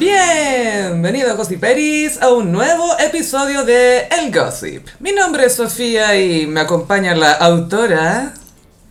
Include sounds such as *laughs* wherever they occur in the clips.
Bienvenidos Gossiperis a un nuevo episodio de El Gossip. Mi nombre es Sofía y me acompaña la autora.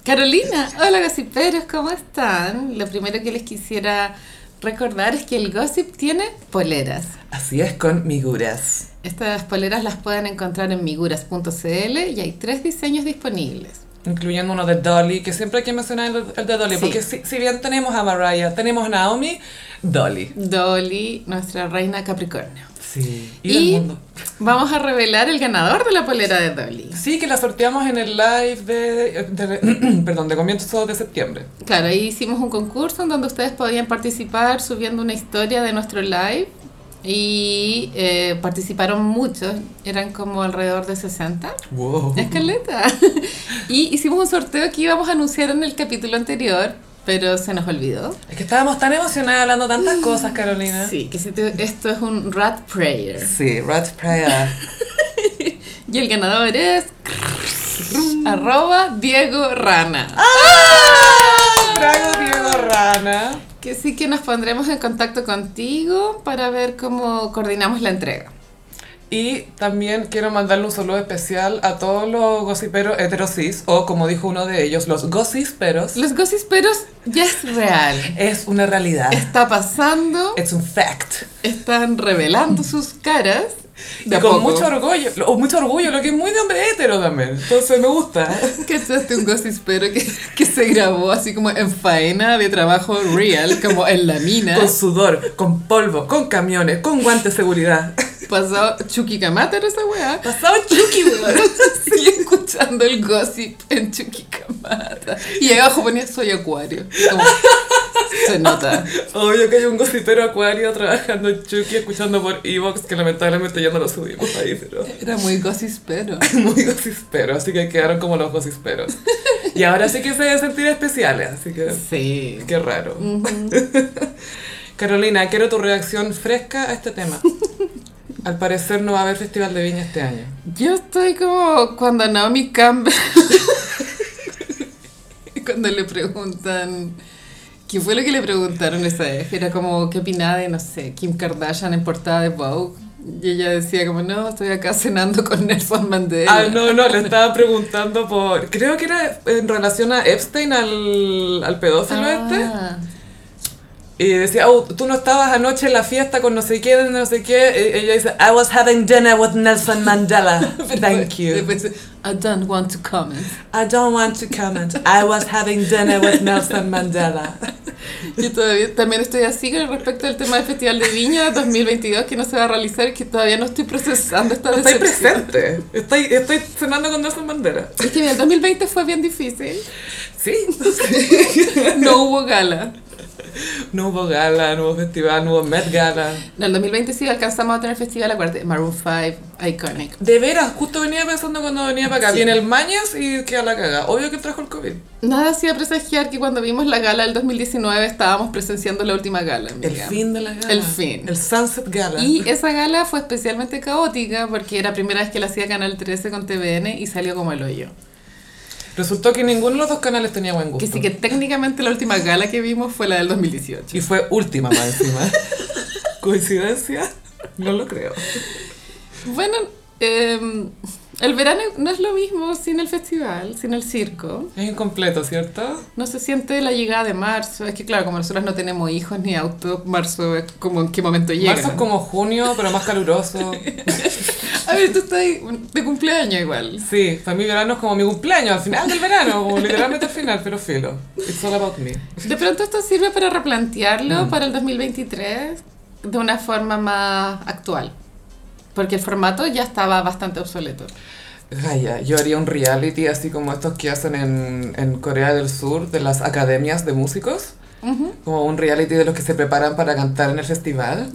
Carolina, hola gossiperos, ¿cómo están? Lo primero que les quisiera recordar es que el gossip tiene poleras. Así es con miguras. Estas poleras las pueden encontrar en miguras.cl y hay tres diseños disponibles. Incluyendo uno de Dolly, que siempre hay que mencionar el, el de Dolly, Sí. porque si, si bien tenemos a Mariah, tenemos a Naomi, Dolly. Dolly, nuestra reina Capricornio. Sí. Y, del mundo. vamos a revelar el ganador de la polera de Dolly. Sí, que la sorteamos en el live de, de- *clears throat* perdón, de comienzos de septiembre. Claro, ahí hicimos un concurso en donde ustedes podían participar subiendo una historia de nuestro live y eh, participaron muchos, eran como alrededor de 60. Wow. Escaleta. *laughs* Y hicimos un sorteo que íbamos a anunciar en el capítulo anterior, pero se nos olvidó. Es que estábamos tan emocionadas hablando *gasps* tantas cosas, Carolina. Sí, que se te- esto es un rat prayer. Sí, Rat Pryor. Y el ganador es arroba Diego Rana. *laughs* Trago Diego Rana. Que sí que nos pondremos en contacto contigo para ver cómo coordinamos la entrega. Y también quiero mandarle un saludo especial a todos los gossiperos heterosis, o como dijo uno de ellos, los gossiperos. Los gossiperos ya es real. Es una realidad. Está pasando, Es un fact. están revelando sus caras. de y a con poco. mucho orgullo, lo- mucho orgullo, lo que es muy de hombre hetero también. Entonces me gusta. *laughs* ¿Cachaste este un gossipero que, que se grabó así como en faena de trabajo real, como en la mina? Con sudor, con polvo, con camiones, con guantes de seguridad. Pasó Chuquicamátaro esa weá. Pasaba Ah, Chucky, *laughs* weón. Y escuchando el gossip en Chuquicamata. Y abajo ponía soy acuario. Como, se nota. Obvio que hay un gossipero acuario trabajando en Chucky, escuchando por Evox, que lamentablemente ya no lo subimos ahí, pero... Era muy gossipero. *laughs* muy gosisperos, así que quedaron como los gosisperos. Y ahora sí que se deben sentir especiales, así que Sí. qué raro. *laughs* Carolina, quiero tu reacción fresca a este tema. Al parecer no va a haber Festival de Viña este año. Yo estoy como cuando Naomi Campbell. *laughs* cuando le preguntan. ¿Qué fue lo que le preguntaron esa vez? Era como, ¿qué opinaba de, no sé, Kim Kardashian en portada de Vogue? Y ella decía como, no, estoy acá cenando con Nelson Mandela. Ah, no, no, le estaba preguntando por... Creo que era en relación a Epstein, al, al pedófilo este. Ah, Y decía, oh, tú no estabas anoche en la fiesta con no sé qué, no sé qué. Y ella dice, I was having dinner with Nelson Mandela. *laughs* Thank you. Después, I don't want to comment. I don't want to comment. I was having dinner with Nelson Mandela. Yo todavía también estoy así con respecto al tema del Festival de Viña 2022 que no se va a realizar, que todavía no estoy procesando esta Estoy decepción. presente. Estoy, estoy cenando con Nelson Mandela. Es que mira, el 2020 fue bien difícil. Sí. No hubo gala. *laughs* No hubo gala, no hubo festival, no hubo Met Gala. No, el 2020 sí alcanzamos a tener festival, acuérdate, Maroon 5, Iconic. De veras, justo venía pensando cuando venía para acá. Sí. Viene el Mañas y queda la caga. Obvio que trajo el COVID. Nada hacía presagiar que cuando vimos la gala del 2019 estábamos presenciando la última gala. El amiga. fin de la gala. El fin. El Sunset Gala. Y esa gala fue especialmente caótica porque era la primera vez que la hacía Canal 13 con TVN y salió como el hoyo. Resultó que ninguno de los dos canales tenía buen gusto. Que sí que técnicamente la última gala que vimos fue la del 2018. Y fue última más *laughs* encima. ¿Coincidencia? No lo creo. Bueno, em, el verano no es lo mismo sin el festival, sin el circo. Es incompleto, ¿cierto? No se siente la llegada de marzo. Es que claro, como nosotros no tenemos hijos ni auto, marzo es como en qué momento llega. Marzo es como junio, pero más *laughs* caluroso. A ver, tú estás de cumpleaños igual. Sí, para mí verano es como mi cumpleaños, al final del verano, *laughs* como literalmente al final, pero filo. It's all about me. De pronto esto sirve para replantearlo Mm. para el 2023 de una forma más actual. Porque el formato ya estaba bastante obsoleto. Gaya, yo haría un reality así como estos que hacen en, en Corea del Sur, de las academias de músicos. Como un reality de los que se preparan para cantar en el festival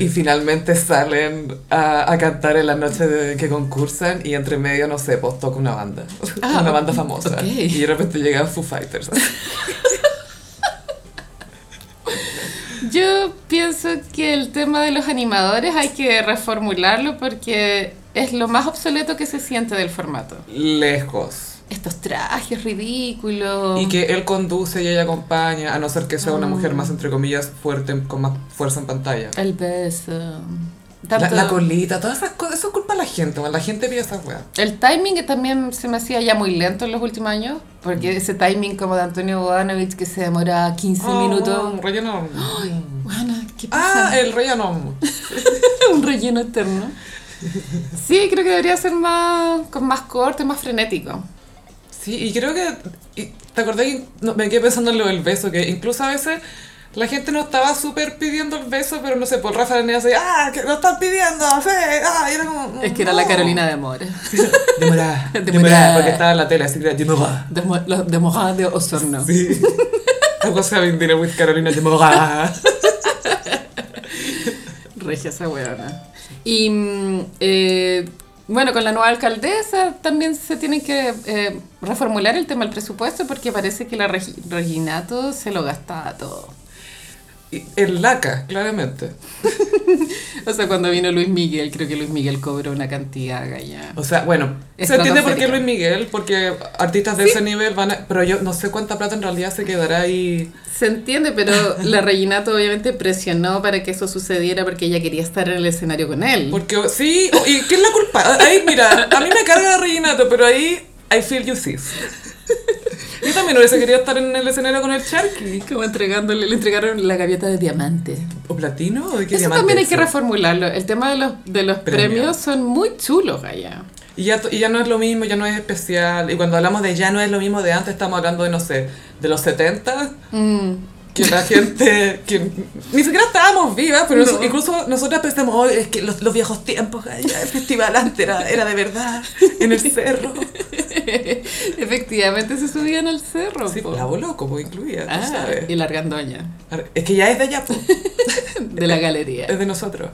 y finalmente salen a, a cantar en la noche de, que concursan y entre medio, no sé, pues toca una banda, Ah, una banda famosa. ok. Y de repente llegan Foo Fighters. Yo pienso que el tema de los animadores hay que reformularlo porque es lo más obsoleto que se siente del formato. Lejos. estos trajes ridículos. Y que él conduce y ella acompaña, a no ser que sea una mujer Ah. más, entre comillas, fuerte, con más fuerza en pantalla. El beso. La, Tanto- la colita, todas esas cosas, eso es culpa de la gente, man, la gente pide esas weas. El timing que también se me hacía ya muy lento en los últimos años, Mm. porque ese timing como de Antonio Bodanovich que se demora 15 Oh, minutos. un relleno. Bueno, ¿qué pasa? *laughs* Ah, el relleno. un relleno externo. Sí, creo que debería ser más, con más corte, más frenético. Sí, y creo que. y- ¿Te acordás que no- me quedé pensando en lo del beso? Que incluso a veces la gente no estaba súper pidiendo el beso, pero no sé, por Rafa Araneda así, ¡ah! ¡que lo están pidiendo! ¡Sí! ¡ah! y era como. Es que era la "No". Carolina de Amores. *laughs* Demorá, Demorá. demorá, porque estaba en la tele, así que era demorá. De, Mo- los de Mojada de Osorno. *laughs* Sí. I was having dinner with Carolina "Ah". demorá. Regia esa weona. Y mm, eh, bueno, con la nueva alcaldesa también se tiene que eh, reformular el tema del presupuesto porque parece que la Regi- Reginato se lo gastaba todo. Y El laca, claramente. O sea, cuando vino Luis Miguel, creo que Luis Miguel cobró una cantidad galla. O sea, bueno, se entiende por qué Estratosférica. Luis Miguel, porque artistas de ese nivel van a... Pero yo no sé cuánta plata en realidad se quedará ahí. Se entiende, *laughs* pero la Reginato obviamente presionó para que eso sucediera porque ella quería estar en el escenario con él. Porque oh, sí, o- ¿y quién es la culpa? Ahí, mira, a mí me carga Reginato, pero ahí I feel you *laughs* sis. Yo también hubiese querido estar en el escenario con el Sharky. Como entregándole, le entregaron la gaviota de diamante. ¿O platino? ¿O de qué Eso diamante también hay que eso? reformularlo. El tema de los, de los Premios. premios. son muy chulos, Gaya. Y ya, t- y ya no es lo mismo, ya no es especial. Y cuando hablamos de ya no es lo mismo de antes, estamos hablando de, no sé, de los 70, que la gente, que ni siquiera estábamos vivas, pero nos- incluso nosotras pensamos, "Oh, es que los, los viejos tiempos, ya, el festival antes era, era de verdad, en el cerro. *laughs* Efectivamente se subían al cerro. Sí, po. Lavo Loco, pues incluía, tú Ah, sabes. y la argandoña Es que ya es de allá, pues, de la galería. es de nosotros.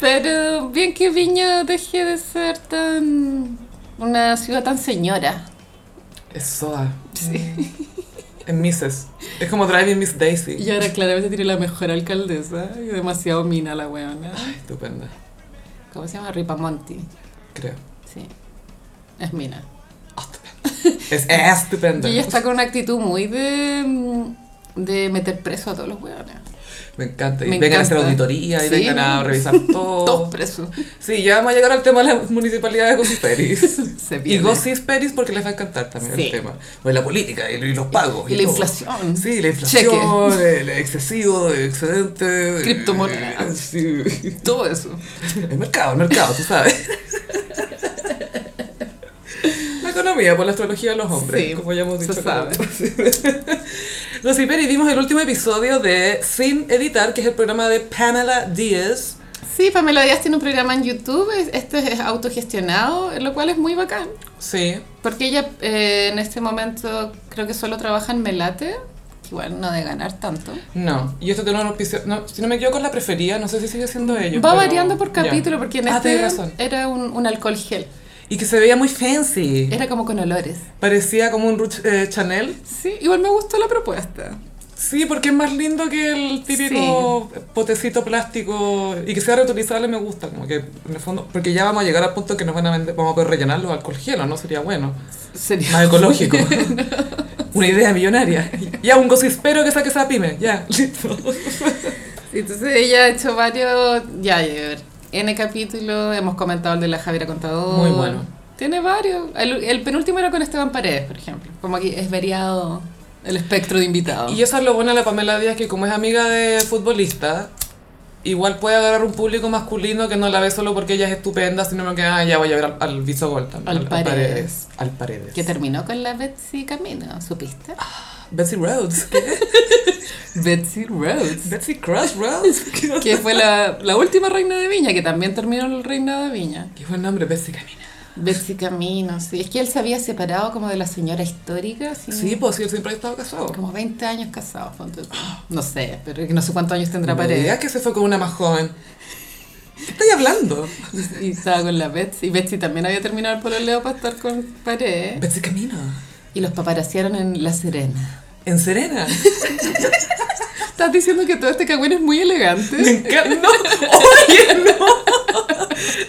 Pero bien que Viña deje de ser tan una ciudad tan señora. Es Soda. Es Mrs. Es como Driving Miss Daisy. Y ahora claramente tiene la mejor alcaldesa y demasiado mina la weona. Estupenda, ¿Cómo se llama? Ripamonti. creo. Sí. Es mina. Es estupenda. Y ella está con una actitud muy de, mm, de meter preso a todos los weones. Me encanta. Y Me vengan a hacer encanta. auditoría y Sí. vengan a *laughs* revisar todo. Todos presos. sí, ya vamos a llegar al tema de la municipalidad de Gosisperis. *laughs* Se y viene. Gosisperis porque les va a encantar también Sí. el tema. Pues la política y, y los pagos. Y la todo. inflación. Sí, la inflación, *laughs* el excesivo, el excedente. eh, Criptomonedas. sí. Todo eso. El mercado, el mercado, tú sabes. La economía por la astrología de los hombres, Sí, como ya hemos se dicho. sabe. *laughs* Los y vimos el último episodio de Sin Editar, que es el programa de Pamela Díaz. Sí, Pamela Díaz tiene un programa en YouTube. es- Este es autogestionado, lo cual es muy bacán. Sí. Porque ella eh, en este momento creo que solo trabaja en Melate. que Igual no de ganar tanto. No, y esto tiene un auspicio. No, si no me equivoco, es la preferida, no sé si sigue siendo ellos. Va pero- variando por ya. capítulo, porque en Ah, este tenés razón. era un, un alcohol gel. Y que se veía muy fancy. Era como con olores. Parecía como un Rouge eh, Chanel. Sí, igual me gustó la propuesta. Sí, porque es más lindo que el típico potecito plástico y que sea reutilizable me gusta, como que en el fondo, porque ya vamos a llegar al punto que nos van a vender, vamos a poder rellenar los alcohol gel, ¿o ¿no? Sería bueno, Sería *laughs* más ecológico. *laughs* Una idea millonaria. Ya, un gocispero que saque esa pyme, ya, *laughs* listo. Entonces ella ha hecho varios, ya, ya, a ver, N capítulo, hemos comentado el de la Javiera Contador. Muy bueno. Tiene varios. El, el penúltimo era con Esteban Paredes, por ejemplo. Como aquí es variado el espectro de invitados. Y eso es lo bueno de la Pamela Díaz, que como es amiga de futbolista, igual puede agarrar un público masculino que no la ve solo porque ella es estupenda, sino porque, ah, ya voy a ver al, al Visogol también. Al Paredes. Al Paredes. Que terminó con la Betsy Camino, ¿supiste? Betsy Rhodes. Betsy Rhodes. Ah, Betsy *laughs* Crossroads. Que fue la, la última reina de Viña, que también terminó el reinado de Viña. *laughs* Qué buen nombre, Betsy Camina. Betsy Camino, sí. Es que él se había separado como de la señora histórica. así, Sí, pues sí, él siempre ha estado casado. Mm. Como 20 años casados, ponte tú. No sé, pero no sé cuántos años tendrá No me Paredes. digas que se fue con una más joven. ¿Qué estáis hablando? *laughs* Y- Y estaba con la Betsy. Y Betsy también había terminado el pololeo para estar con Paredes. Betsy Camino. Y los paparaciaron en La Serena. En *laughs* Serena. ¿Estás diciendo que todo este cagüín es muy Me *laughs* elegante? encanta. *laughs* No, oye, no.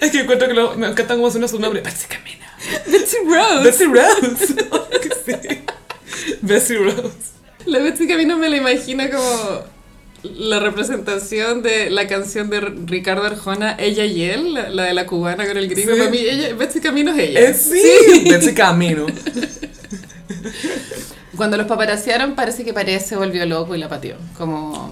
Es que encuentro que lo- me encanta cómo suena su nombre. Betsy Camino. Betsy Rose. Bessie *laughs* Rose. sí. Bessie Rose. La Betsy que a mí no me la imagino como la representación de la canción de Ricardo Arjona, Ella y él, la, la de la cubana con el gringo. Sí. Para mí, ella, Betsy Camino es ella. Eh, sí. Bessie Camino. Cuando los paparaciaron, parece que Paredes se volvió loco y la pateó. Como.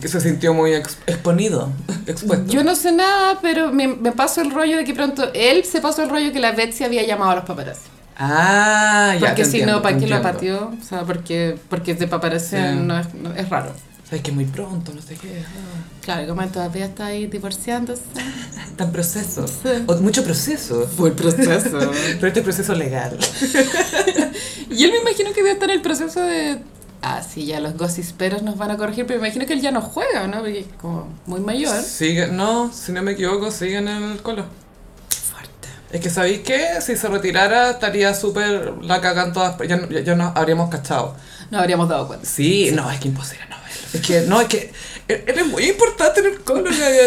Que se sintió muy ex- exponido. Expuesto. Yo no sé nada, pero me, me paso el rollo de que pronto él se pasó el rollo que la Betsy había llamado a los paparazzi. Ah, ya. porque te si entiendo, no, ¿para te qué lo entiendo. pateó? O sea, porque, porque de paparazzi Sí. no, es, no- es raro. Sabes que muy pronto, no sé qué. Claro, como él todavía está *laughs* ahí divorciándose. ah, Tan proceso. Sí. O- mucho proceso. Fue el proceso. Pero este proceso legal. y él me imagino que debe estar en el proceso de. Ah, sí, ya los gossiperos nos van a corregir, pero me imagino que él ya no juega, ¿no? Porque es como muy mayor. Sigue, no, si no me equivoco, sigue en el colo. Fuerte. Es que sabéis que si se retirara estaría súper la caga en todas. Ya, no- ya, ya nos habríamos cachado. No habríamos dado cuenta. Sí, no, es que imposible no verlo. Es que, no, es que. Él él es muy importante en el colo, Gaya.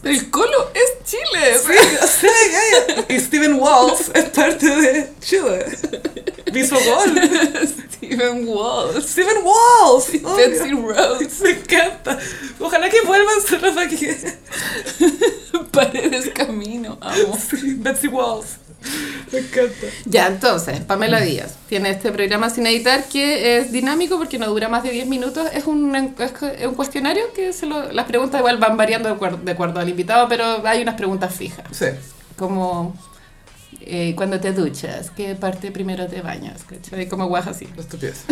Pero el colo es Chile. Sí, sí, Gaya. Y Steven Walls es parte de Chile. Viso gol. *laughs* Steven Walls. Steven Walls. obvio. Betsy *laughs* Rose. Me encanta. Ojalá que vuelvan solo para *laughs* que. *laughs* Paredes Camino. Amo. Sí, Betsy Walls. Me encanta. Ya, entonces, Pamela Díaz tiene este programa sin editar que es dinámico porque no dura más de 10 minutos. Es un, en- es cu- es un cuestionario que se lo- las preguntas igual van variando de acuerdo, de acuerdo al invitado, pero hay unas preguntas fijas. Sí. Como eh, cuando te duchas, ¿qué parte primero te bañas? ¿Cachai? Como guajas así. Estupidez.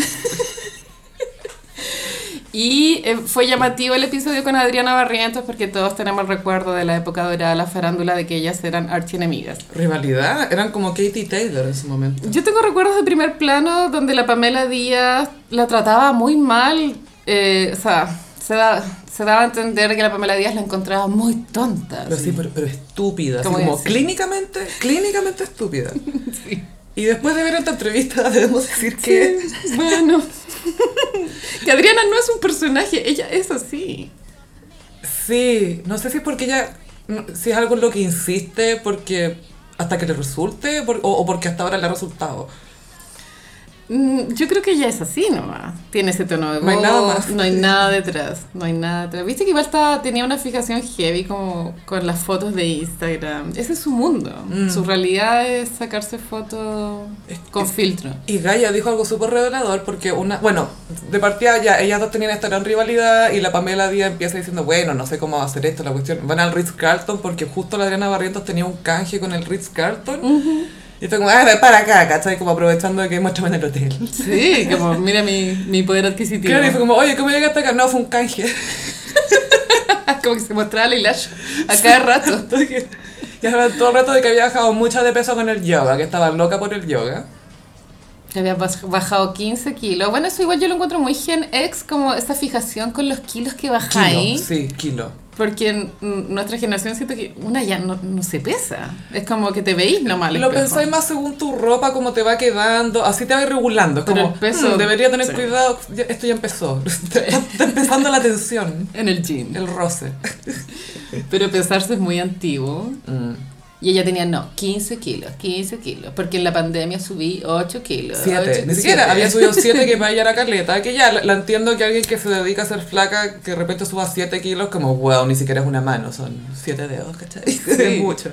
Y eh, fue llamativo el episodio con Adriana Barrientos porque todos tenemos el recuerdo de la época dorada de la farándula de que ellas eran archienemigas. Rivalidad. Eran como Katie Taylor en su momento. Yo tengo recuerdos de primer plano donde la Pamela Díaz la trataba muy mal. eh, o sea, se, da- se daba a entender que la Pamela Díaz la encontraba muy tonta. Pero así. sí, pero, pero estúpida. así ¿Cómo como es? clínicamente, clínicamente estúpida. *laughs* Sí. Y después de ver esta entrevista *laughs* debemos decir que... Bueno. *laughs* que Adriana no es un personaje, ella es así. Sí, no sé si es porque ella... no- Si es algo en lo que insiste porque hasta que le resulte por- o, o porque hasta ahora le ha resultado. Mm, Yo creo que ella es así nomás. Tiene ese tono de voz. No hay nada más. No hay nada detrás. No hay nada detrás. Viste que igual estaba- tenía una fijación heavy como con las fotos de Instagram. Ese es su mundo. Su realidad es sacarse fotos Mm. Es- con filtro. Y Gaia dijo algo súper revelador porque una... Bueno, de partida ya ellas dos tenían esta gran rivalidad y la Pamela Díaz empieza diciendo, bueno, no sé cómo va a hacer esto, la cuestión... Van al Ritz-Carlton porque justo la Adriana Barrientos tenía un canje con el Ritz-Carlton. Y está como, ah, ve para acá, ¿cachai? Como aprovechando de que muéstrame en el hotel. Sí, como mira mi, mi poder adquisitivo. Claro, y fue como, oye, ¿cómo llegaste acá? No, fue un canje. *laughs* *laughs* como que se mostraba el hilacho a cada rato. *laughs* Y ahora todo el rato de que había bajado mucho de peso con el yoga, que estaba loca por el yoga. Le había baj- bajado 15 kilos. Bueno, eso igual yo lo encuentro muy gen ex, como esa fijación con los kilos que bajáis. Sí, kilo. Porque en mm, nuestra generación siento que una ya no, no se pesa. Es como que te veís nomás. al Lo espejo. pensáis más según tu ropa, cómo te va quedando, así te vas regulando. Es Pero como, el peso- "Mm, debería tener sí. cuidado, ya- esto ya empezó. *laughs* Está, está empezando la tensión, En el gym. el roce. Eh, Pero pesarse es muy antiguo. Y ella tenía, no, 15 kilos, 15 kilos. Porque en la pandemia subí 8 kilos. Siete, ocho- ni siquiera siete. había *laughs* subido siete que para ella era Carleta, que ya la, la entiendo que alguien que se dedica a ser flaca, que de repente suba siete kilos, como wow, ni siquiera es una mano, son siete dedos, ¿cachai? *laughs* Es mucho.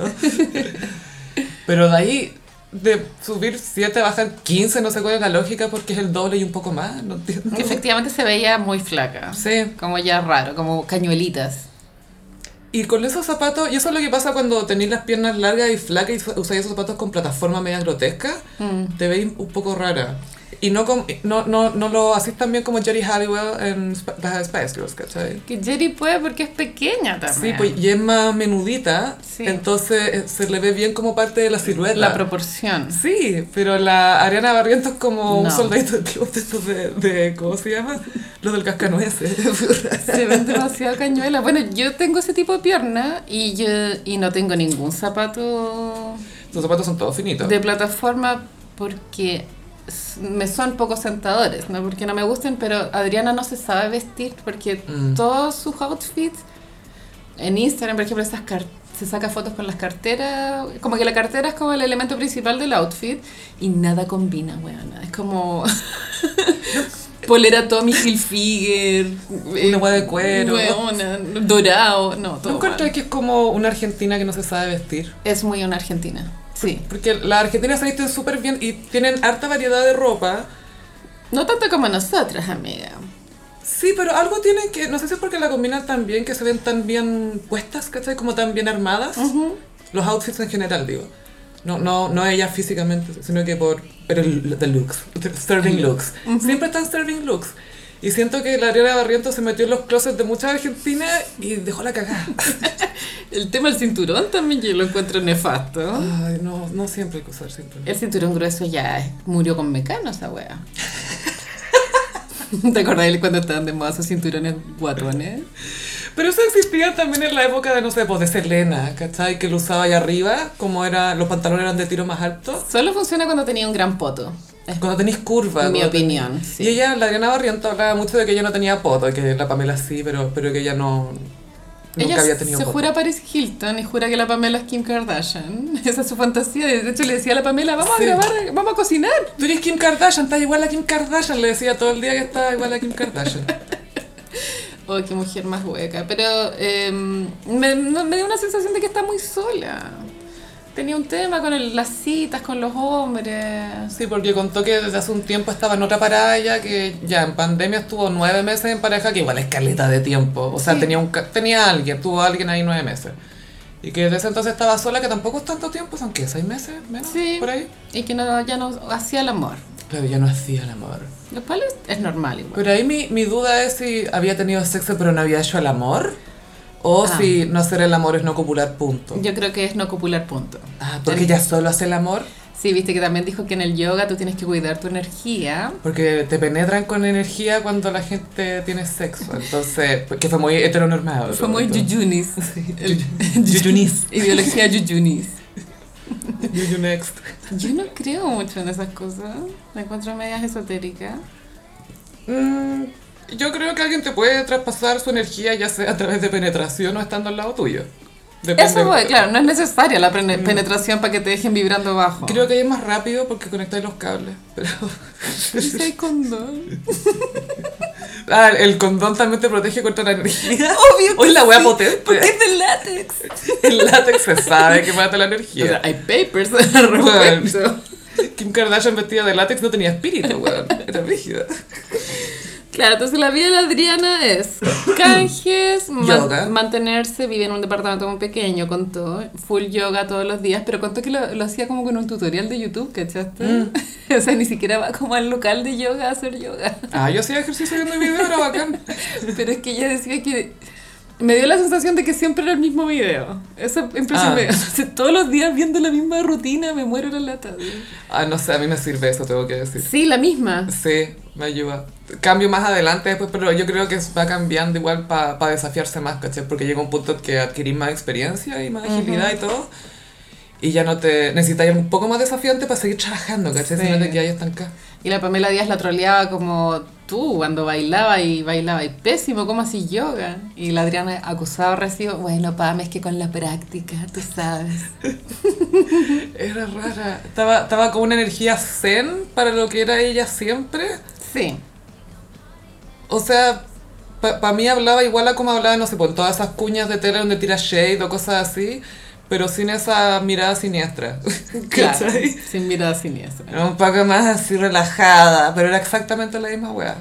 Pero de ahí, de subir siete, bajar 15, no sé cuál es la lógica, porque es el doble y un poco más, no entiendo. Que efectivamente se veía muy flaca. Sí. Como ya raro, como cañuelitas. Y con esos zapatos, y eso es lo que pasa cuando tenéis las piernas largas y flacas y fa- usáis esos zapatos con plataforma media grotesca, te veis un poco rara. Y no, com- no, no, no lo hacís tan bien como Jerry Halliwell en Sp- las Spice Girls, ¿cachai? Que Jerry puede porque es pequeña Sí, también. pues, y es más menudita, Sí. entonces eh, se le ve bien como parte de la silueta. La proporción. sí, pero la Ariana Barrientos es como un No. soldadito tipo de, estos de, de- ¿cómo se llama? Los del cascanueces. *laughs* Se ven demasiado cañuelas. Bueno, yo tengo ese tipo de pierna y yo y no tengo ningún zapato Sus zapatos son todos finitos. de plataforma porque s- me son poco sentadores, no porque no me gusten, pero Adriana no se sabe vestir porque Mm. todos sus outfits en Instagram, por ejemplo, esas carteras se saca fotos con las carteras, como que la cartera es como el elemento principal del outfit y nada combina, weón. Es *laughs* como polera Tommy Hilfiger, eh, Una hueá de cuero. weona, dorado, no, ¿No todo. encuentras mal. que es como una argentina que no se sabe vestir? Es muy una argentina. Sí. Porque las argentinas se visten súper bien y tienen harta variedad de ropa. No tanto como nosotras, amiga. Sí, pero algo tienen que, no sé si es porque la combinan tan bien, que se ven tan bien puestas, ¿cachai? Como tan bien armadas. Los outfits en general, digo. No, no, no ellas físicamente, sino que por pero el, the looks, the serving looks. Siempre están serving looks. Y siento que la Ariana Barrientos se metió en los closets de muchas argentinas y dejó la cagada. *laughs* El tema del cinturón también yo lo encuentro nefasto. Ay, no, no siempre hay que usar, siempre. no. El cinturón grueso ya es- murió con mecano esa wea. *laughs* ¿Te acordás de cuando estaban de moda esos cinturones guatones? Pero eso existía también en la época de, no sé, pues de Selena, ¿cachai? Que lo usaba ahí arriba, como era, los pantalones eran de tiro más altos. Solo funciona cuando tenía un gran poto. Es Cuando tenéis curvas. cuando mi tenéis- opinión. Y sí. ella, la Adriana Barriento, hablaba mucho de que ella no tenía poto, que la Pamela sí, pero, pero que ella no. Nunca Ella había tenido se poto. jura Paris Hilton y jura que la Pamela es Kim Kardashian. *laughs* Esa es su fantasía. De hecho, le decía a la Pamela, vamos Sí. a grabar, vamos a cocinar. Tú eres Kim Kardashian, estás igual a Kim Kardashian, le decía todo el día que estaba igual a Kim Kardashian. Oh, qué mujer más hueca. Pero eh, me, no- me dio una sensación de que está muy sola. Tenía un tema con el- las citas, con los hombres. Sí, porque contó que desde hace un tiempo estaba en otra parada ya, que ya en pandemia estuvo nueve meses en pareja, que igual es caleta de tiempo. O sea, Sí. tenía, un, ca- tenía alguien, tuvo alguien ahí nueve meses. Y que desde ese entonces estaba sola, que tampoco es tanto tiempo, son que seis meses menos, Sí. por ahí. Y que no, ya no hacía el amor. Pero ya no hacía el amor. Lo cual es, es normal igual. Pero ahí mi, mi duda es si había tenido sexo pero no había hecho el amor. O Ah. si no hacer el amor es no copular, punto. Yo creo que es no copular punto. Ah, porque ya solo hace el amor. Sí, viste que también dijo que en el yoga tú tienes que cuidar tu energía. Porque te penetran con energía cuando la gente tiene sexo. Entonces, pues, que fue muy heteronormado. Fue muy Entonces, yujunis. El- *laughs* Yujunis. Ideología yujunis. Yuyu next. Yo no creo mucho en esas cosas. Me encuentro medias esotéricas. Mm, yo creo que alguien te puede traspasar su energía ya sea a través de penetración o estando al lado tuyo. Depende. Eso fue, claro, no es necesaria la prene- penetración para que te dejen vibrando bajo. Creo que ahí es más rápido porque conectáis los cables. *laughs* Pero... Sí, hay condón. Ah, el condón también te protege contra la energía. Obvio Hoy la sí, wea potente. Porque es de látex. *laughs* El látex se sabe que mata la energía. O sea, hay papers *laughs* al respecto. Kim Kardashian vestida de látex no tenía espíritu, weón. Era rígida. Claro, entonces la vida de Adriana es canjes, man- Yoga. mantenerse, vive en un departamento muy pequeño, con todo, full yoga todos los días, pero contó que lo, lo hacía como con un tutorial de YouTube, ¿cachaste? *laughs* o sea, ni siquiera va como al local de yoga a hacer yoga. Ah, yo hacía ejercicio viendo video, era bacán. Pero es que ella decía que me dio la sensación de que siempre era el mismo video. Esa impresión Ah. me- *laughs* o sea, todos los días viendo la misma rutina, me muero la lata. Ah, no sé, a mí me sirve eso, tengo que decir. Sí, la misma. Sí, me ayuda. Cambio más adelante después, pero yo creo que va cambiando igual para desafiarse más, ¿cachai? Porque llega un punto que adquirís más experiencia y más agilidad y todo. Y ya no te... Necesitáis un poco más desafiante para seguir trabajando, ¿cachai? Si no Sí. te quedáis estancada. Y la Pamela Díaz la troleaba como tú, cuando bailaba y bailaba y pésimo, ¿cómo así yoga? Y la Adriana acusaba recibo, bueno, Pam, es que con la práctica, tú sabes. Era rara. Estaba, estaba con una energía zen para lo que era ella siempre. Sí. O sea, para mí hablaba igual a como hablaba, no sé, por todas esas cuñas de tela donde tira shade o cosas así, pero sin esa mirada siniestra. *laughs* Claro, ¿Cachai? sin mirada siniestra. Era un poco más así relajada, pero era exactamente la misma weá.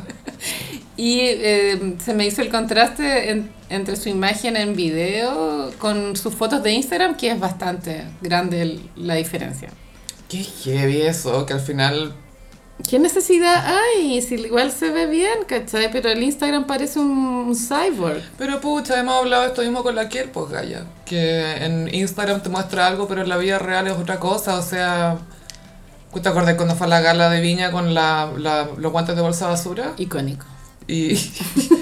Y eh, se me hizo el contraste en- entre su imagen en video con sus fotos de Instagram, que es bastante grande el- la diferencia. Qué heavy eso, que al final... ¿Qué necesidad hay? Si igual se ve bien, ¿cachai? Pero el Instagram parece un cyborg. Pero pucha, hemos hablado esto mismo con la Kiel, pues Gaya, que en Instagram te muestra algo, pero en la vida real es otra cosa, o sea... ¿Te acordás cuando fue a la gala de Viña con la- la- los guantes de bolsa basura? Icónico. Y,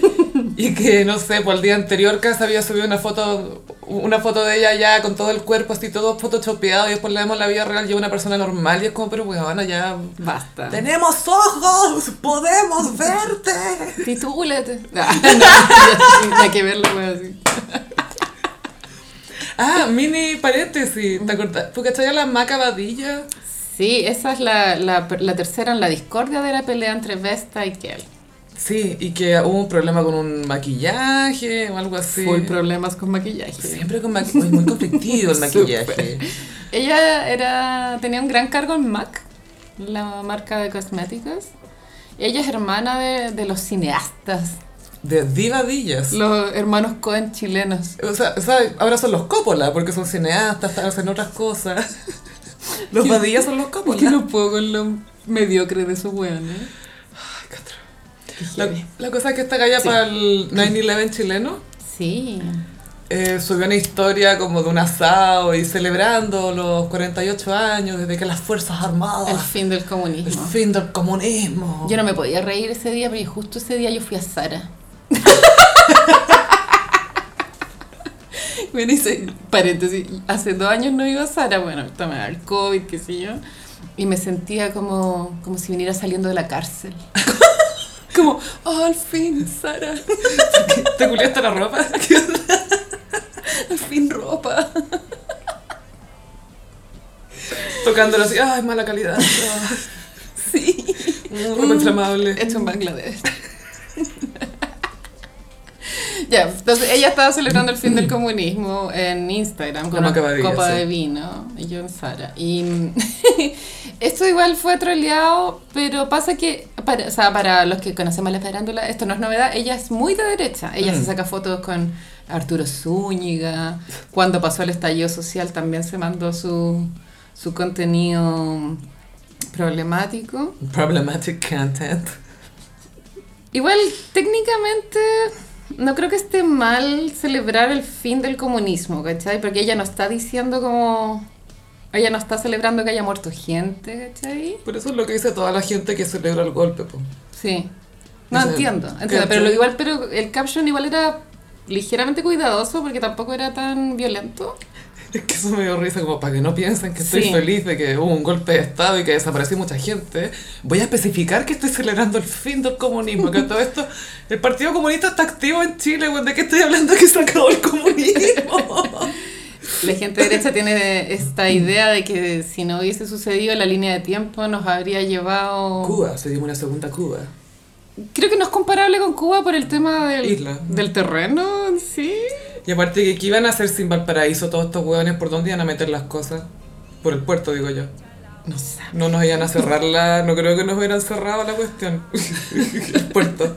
*laughs* y que, no sé, por el día anterior Casa había subido una foto una foto de ella ya con todo el cuerpo así, todo photoshopeado, y después la vemos en la vida real y es una persona normal y es como, pero weón, ya... Basta. ¡Tenemos ojos! ¡Podemos verte! Ah, Titúlate. No, no, no, no, nada que verlo, así. Ah, mini paréntesis, ¿te acordás? ¿Tú cachai a la Maca Badilla? Sí, esa es la, la, la tercera en la discordia de la pelea entre Vesta y Kel. Sí, y que hubo un problema con un maquillaje o algo así. Full problemas con maquillaje. Siempre con maquillaje, muy *laughs* conflictivo el maquillaje. Ella era, tenía un gran cargo en MAC, la marca de cosméticos. Ella es hermana de, de los cineastas, De divadillas. los hermanos Cohen chilenos. O sea, o sea, ahora son los Coppola, porque son cineastas, hacen otras *laughs* cosas. Los Badillas son los ¿Por qué Coppola. no puedo con lo mediocre de esos weones? Ay, Castro. Qué La, heavy. la cosa es que esta galla Sí. para el 9-11 chileno Sí. eh, subió una historia como de un asado y celebrando los 48 años desde que las Fuerzas El Armadas, fin del el, comunismo. fin del comunismo. Yo no me podía reír ese día, pero justo ese día yo fui a Sara. *laughs* bueno, hice paréntesis. Hace dos años no iba a Sara, bueno, ahorita me da el COVID, qué sé yo. Y me sentía como, como si viniera saliendo de la cárcel. *laughs* como, oh, al fin, Sara, *laughs* ¿Te culiaste la ropa? *laughs* al fin ropa. *laughs* Tocándolo así, ay, mala *laughs* calidad. ah, Sí. mm, ropa inflamable. Hecho en Bangladesh. *laughs* Ya, entonces ella estaba celebrando el fin del comunismo en Instagram con Como una acabadilla, copa sí. de vino y yo en Sara. Y *laughs* mm, esto igual fue troleado, pero pasa que, para, o sea, para los que conocemos la farándula, esto no es novedad, ella es muy de derecha. Ella Mm. se saca fotos con Arturo Zúñiga, cuando pasó el estallido social también se mandó su, su contenido problemático. Problematic content. Igual, técnicamente, no creo que esté mal celebrar el fin del comunismo, ¿cachai? Porque ella no está diciendo como... Ella no está celebrando que haya muerto gente, ¿cachai? Por eso es lo que dice toda la gente que celebra el golpe. po. Sí. No O sea, entiendo. entiendo, ¿cachai? pero, lo igual, pero el caption igual era ligeramente cuidadoso porque tampoco era tan violento. Es que eso me dio risa, como para que no piensen que estoy Sí. feliz de que hubo un golpe de Estado y que desapareció mucha gente. Voy a especificar que estoy celebrando el fin del comunismo, que todo esto... El Partido Comunista está activo en Chile, güey, ¿de qué estoy hablando que se acabó el comunismo? La gente derecha tiene esta idea de que si no hubiese sucedido la línea de tiempo nos habría llevado... *laughs* Cuba, se dio una segunda Cuba. Creo que no es comparable con Cuba por el tema del, Isla. del terreno, en sí. Y aparte, que ¿qué iban a hacer sin Valparaíso todos estos hueones? ¿Por dónde iban a meter las cosas? Por el puerto, digo yo. No sé. No nos iban a cerrar la... No creo que nos hubieran cerrado la cuestión. *laughs* el puerto.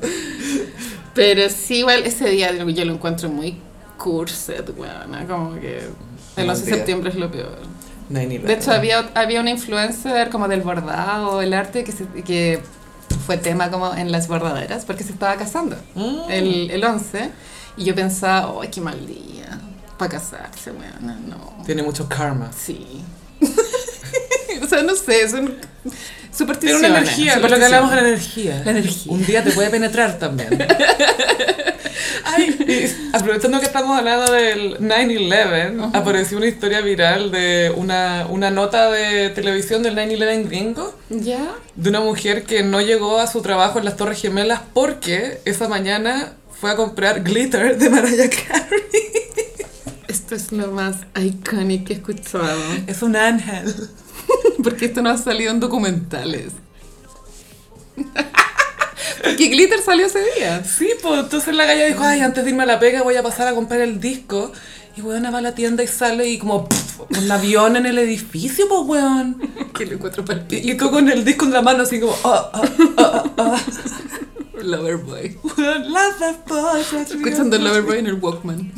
Pero sí, igual ese día yo lo encuentro muy cursed, weona. Como que el 11 de Día. septiembre es lo peor. 9/11. De hecho, había, había una influencer como del bordado, el arte, que, se- que fue tema como en las bordaderas, porque se estaba casando Mm. el, el 11. Y yo pensaba, ¡ay, qué mal día! Para casarse, weona, no. Tiene muchos karmas. Sí. *laughs* o sea, no sé, son Tiene supersticiones. una energía, lo que supersticiones. hablamos de la energía. La energía. Un día te puede penetrar también. *laughs* Ay, y aprovechando que estamos hablando del 9-11, apareció una historia viral de una, una nota de televisión del 9-11 gringo ¿Ya? de una mujer que no llegó a su trabajo en las Torres Gemelas porque esa mañana fue a comprar glitter de Mariah Carey. Esto es lo más icónico que he escuchado. *laughs* Es un ángel. Porque esto no ha salido en documentales. *laughs* Porque Glitter salió ese día. *laughs* Sí, pues entonces la galla dijo, ay, antes de irme a la pega voy a pasar a comprar el disco. Y weona va a la tienda y sale y como pff, un avión en el edificio, pues weón. Que lo encuentro para el Y, y tú con el disco en la mano así como, oh, oh, *laughs* Loverboy. weón, love that boy, that's real". Escuchando Loverboy en el Walkman.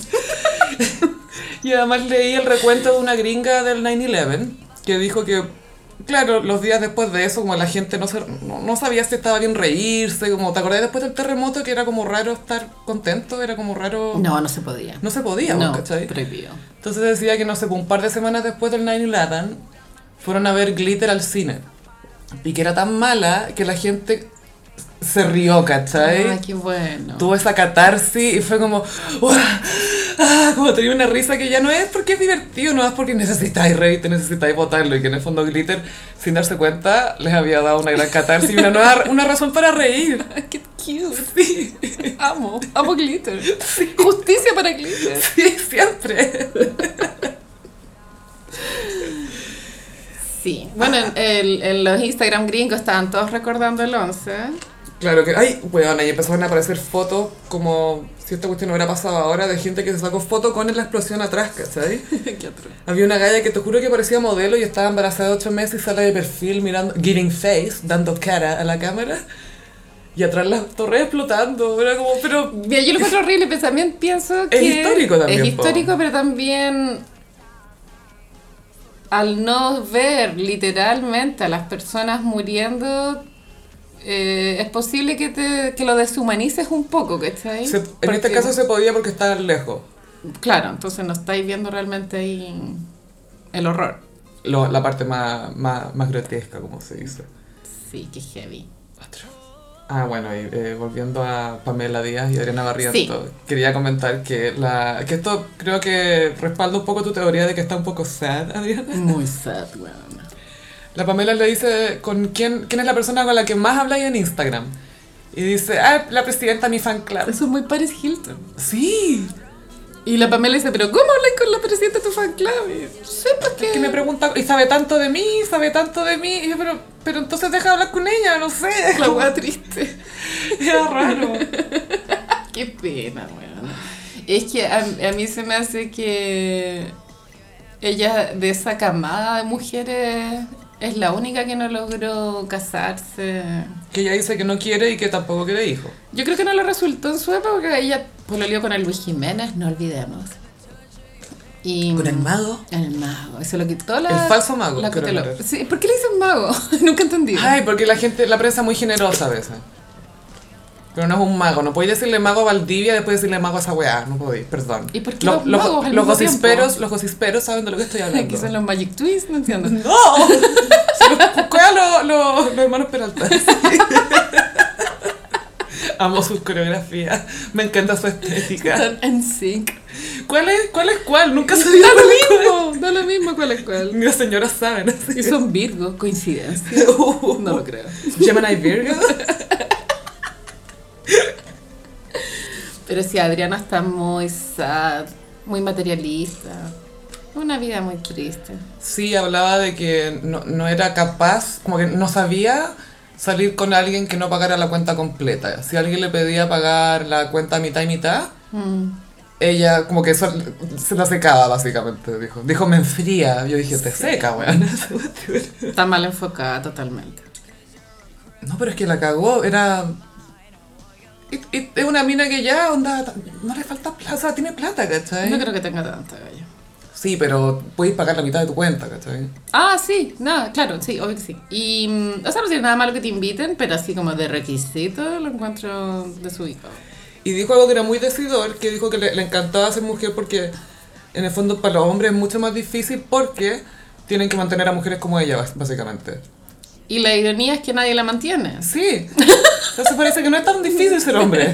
Y además leí el recuento de una gringa del 9-11 que dijo que, claro, los días después de eso, como la gente no, se- no, no sabía si estaba bien reírse, como, ¿te acordás después del terremoto que era como raro estar contento? Era como raro... No, no se podía. No se podía, pues, No, ¿cachai? prohibido. Entonces decía que, no sé, pues, un par de semanas después del 9-11, fueron a ver Glitter al cine. Y que era tan mala que la gente se rió, ¿cachai? Ah, qué bueno. Tuvo esa catarsis y fue como... "Uah, ah", como tenía una risa que ya no es porque es divertido, no es porque necesitáis reírte, necesitáis votarlo. Y que en el fondo Glitter, sin darse cuenta, les había dado una gran catarsis y una, nueva, una razón para reír. Ay, *laughs* Qué cute. *laughs* Amo. Amo Glitter. Justicia para Glitter. Sí, siempre. Sí. Bueno, en, el- en los Instagram gringos estaban todos recordando el 11. Claro que, ay, weón, ahí empezaron a aparecer fotos como si esta cuestión hubiera pasado ahora de gente que se sacó foto con la explosión atrás, ¿cachai? *laughs* Qué atroz. Había una galla que te juro que parecía modelo y estaba embarazada de 8 meses y sale de perfil mirando, giving face, dando cara a la cámara y atrás las torres explotando. Era como, pero Mira, yo lo encuentro horrible, pero también pienso que... histórico también, Es po. histórico, pero también... Al no ver literalmente a las personas muriendo, eh, es posible que, te, que lo deshumanices un poco, ¿cachai? se- en este Porque- caso se podía porque estaba lejos. Claro, entonces no estáis viendo realmente ahí el horror. Lo- la parte más, más, más grotesca, como se dice. Sí, qué heavy. Ah, bueno, y eh, volviendo a Pamela Díaz y Adriana Barriento, Sí. quería comentar que, la, que esto creo que respalda un poco tu teoría de que está un poco sad, *laughs* Adriana. Muy sad, weón. La Pamela le dice, ¿con quién, quién es la persona con la que más habláis en Instagram? Y dice, ah, la presidenta de mi fan club. Eso es muy Paris Hilton. Sí, Y la Pamela dice, pero ¿cómo hablas con la presidenta de tu fan club? Y, Sí, porque... que me pregunta, y sabe tanto de mí, sabe tanto de mí, y yo, pero, pero entonces deja de hablar con ella, no sé. *laughs* La wea triste. Era raro. Qué pena, weón. Es que a, a mí se me hace que ella de esa camada de mujeres es la única que no logró casarse. Que ella dice que no quiere y que tampoco quiere hijo. Yo creo que no le resultó en su época porque ella pololeó con el Luis Jiménez, no olvidemos. Y, mago? El mago, se lo quitó la... El falso mago, la creo coteló. que era. Sí, ¿Por qué le dicen mago? *laughs* Nunca entendí. Ay, porque la gente, la prensa es muy generosa a veces. Pero no es un mago, no podéis decirle mago a Valdivia después decirle mago a esa weá, no podéis, perdón. ¿Y por qué Lo- los magos al los mismo tiempo? gocisperos, los gocisperos saben de lo que estoy hablando. *laughs* que son los Magic Twists, no entiendo. ¡No! *laughs* Se los cucuea lo- lo- los hermanos Peralta. *laughs* Amo sus coreografías. Me encanta su estética. Están en sync. ¿Cuál es cuál? Es cuál? Nunca se dio Da cuál es cuál. lo mismo, da lo mismo cuál es cuál. Ni las señoras saben. Y así. son Virgo, coincidencia. No lo creo. Gemini Virgo. Pero sí, Adriana está muy sad, muy materialista. Una vida muy triste. Sí, hablaba de que no, no era capaz, como que no sabía salir con alguien que no pagara la cuenta completa. Si alguien le pedía pagar la cuenta mitad y mitad, Mm. Ella como que eso- se la secaba básicamente, dijo. Dijo, me enfría. Yo dije, te seca, weón. *laughs* Está mal enfocada totalmente. No, pero es que la cagó, era... y- y Es una mina que ya, onda, no le falta plata, o sea, tiene plata, ¿cachai? No creo que tenga tanta gallo. Sí, pero puedes pagar la mitad de tu cuenta, ¿cachai? Ah, sí, nada, claro, sí, obvio que sí. Y, mm, o sea, no tiene nada malo que te inviten, pero así como de requisito lo encuentro desubicado. Y dijo algo que era muy decidor, que dijo que le, le encantaba ser mujer porque en el fondo para los hombres es mucho más difícil porque tienen que mantener a mujeres como ella, bas- básicamente. Y la ironía es que nadie la mantiene. Sí, entonces parece que no es tan difícil ser hombre.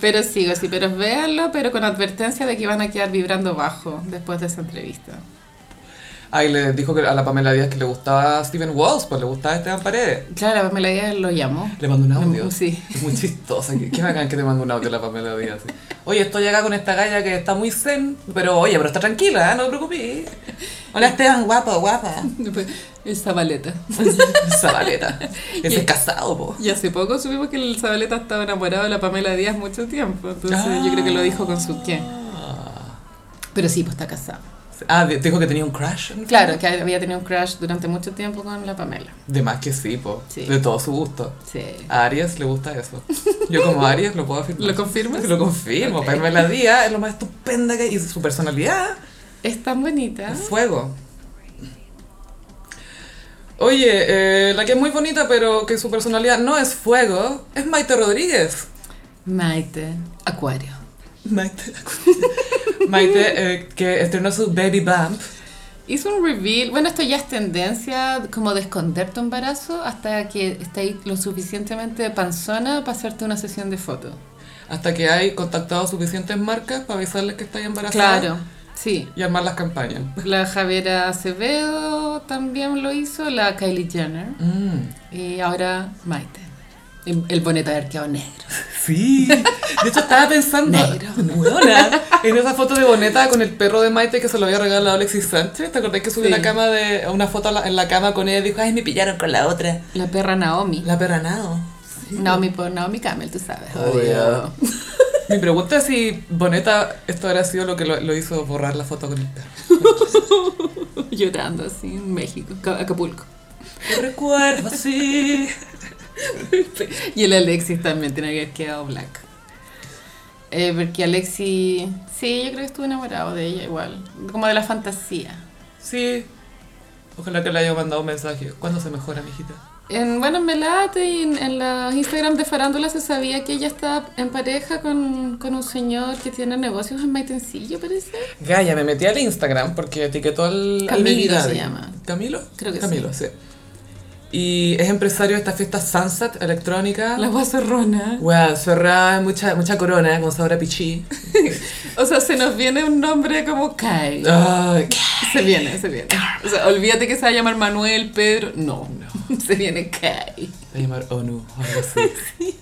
Pero sigo así, pero véanlo, pero con advertencia de que van a quedar vibrando bajo después de esa entrevista. Ahí le dijo que a la Pamela Díaz que le gustaba Steven Walls, pues le gustaba Esteban Paredes. Claro, la Pamela Díaz lo llamó. Le mandó un audio. Mm, Sí. Es muy chistosa. Qué, qué bacán que te mandó un audio la Pamela Díaz. sí. Oye, estoy acá con esta galla que está muy zen, pero oye, pero está tranquila, ¿eh? no te preocupes. Hola Esteban, guapo, *laughs* guapa. Después, El Zabaleta. Zabaleta. Ese es casado, po. Y hace poco supimos que el Zabaleta estaba enamorado de la Pamela Díaz mucho tiempo. Entonces yo creo que lo dijo con su qué. Pero sí, pues está casado. Ah, de- dijo que tenía un crush. en el Claro, fondo. que había tenido un crush durante mucho tiempo con la Pamela. De más que sí, po. Sí. De todo su gusto. Sí. A Aries le gusta *laughs* eso. Yo como Aries lo puedo afirmar. ¿Lo confirmas? Lo confirmo. Ok. Pamela Díaz es lo más estupenda que hay. Y su personalidad... Es tan bonita. El Fuego. Oye, eh, la que es muy bonita pero que su personalidad no es fuego, es Maite Rodríguez. Maite. Acuario. Maite, *laughs* Maite eh, que estrenó su Baby Bump. Hizo un reveal, bueno, esto ya es tendencia como de esconder tu embarazo hasta que estéis lo suficientemente panzona para hacerte una sesión de fotos. Hasta que hay contactado suficientes marcas para avisarles que está embarazada Claro, sí. y armar las campañas. La Javiera Acevedo también lo hizo, la Kylie Jenner Mm, y ahora Maite. El el boneta de arqueado negro. Sí. De hecho, estaba pensando. Negro. weona, en esa foto de Boneta con el perro de Maite que se lo había regalado Alexis Sánchez. ¿Te acordás que subió Sí. una, cama de, una foto a la- en la cama con ella y dijo: Ay, me pillaron con la otra? La perra Naomi. La perra nado. Naomi por Naomi Camel, tú sabes. Obvio. Mi pregunta es si Boneta, esto habrá sido lo que lo, lo hizo borrar la foto con el perro. *laughs* Llorando así en México, Ca- Acapulco. Te recuerdo, sí. Y el Alexis también tiene que haber quedado black. Eh, porque Alexis, sí, yo creo que estuvo enamorado de ella igual. Como de la fantasía. Sí. Ojalá que le haya mandado un mensaje. ¿Cuándo se mejora, mijita? En, bueno, en Melate y en, en los Instagram de Farándula se sabía que ella está en pareja con, con un señor que tiene negocios en Maitencillo, parece. Gaia, me metí al Instagram porque etiquetó al... al Camilo Baby Daddy. se llama. ¿Camilo? Creo que Camilo, sí. Y es empresario de esta fiesta Sunset electrónica. La guacerrona. Weá, cerrada, mucha, mucha corona, con sabor a pichí. O sea, se nos viene un nombre como Kai. Ay, Se viene, se viene. O sea, olvídate que se va a llamar Manuel, Pedro. No, *laughs* no. Se viene Kai. voy a llamar ONU o algo *laughs* así.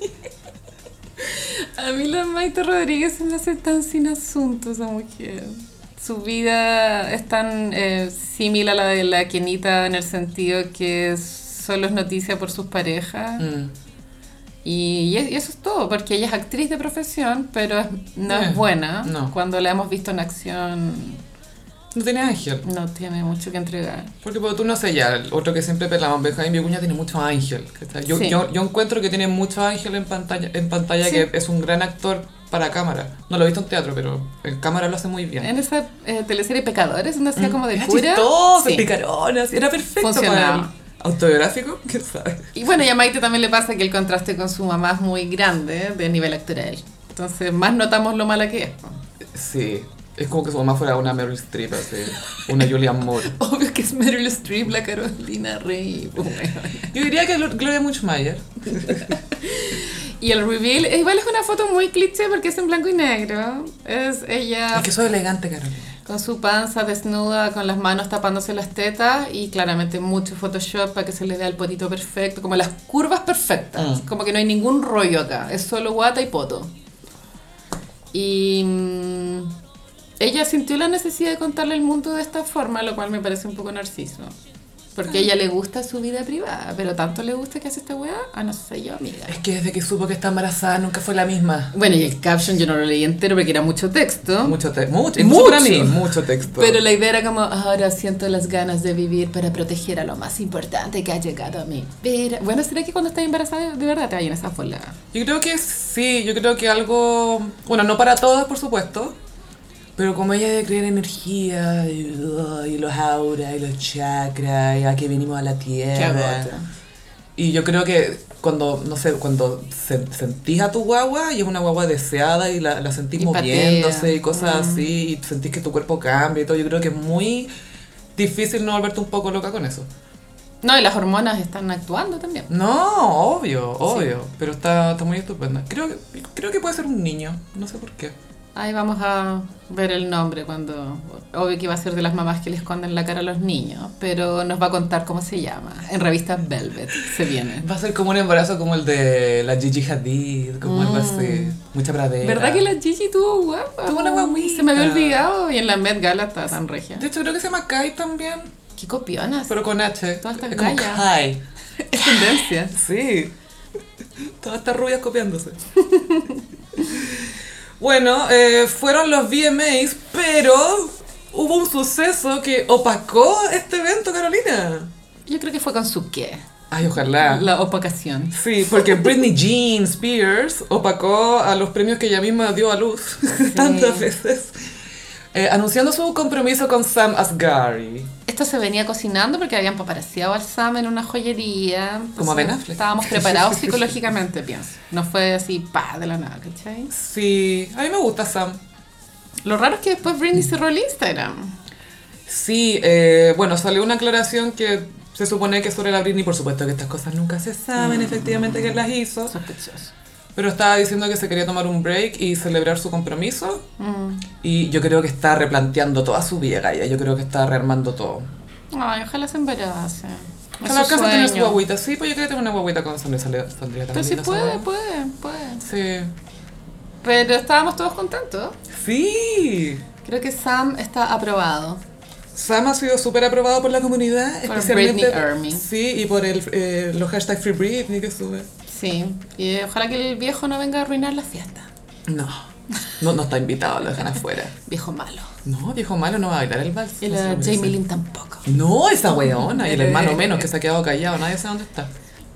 A mí la Maite Rodríguez se me hace tan sin asunto esa mujer. Su vida es tan eh, similar a la de la Kenita en el sentido que solo es noticia por sus parejas. Mm. Y, y es- y eso es todo, porque ella es actriz de profesión, pero es- no Eh, es buena. no. Cuando la hemos visto en acción, No tiene ángel. no tiene mucho que entregar. Porque pues, tú no sé ya, el otro que siempre pelamos, Benjamín Vicuña, tiene mucho ángel. ¿cachai? Yo, Sí. yo, yo encuentro que tiene mucho ángel en pantalla, en pantalla Sí. que es un gran actor para cámara. No lo he visto en teatro, pero en cámara lo hace muy bien. En esa eh, teleserie Pecadores, donde hacía como de era cura. Mm. Ah, chistoso, sí. picarón, así, era perfecto para Funcionaba. él. ¿Autobiográfico? ¿Quién sabe? Y bueno, y a Maite también le pasa que el contraste con su mamá es muy grande ¿eh? de nivel actoral. Entonces, más notamos lo mala que es. po. Sí, es como que su mamá fuera una Meryl Streep, así, una Julianne Moore. *laughs* Obvio que es Meryl Streep, la Carolina Rey. *laughs* po, weón. Yo diría que Glo- Gloria Muchmayer. Y el reveal, eh, igual es una foto muy cliché porque es en blanco y negro. Es ella Es que soy elegante, Carolina. con su panza desnuda, con las manos tapándose las tetas y claramente mucho Photoshop para que se le dé el potito perfecto, como las curvas perfectas, Mm. como que no hay ningún rollo acá, es solo guata y poto. Y mm, ella sintió la necesidad de contarle el mundo de esta forma, lo cual me parece un poco narciso. Porque a ella le gusta su vida privada, pero tanto le gusta que hace esta weá, ah, no sé yo, amiga. Es que desde que supo que está embarazada nunca fue la misma. Bueno, y el caption yo no lo leí entero porque era mucho texto. Mucho texto. Mucho, Mucho. para mí, mucho texto. Pero la idea era como, ahora siento las ganas de vivir para proteger a lo más importante que ha llegado a mí. Pero, bueno, ¿será que cuando estás embarazada de verdad te vayan esa fola? Yo creo que sí, yo creo que algo, bueno, no para todas, por supuesto, pero como ella de creer en energía y, y los auras y los chakras y a que vinimos a la tierra. Y yo creo que cuando, no sé, cuando sen- sentís a tu guagua y es una guagua deseada y la, la sentís Y patea. moviéndose y cosas así y sentís que tu cuerpo cambia y todo, yo creo que es muy difícil no volverte un poco loca con eso. No, y las hormonas están actuando también. No, obvio, obvio, pero está, está muy estupenda. Creo, que- creo que puede ser un niño, no sé por qué. Ahí vamos a ver el nombre cuando... Obvio que va a ser de las mamás que le esconden la cara a los niños, pero nos va a contar cómo se llama. En revista Velvet se viene. Va a ser como un embarazo como el de la Gigi Hadid, como algo así. Mucha pradera. ¿Verdad que la Gigi tuvo guapa? Tuvo una guaguita. Se me había olvidado y en la Met Gala estaba tan regia. De hecho, creo que se llama Kai también, Qué copionas. pero con H. Todas estas es como gallas. Kai. Es tendencia. Sí. Todas estas rubias copiándose. bueno, eh, fueron los VMAs, pero hubo un suceso que opacó este evento, Carolina. Yo creo que fue con su qué. Ay, ojalá. La opacación. Sí, porque Britney Jean Spears opacó a los premios que ella misma dio a luz *laughs* tantas veces, eh, anunciando su compromiso con Sam Asghari. Esto se venía cocinando porque habían paparaciado al Sam en una joyería. Como Entonces, Ben Affleck. *laughs* Estábamos preparados psicológicamente, pienso. No fue así, pa, de la nada, ¿cachai? Sí, a mí me gusta Sam. Lo raro es que después Britney Mm. cerró el Instagram. Sí, eh, bueno, salió una aclaración que se supone que es sobre la Britney, por supuesto que estas cosas nunca se saben Mm. efectivamente quién las hizo, Sospechoso. pero estaba diciendo que se quería tomar un break y celebrar su compromiso, Mm. y yo creo que está replanteando toda su vida, Gaia, yo creo que está rearmando todo. Ay, ojalá se embarace. Es Ojalá su alcance a tener su sueño. guaguita. Sí, pues yo quería tener una guaguita con sonrisa. Le saldría tan Pero si linda esa puede, guagua. puede, puede. Sí. Pero estábamos todos contentos. Sí. Creo que Sam está aprobado. Sam ha sido súper aprobado por la comunidad, Por especialmente Britney Army. sí y por el, eh, los hashtags Free Britney que sube. Sí. Y eh, ojalá que el viejo no venga a arruinar la fiesta. No, no, no está invitado, lo dejan afuera. Viejo malo. No, viejo malo no va a bailar el vals. Y no se la lo merece. Jamie Lynn tampoco. No, esa weona. Y el Eh. hermano menos que se ha quedado callado, nadie sabe dónde *laughs* está.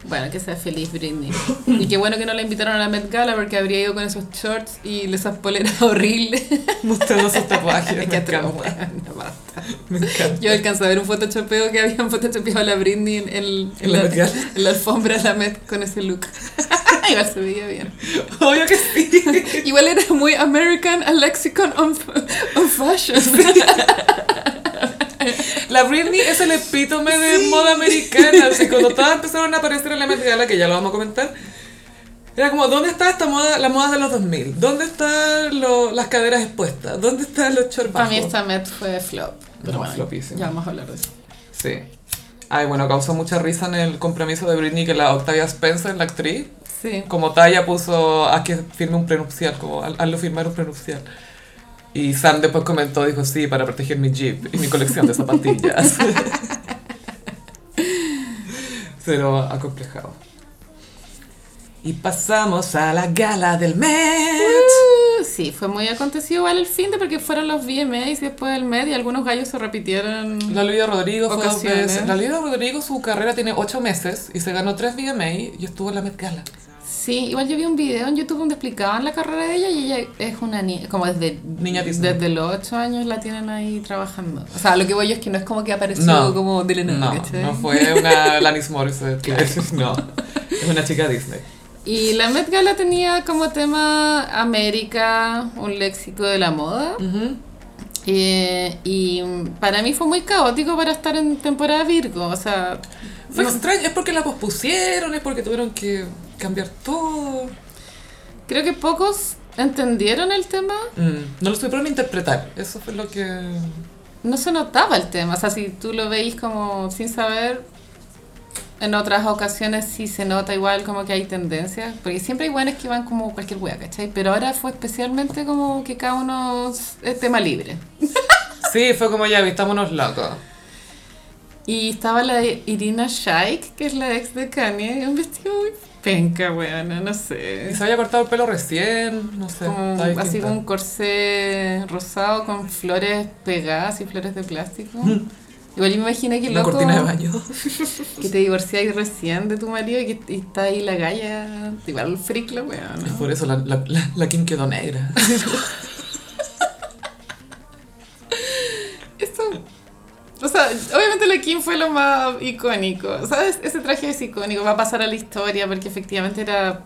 Bueno, que sea feliz Britney. Y qué bueno que no la invitaron a la Met Gala porque habría ido con esos shorts y esas poleras *laughs* horribles. Mostrando sus *laughs* *laughs* tatuajes. que me encanta. Me encanta. Yo alcancé a ver un photoshopeo que habían photoshopeado a la Britney en, el- en ¿En la la, Met Gala? en la alfombra de la Met con ese look. *laughs* Igual se veía bien. Obvio que sí. Igual era muy American, a lexicon on, *laughs* on fashion. *laughs* La Britney es el epítome de moda americana. Así, cuando todas empezaron a aparecer en la Met Gala, que ya lo vamos a comentar, era como, ¿dónde está esta moda, la moda de los 2000? ¿Dónde están lo- las caderas expuestas? ¿Dónde están los shorts Para mí bajos? esta Met fue flop. Pero No, bueno, flopísimo. ya vamos a hablar de eso. Sí. Ay, bueno, causó mucha risa en el compromiso de Britney que la Octavia Spencer, la actriz, Sí. como talla puso a que firme un prenupcial, como "Haz- hazlo firmar un prenupcial. Y Sam después comentó, dijo, sí, para proteger mi jeep y mi colección de zapatillas. *laughs* Pero acomplejado. Y pasamos a la gala del Met. Uh, Sí, fue muy acontecido igual el fin de porque fueron los VMAs después del Met y algunos gallos se repitieron. La Olivia Rodrigo fue dos Ocasiones. veces. La Olivia Rodrigo, su carrera tiene ocho meses y se ganó tres VMA y estuvo en la Met Gala. Sí, igual yo vi un video en YouTube donde explicaban la carrera de ella y ella es una niña, como desde, Niña Disney. desde los 8 años la tienen ahí trabajando. O sea, lo que voy yo es que no es como que apareció No, como de la nada, No, ¿cachai? no fue una Lanis *laughs* Morissette. No, es una chica Disney. Y la Met Gala tenía como tema América, un léxico de la moda. Eh, y mm, para mí fue muy caótico para estar en temporada Virgo, o sea... Fue no- extraño, es porque la pospusieron, es porque tuvieron que cambiar todo. Creo que pocos entendieron el tema. Mm, No lo supieron interpretar, eso fue lo que... No se notaba el tema. O sea, si tú lo veis como sin saber, en otras ocasiones sí se nota igual como que hay tendencias. Porque siempre hay buenas que van como cualquier wea, ¿cachai? Pero ahora fue especialmente como que cada uno es tema libre. Sí, fue como ya, vistámonos locos. Y estaba la de Irina Shayk, que es la ex de Kanye, un vestido muy penca, weona, no sé. Y se había cortado el pelo recién, no sé. como estaba así distinta. como un corsé rosado con flores pegadas y flores de plástico. Igual yo me imaginé que Mm. Una loco cortina de baño. *laughs* que te divorciáis recién de tu marido y que y está ahí la galla, igual el freak la weá, Es ¿no? por eso la, la, la, la Kim quedó negra. Esto, o sea, obviamente la Kim fue lo más icónico, ¿sabes? Ese traje es icónico, va a pasar a la historia porque efectivamente era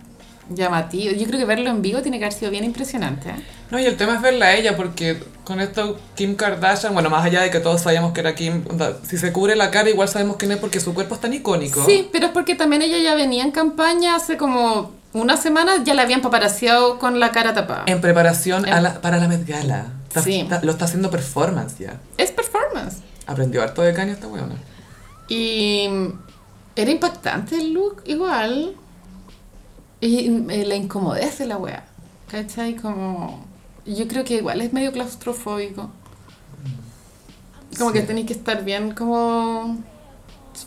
llamativo. Yo creo que verlo en vivo tiene que haber sido bien impresionante. ¿eh? No, y el tema es verla a ella, porque con esto Kim Kardashian, bueno, más allá de que todos sabíamos que era Kim, onda, si se cubre la cara igual sabemos quién es porque su cuerpo es tan icónico. Sí, pero es porque también ella ya venía en campaña hace como una semana, ya la habían paparaseado con la cara tapada. En preparación En- a la- para la Met Gala. Está- Em- Sí. está- lo está haciendo performance ya. Es performance. Aprendió harto de caña esta weona. Y mm, era impactante el look, igual. Y mm, eh, la incomodez de la wea. ¿Cachai? Como. Yo creo que igual es medio claustrofóbico. Como que Sí. tenéis que estar bien, como.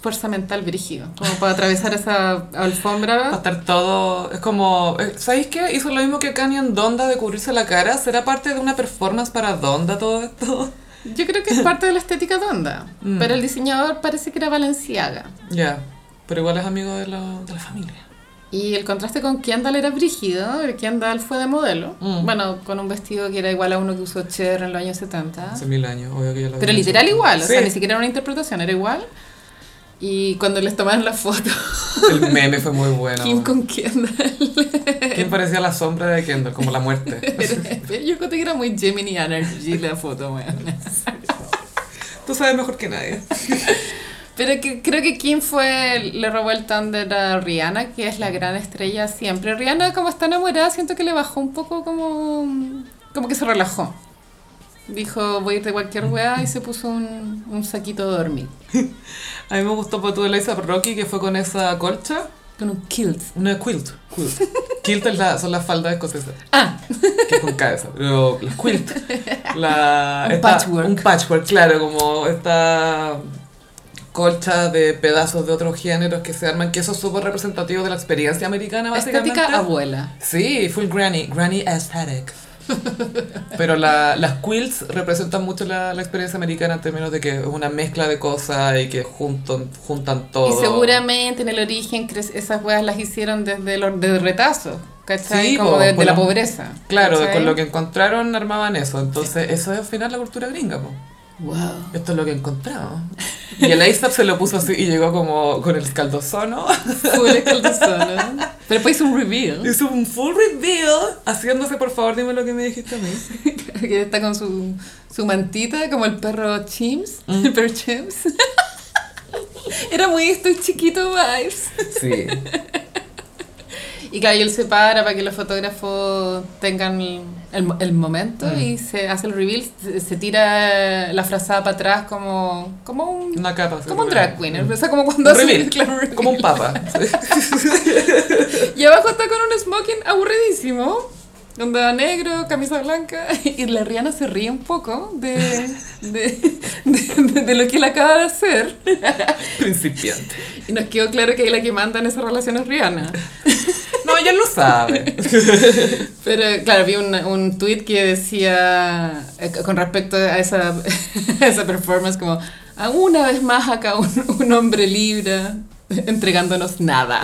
Fuerza mental brígido. Como para atravesar esa Va a alfombra. estar todo... Es como... eh, ¿Sabéis qué? Hizo lo mismo que Kanye en Donda de cubrirse la cara. ¿Será parte de una performance para Donda todo esto? *laughs* Yo creo que es parte de la estética de onda. Mm. Pero el diseñador parece que era Valenciaga. Ya. Pero igual es amigo de, lo- de la familia. Y el contraste con Kendall era brígido, el Kendall fue de modelo, Mm. bueno, con un vestido que era igual a uno que usó Cher en los años 70, Hace mil años, obvio que ya lo Ah. pero había literal hecho. igual, o Sí. sea, ni siquiera era una interpretación, era igual. Y cuando les tomaron la foto, El meme fue muy bueno. *laughs* Kim con Kendall, *laughs* Kim parecía la sombra de Kendall, como la *laughs* muerte. era- yo creo que era muy Gemini Energy la foto, weón. Tú sabes mejor que nadie. Pero que, creo que Kim fue, le robó el thunder a Rihanna, que es la gran estrella siempre. Rihanna, como está enamorada, siento que le bajó un poco como... Como que se relajó. Dijo, voy a ir de cualquier weá, y se puso un, un saquito de dormir. A mí me gustó por tu Eliza Rocky que fue con esa colcha, Con un kilt. una *laughs* quilt, quilt. Kilt es la- son las faldas escocesas, Ah, que es con cabeza, pero las *laughs* quilt. La, Un patchwork. Un patchwork, claro, como esta colcha de pedazos de otros géneros que se arman, que eso es súper representativo de la experiencia americana, básicamente. estética abuela. Sí, full granny, granny aesthetic. *laughs* Pero la- las quilts representan mucho la, la experiencia americana en términos de que es una mezcla de cosas y que juntan, juntan todo. Y seguramente en el origen cre- esas weas las hicieron desde los de retazo, ¿cachai? Sí, Como po, desde por la lo- pobreza. Claro, ¿cachai? con lo que encontraron armaban eso. Entonces, eso es al final la cultura gringa, po. Wow. *laughs* Esto es lo que encontramos. Y el ASAP se lo puso así y llegó como con el *laughs* caldozono. Full escaldazón, ¿no? Pero después hizo un reveal. Hizo un full reveal haciéndose, por favor, dime lo que me dijiste a mí. que está con su, su mantita, como el perro Chims. Mm. El perro Chims. *laughs* Era muy estoy chiquito vibes. Sí. Y claro, y él se para para que los fotógrafos tengan el, el- el momento Mm. y se hace el reveal, se, se tira la frazada para atrás como, como un... Una capa. así, Como un pero- drag queen, o sea, como cuando hace- Reveal. claro, un reveal. Como un papa. *laughs* Y abajo está con un smoking aburridísimo, onda negro, camisa blanca, *laughs* y la Rihanna se ríe un poco de, de, de- de- de lo que él acaba de hacer. Principiante. Y nos quedó claro que ahí la que manda en esa relación es Rihanna. No, ella lo *laughs* sabe. Pero claro, vi un, un tweet que decía eh, con respecto a esa, *laughs* a esa performance como, "Ah, una vez más acá un, un hombre libra entregándonos nada.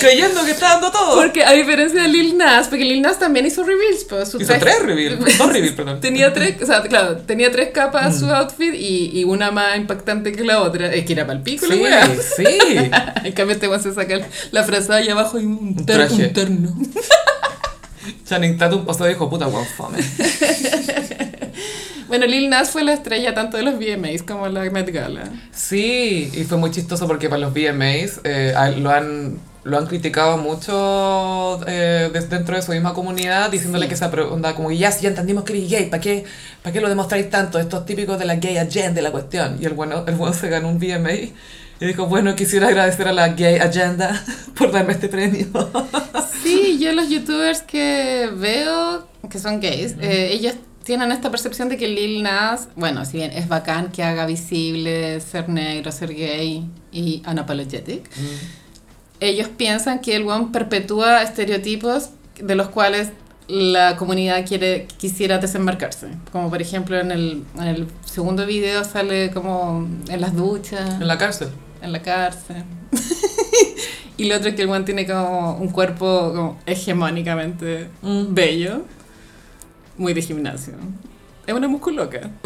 Creyendo que está dando todo. Porque a diferencia de Lil Nas, porque Lil Nas también hizo reveals, pues su Hizo traje- tres *laughs* reveals. Dos reveals, perdón. Tenía tres, o sea, claro, tenía tres capas Mm. su outfit y, y una más impactante que la otra, es que era palpico la Sí, wea. sí. *laughs* En cambio este weón se saca la frazada y abajo y un, Un ter- traje. *laughs* un terno. Channing Tatum pasó y dijo, puta, guau, fome. Bueno, Lil Nas fue la estrella tanto de los VMAs como la Met Gala. Sí, y fue muy chistoso porque para los VMAs eh, a- lo han lo han criticado mucho eh, des- dentro de su misma comunidad, diciéndole Sí. que esa pre- onda como, ya, si ya entendimos que eres gay, ¿para qué, ¿para qué lo demostráis tanto? Estos típicos de la gay agenda, la cuestión. Y el bueno, el bueno se ganó un VMA y dijo, bueno, quisiera agradecer a la gay agenda *laughs* por darme este premio. Sí, yo los youtubers que veo que son gays, eh, ellos tienen esta percepción de que Lil Nas, bueno, si bien es bacán que haga visible ser negro, ser gay y unapologetic, ellos piensan que el one perpetúa estereotipos de los cuales la comunidad quiere quisiera desenmarcarse. Como por ejemplo en el, en el segundo video sale como en las duchas en la cárcel. en la cárcel. *laughs* y lo otro es que el one tiene como un cuerpo como hegemónicamente Mm. bello, muy de gimnasio. Es *laughs* una musculoca. *laughs*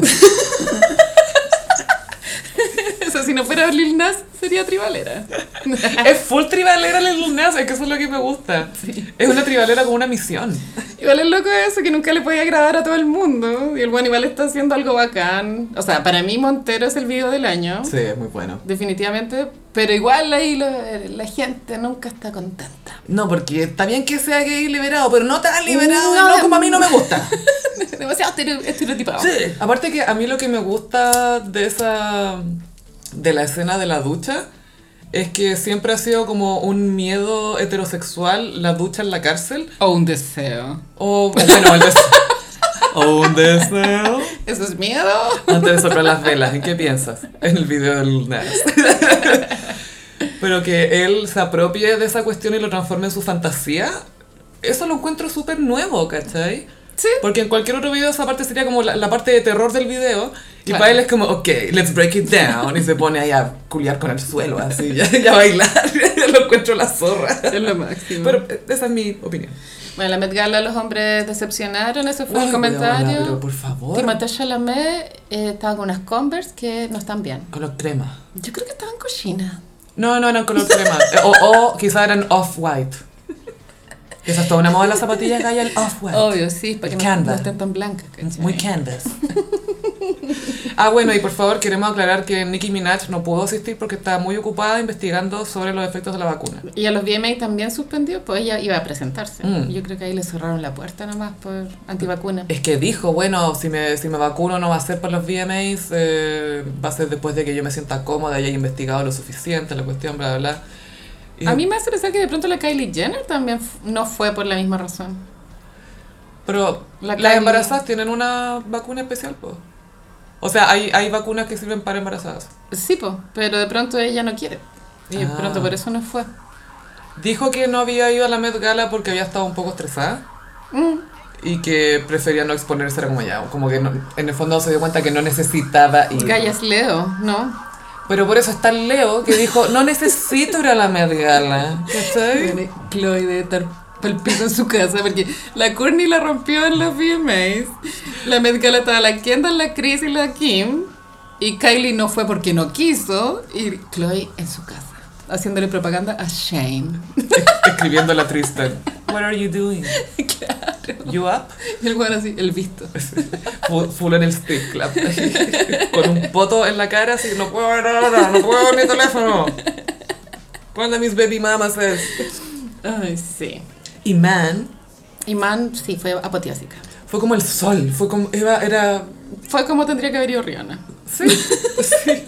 o sea, si no fuera Lil Nas, sería *laughs* tribalera. es full tribalera la Nas, es que eso es lo que me gusta. Es una tribalera con una misión. Igual es loco eso, que nunca le podía agradar a todo el mundo. Y el one igual está haciendo algo bacán. O sea, para mí Montero es el video del año. Sí, es muy bueno. Definitivamente, pero igual ahí lo- la gente nunca está contenta. *laughs* No, porque está bien que sea gay liberado, pero no tan liberado, No, no, de- como a mí no me gusta. Demasiado estere- estereotipado. *laughs* Sí. Aparte que a mí lo que me gusta de esa de la escena de la ducha es que siempre ha sido como un miedo heterosexual la ducha en la cárcel O un deseo. o o bueno, el des- *laughs* o un deseo. ¿Eso es miedo? *laughs* Antes de soplar las velas, ¿en qué piensas? En el video del Nas. *laughs* Pero que él se apropie de esa cuestión y lo transforme en su fantasía, eso lo encuentro súper nuevo, ¿cachai? Sí. Porque en cualquier otro video esa parte sería como la, la parte de terror del video. Y Claro. para él es como, ok, let's break it down. Y se pone ahí a culiar con el suelo, así, ya, *laughs* ya a bailar. lo encuentro la zorra. Es lo máximo. Pero eh, esa es mi opinión. bueno, la Met Gala los hombres decepcionaron, eso fue Ay, el weona, comentario. pero por favor. Timothée Chalamet eh, estaba con unas Converse que no están bien. Color crema. Yo creo que estaban cochinas. No, no eran color crema. Eh, O, o quizás eran off-white. Esa es toda una moda de las zapatillas que hay el off-white. Obvio, sí, para que no, Canva. no estén tan blancas. ¿cachai? Muy canvas. ah, bueno, y por favor, queremos aclarar que Nicki Minaj no pudo asistir porque estaba muy ocupada investigando sobre los efectos de la vacuna. Y a los VMA también suspendió, pues ella iba a presentarse. Mm. Eh, Yo creo que ahí le cerraron la puerta nomás por antivacuna. Es que dijo, bueno, si me, si me vacuno no va a ser para los VMAs, eh, va a ser después de que yo me sienta cómoda y haya investigado lo suficiente, la cuestión, bla, bla, bla. Y- A mí me hace pensar que de pronto la Kylie Jenner también f- no fue por la misma razón. Pero La las Kylie- embarazadas tienen una vacuna especial, pues. O sea, hay, hay vacunas que sirven para embarazadas. Sí, po, pero de pronto ella no quiere. Y de Ah. pronto por eso no fue. Dijo que no había ido a la Met Gala porque había estado un poco estresada Mm. y que prefería no exponerse era como ya, como que no- en el fondo se dio cuenta que no necesitaba ir. Gallas Leo, ¿no? Pero por eso está el Leo que dijo, no necesito ir a la Met Gala. ¿Cachai? Bueno, Chloe debe estar palpito en su casa porque la Courtney la rompió en los VMAs. La Met Gala estaba la Kendall, la Chris y la Kim. Y Kylie no fue porque no quiso. Y Chloe en su casa, haciéndole propaganda a Shane. Escribiendo la Tristan. What are you *laughs* doing? You up? Y el weón así, el visto. Full, full en el stick clap. *laughs* Con un poto en la cara, así, no puedo ver nada, no puedo ver mi teléfono. ¿Cuándo mis baby mamas es? Ay, sí. Y man, Iman sí fue apoteósica. fue como el sol, fue como, era, era Fue como tendría que haber ido Rihanna. Sí, *laughs* sí.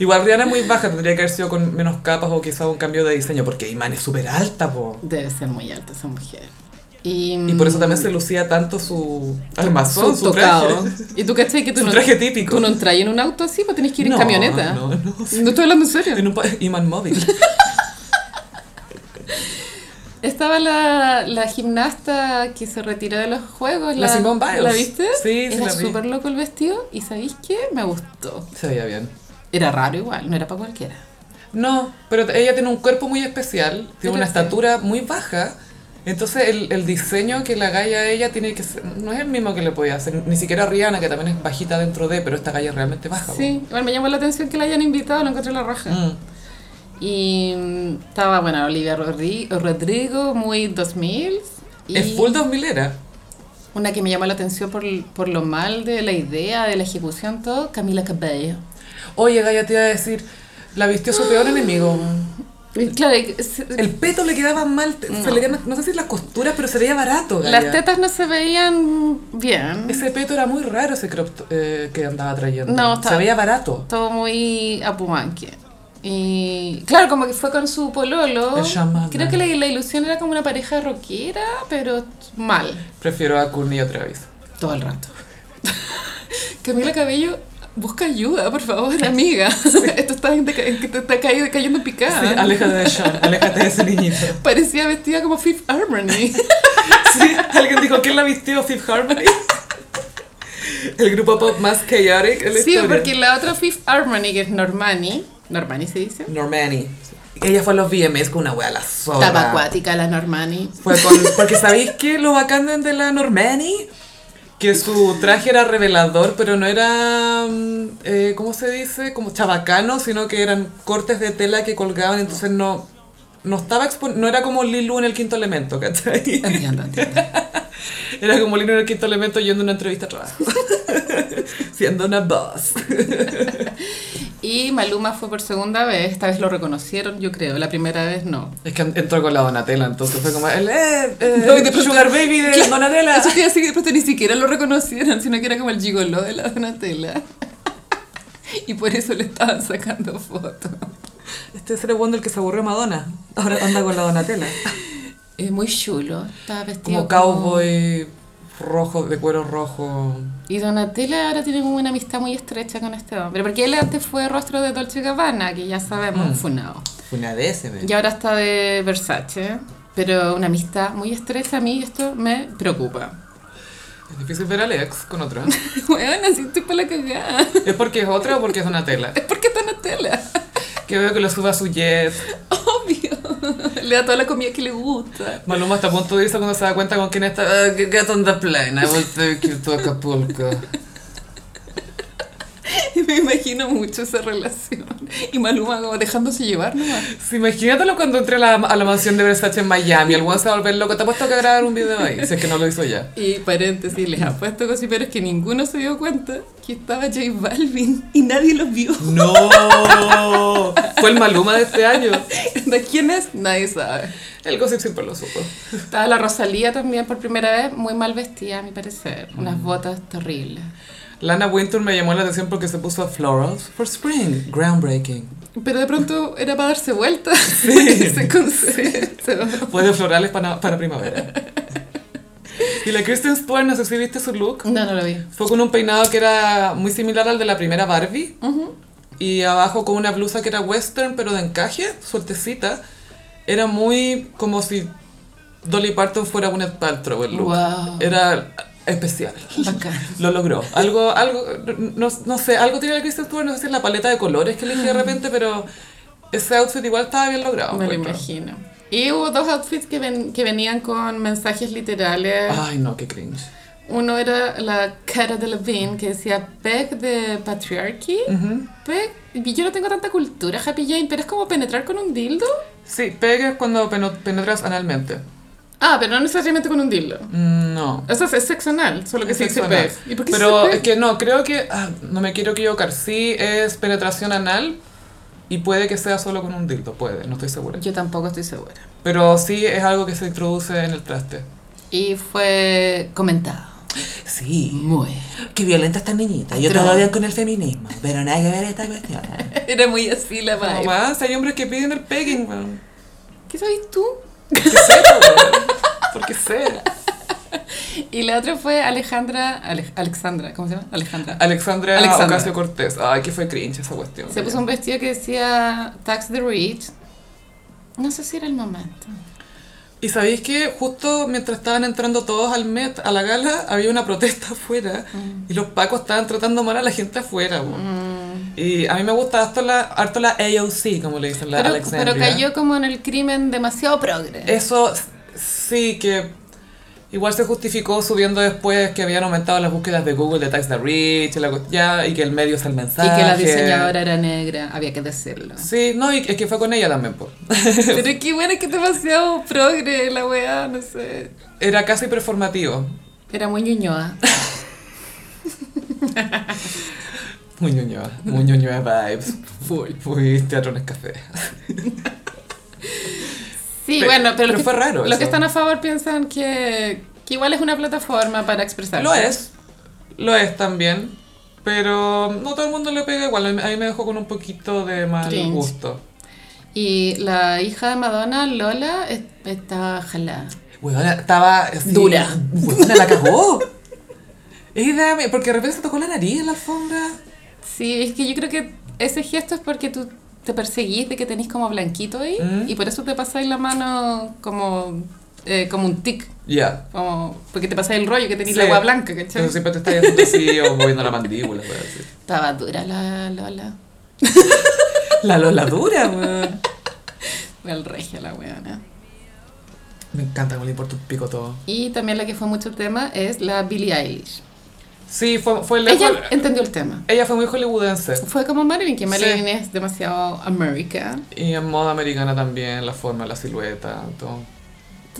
Igual Rihanna es muy baja, tendría que haber sido con menos capas o quizá un cambio de diseño, porque Iman es súper alta, po. Debe ser muy alta esa mujer. Y, Y por eso también se lucía tanto su armazón, su, *laughs* tocado. traje. Y tú cachai que tú Su no, traje típico. tú no entras en un auto así, pues tenés que ir en No, camioneta. no, no, sí. estoy hablando en serio. En un pa- Iman móvil. Estaba la, la gimnasta que se retiró de los juegos. La Simone Biles. ¿La viste? Sí, sí Era la vi. súper loco el vestido. ¿Y sabéis qué? Me gustó. Se veía bien. Era raro igual, no era para cualquiera. No, pero ella tiene un cuerpo muy especial, Pero tiene una sí. estatura muy baja. Entonces el, el diseño que la galla a ella tiene que ser- no es el mismo que le podía hacer, ni siquiera Rihanna, que también es bajita dentro de, pero esta galla es realmente baja. po. Sí, igual me llamó la atención que la hayan invitado, lo encontré la raja. Mm. Y mm, estaba, bueno, Olivia Rodri- Rodrigo, muy 2000. Y Es full 2000 era. Una que me llamó la atención por, por lo mal de la idea, de la ejecución, todo, Camila Cabello. Oye, Gaya te iba a decir, la vistió su peor *gasps* enemigo. Y Claro, y se- El peto le quedaba mal, te- se le quedaban- no sé si las costuras, pero se veía barato. Gaya. las tetas no se veían bien. Ese peto era muy raro, ese crop to- eh, que andaba trayendo. No, está- se veía barato. Todo muy apumanque. Y claro, como que fue con su pololo. El chamán. Creo que la, la ilusión era como una pareja rockera, pero mal. Prefiero a Courtney otra vez. Todo el rato. *laughs* Camila Cabello, busca ayuda, por favor, *laughs* amiga. Esto está, en deca- que te está cay- cayendo picada. Sí, aléjate de Sean, aléjate de ese niñito. Parecía vestida como Fifth Harmony. *laughs* Sí, alguien dijo, ¿quién la vistió? Fifth Harmony. El grupo pop más chaotic en la Sí, historia. porque la otra Fifth Harmony, que es Normani, Normani se dice. Normani. Ella fue a los VMAs con una wea a la sola. Estaba acuática *laughs* la Normani. Fue con, porque sabéis que lo bacán de- de la Normani, que su traje era revelador, pero no era, mm, eh, ¿cómo se dice? Como chabacano, sino que eran cortes de tela que colgaban, entonces no, no estaba expo- no era como Lilu en el quinto elemento, ¿cachai? Entiendo, entiendo. Era como Lilu en el quinto elemento yendo a una entrevista a trabajo, *laughs* siendo una boss. Y Maluma fue por segunda vez, esta vez lo reconocieron, yo creo, la primera vez no. Es que entró con la Donatella, entonces fue como, el, eh, eh, No, y de pronto- Sugar Baby de Donatella. Eso quiere decir que de pronto ni siquiera lo reconocieron, sino que era como el gigoló de la Donatella. *laughs* Y por eso le estaban sacando fotos. Este es el weón del que se aburrió Madonna, ahora anda con la Donatella. Es muy chulo, estaba Como vestido cowboy rojo, de cuero rojo. Y Donatella ahora tiene como una amistad muy estrecha con este hombre, porque él antes fue rostro de Dolce Gabbana, que ya Mm. sabemos, funado. Una de ese, Y ahora está de Versace, pero una amistad muy estrecha a mí esto me preocupa. *laughs* Es difícil ver a Alex con otra. Bueno, así estoy para la cagada. ¿Es porque es otra o porque es una tela? Es porque Donatella, Que veo que lo suba a su jet. *laughs* obvio. Le da toda la comida que le gusta. Maluma está a punto de irse cuando se da cuenta con quién está. Ah, get on the plane, I will take you to Acapulco. Y *laughs* me imagino mucho esa relación. Y Maluma como dejándose llevar nomás. Sí, imagínatelo cuando entre a la, a la mansión de Versace en Miami. El weón se va a volver loco. Te ha puesto que grabar un video ahí, si es que no lo hizo ya. Y paréntesis, les apuesto cosiperos que ninguno se dio cuenta que estaba J Balvin y nadie los *laughs* vio. ¡No! Fue el Maluma de este año. ¿De quién es? Nadie sabe. El gossip siempre lo supo. Estaba la Rosalía también por primera vez, muy mal vestida a mi parecer. Unas botas terribles. Lana Winter me llamó la atención porque se puso florals for spring, groundbreaking. Pero de pronto era para darse vuelta sí, *laughs* ese concepto. Fue de florales para, para primavera. Y la Kristen Stewart, no sé si viste su look. No, no lo vi. Fue con un peinado que era muy similar al de la primera Barbie. Uh -huh. Y abajo con una blusa que era western, pero de encaje, suertecita. Era muy como si Dolly Parton fuera un Paltrow el look. Wow. Era especial. Bacán. Lo logró. Algo, algo, no, no, sé, algo tiene la Kristen Stewart, no sé si es la paleta de colores que elegí de repente, pero ese outfit igual estaba bien logrado. Me lo imagino. Y hubo dos outfits que, ven, que venían con mensajes literales. Ay, no, qué cringe. Uno era la cara de Levine que decía Peg de Patriarchy. Mm. Uh -huh. Peg, yo no tengo tanta cultura, Happy Jane, pero es como penetrar con un dildo. Sí, Peg es cuando penetras analmente. Mm, Ah, pero no necesariamente con un dildo. No. O sea, es sexo anal, solo que es sí dice peg. ¿Y por qué pero es que no, creo que. Ah, no me quiero equivocar. Sí es penetración anal, y puede que sea solo con un dildo, puede, no estoy segura. Yo tampoco estoy segura. Pero sí es algo que se introduce en el traste. Y fue comentado. Sí. Muy. Qué violenta esta niñita. Yo Trump. todo bien con el feminismo, pero nada que ver esta cuestión. ¿eh? Era muy así la vibe. más, hay hombres que piden el pegging, weón. ¿Qué sabes tú? *laughs* ¿Qué sé, weón? ¿Por qué sé? Y la otra fue Alejandra, Ale, Alexandra, ¿cómo se llama? Alejandra. Alexandra, Alexandra. Ocasio Cortés. Ay, que fue cringe esa cuestión. Se puso un vestido que decía Tax the Rich. No sé si era el momento. Y sabéis que justo mientras estaban entrando todos al Met, a la gala, había una protesta *laughs* afuera mm. y los pacos estaban tratando mal a la gente afuera. Mm. Y a mí me gusta harto la, harto la AOC, como le dicen la pero, Alexandria. Pero cayó como en el crimen demasiado progre. Eso sí que Igual se justificó subiendo después que habían aumentado las búsquedas de Google de Tax the Rich y, la, ya, y que el medio es el mensaje. Y que la diseñadora era negra, había que decirlo. Sí, no, y es que fue con ella también. Po. Pero qué bueno, es que demasiado progre la weá, no sé. Era casi performativo. Era muy ñuñoa. muy ñuñoa, muy ñuñoa vibes. Full. Full teatro en el café. Sí, pero, bueno, pero, pero que, fue raro. Los que están a favor piensan que, que, igual es una plataforma para expresarse. Lo es, lo es también, pero no todo el mundo le pega igual. A mí me dejó con un poquito de mal Cringe. gusto. Y la hija de Madonna, Lola, está jalada. Weona, estaba así, dura. Weona, la cagó. Era, porque de repente se tocó la nariz en la alfombra. Sí, es que yo creo que ese gesto es porque tú te perseguís de que tenés como blanquito ahí mm. y por eso te pasáis la mano como eh, como un tic. Ya. Yeah. Como porque te pasáis el rollo que tenés sí. la agua blanca, ¿cachai? Eso siempre te estás haciendo así o moviendo la mandíbula, puede decir. Estaba dura la Lola. la Lola dura, weón. El regio la weona. Me encanta cómo le importa un pico todo. Y también la que fue mucho tema es la Billie Eilish. Sí, fue, fue Ella fue, entendió el tema. Ella fue muy hollywoodense. Fue como Marilyn, que Marilyn sí. es demasiado América. Y en moda americana también, la forma, la silueta, todo.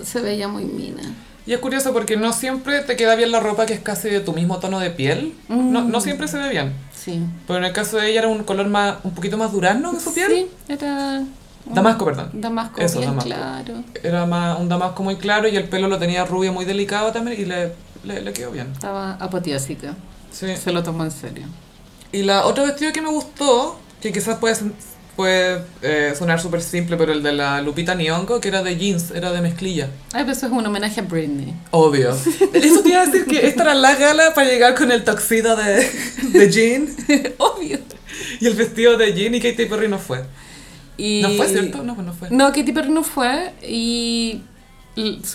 Se veía muy mina. Y es curioso porque no siempre te queda bien la ropa que es casi de tu mismo tono de piel. Mm. No, no, siempre se ve bien. Sí. Pero en el caso de ella era un color más, un poquito más durano que su piel. Sí, era... Un damasco, perdón. Damasco Eso, bien damasco. claro. Era más, un damasco muy claro y el pelo lo tenía rubio muy delicado también y le le, le, quedó bien. Estaba apatiásica. Sí. Se lo tomó en serio. Y la otra vestido que me gustó, que quizás puede, puede eh, sonar súper simple, pero el de la Lupita Nyong'o, que era de jeans, era de mezclilla. Ay, pero eso es un homenaje a Britney. Obvio. *laughs* eso te iba a decir que esta era la gala para llegar con el tuxedo de, de jean. *laughs* Obvio. Y el vestido de jean y Katy Perry no fue. Y... ¿No fue, cierto? No, no fue. No, Katy Perry no fue y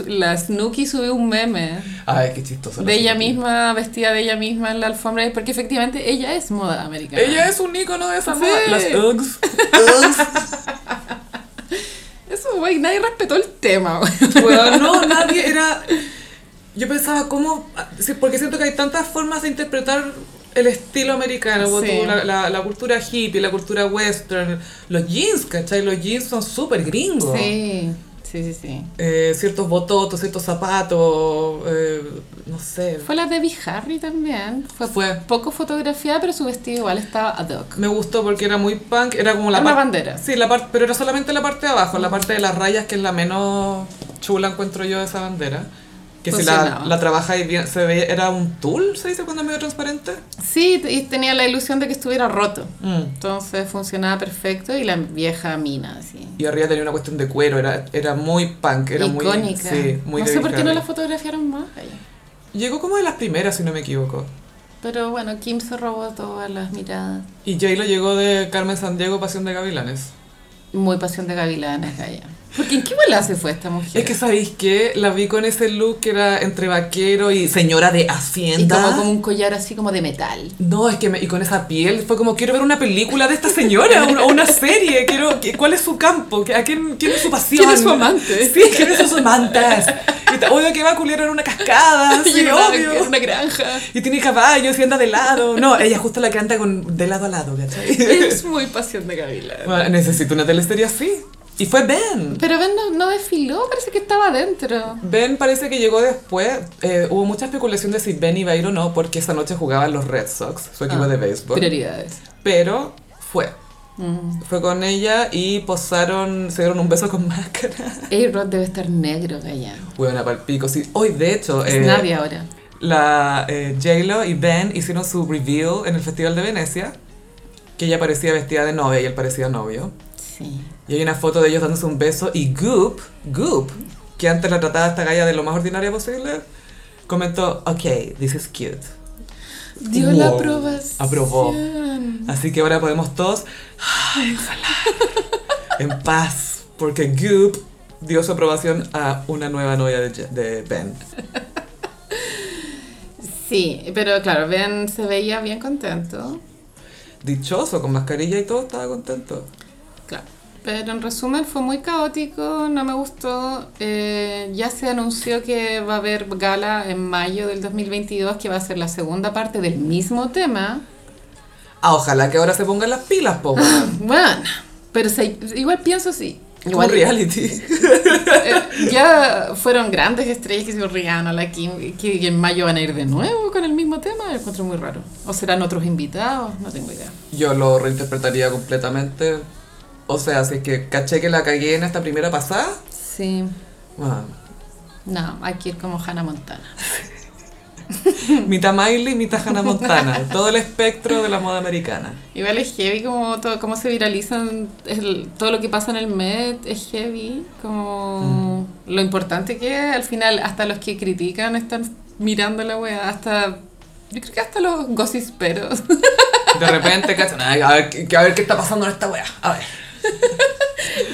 la Snooki subió un meme. Ay, qué chistoso. De ella Snooki. misma, vestida de ella misma en la alfombra, porque efectivamente ella es moda americana. Ella es un icono de esa sí. moda. Las Uggs. *laughs* Eso, güey, nadie respetó el tema, *laughs* bueno, no, nadie era. Yo pensaba, ¿cómo? Porque siento que hay tantas formas de interpretar el estilo americano, sí. la, la, la, cultura hippie, la cultura western, los jeans, ¿cachai? Los jeans son súper gringos. Sí. Sí, sí, sí. Eh, ciertos bototos, ciertos zapatos, eh, no sé. Fue la de Debbie Harry también. Fue, Fue, poco fotografiada, pero su vestido igual estaba ad hoc. Me gustó porque era muy punk, era como la parte. bandera. Sí, la parte, pero era solamente la parte de abajo, la parte de las rayas que es la menos chula encuentro yo de esa bandera. Que si la, la trabajáis bien, se ve, era un tul, se dice cuando es medio transparente. Sí, y tenía la ilusión de que estuviera roto. Entonces funcionaba perfecto y la vieja mina, así. Y arriba tenía una cuestión de cuero, era, era muy punk, era muy. Icónica. Sí, muy no de sé por Bill qué no Haley. la fotografiaron más. ahí. Llegó como de las primeras, si no me equivoco. Pero bueno, Kim se robó todas las miradas. Y J-Lo llegó de Carmen Sandiego, Pasión de Gavilanes. Muy pasión de gavilanes allá. Porque en qué bola se fue esta mujer. Es que, ¿sabéis qué? La vi con ese look que era entre vaquero y señora de y Hacienda. como, como un collar así como de metal. No, es que me- y con esa piel fue como quiero ver una película de esta señora una- o una serie, quiero que- cuál es su campo, ¿Qué- a quién, quién es su pasión. ¿Quién es su *laughs* amante? Sí, quiénes son sus amantes. Y ta- obvio que va a culiar en una *laughs* cascada, sí, en una- obvio. en una granja. Y tiene caballos y anda de lado. No, ella es justo la que anda con, de lado a lado, ¿cachai? *laughs* Es muy pasión de gavilanes. Bueno, necesito una teleserie así. Y fue Ben. Pero Ben no, no desfiló, parece que estaba adentro. Ben parece que llegó después. Eh, hubo mucha especulación de si Ben iba a ir o no, porque esa noche jugaban los Red Sox, su equipo Ah, de béisbol. Prioridades. Mm. pero fue. Fue con ella y posaron, se dieron un beso con *laughs* máscara. A-Rod debe estar negro allá. Bueno, para pico, sí. Hoy, de hecho, Es eh, Nadia ahora. la eh, J-Lo y Ben hicieron su reveal en el Festival de Venecia, que ella parecía vestida de novia y él parecía novio. Sí. Y hay una foto de ellos dándose un beso y Goop, Goop, que antes la trataba esta galla de lo más ordinaria posible, comentó, ok, this is cute. Dio la Wow. aprobación. Aprobó. Así que ahora podemos todos ay, exhalar en paz, porque Goop dio su aprobación a una nueva novia de, Je- de Ben. Sí, pero claro, Ben se veía bien contento. Dichoso, con mascarilla y todo, estaba contento. Claro. Pero en resumen fue muy caótico, no me gustó. Eh, ya se anunció que va a haber gala en mayo del 2022, que va a ser la segunda parte del mismo tema. Ah, ojalá que ahora se pongan las pilas, po. weón. *gasps* Bueno, pero se- igual pienso sí. Como Igual, un reality. eh, ya fueron grandes estrellas que se Rihanna, la Kim, que que en mayo van a ir de nuevo con el mismo tema, lo encuentro muy raro. O serán otros invitados, no tengo idea. Yo lo reinterpretaría completamente. O sea, si es que caché que la cagué en esta primera pasada, Sí, bueno, no, hay que ir como Hannah Montana. *laughs* mitad Miley, mitad Hannah *laughs* Montana. Todo el espectro de la moda americana. Igual es heavy como todo, cómo se viralizan, el- todo lo que pasa en el Met es heavy, como Mm. lo importante que es, al final hasta los que critican están mirando la weá, hasta, yo creo que hasta los gossiperos *laughs* De repente, cachan, "Ay, a ver, qué- a ver qué está pasando en esta wea. A ver.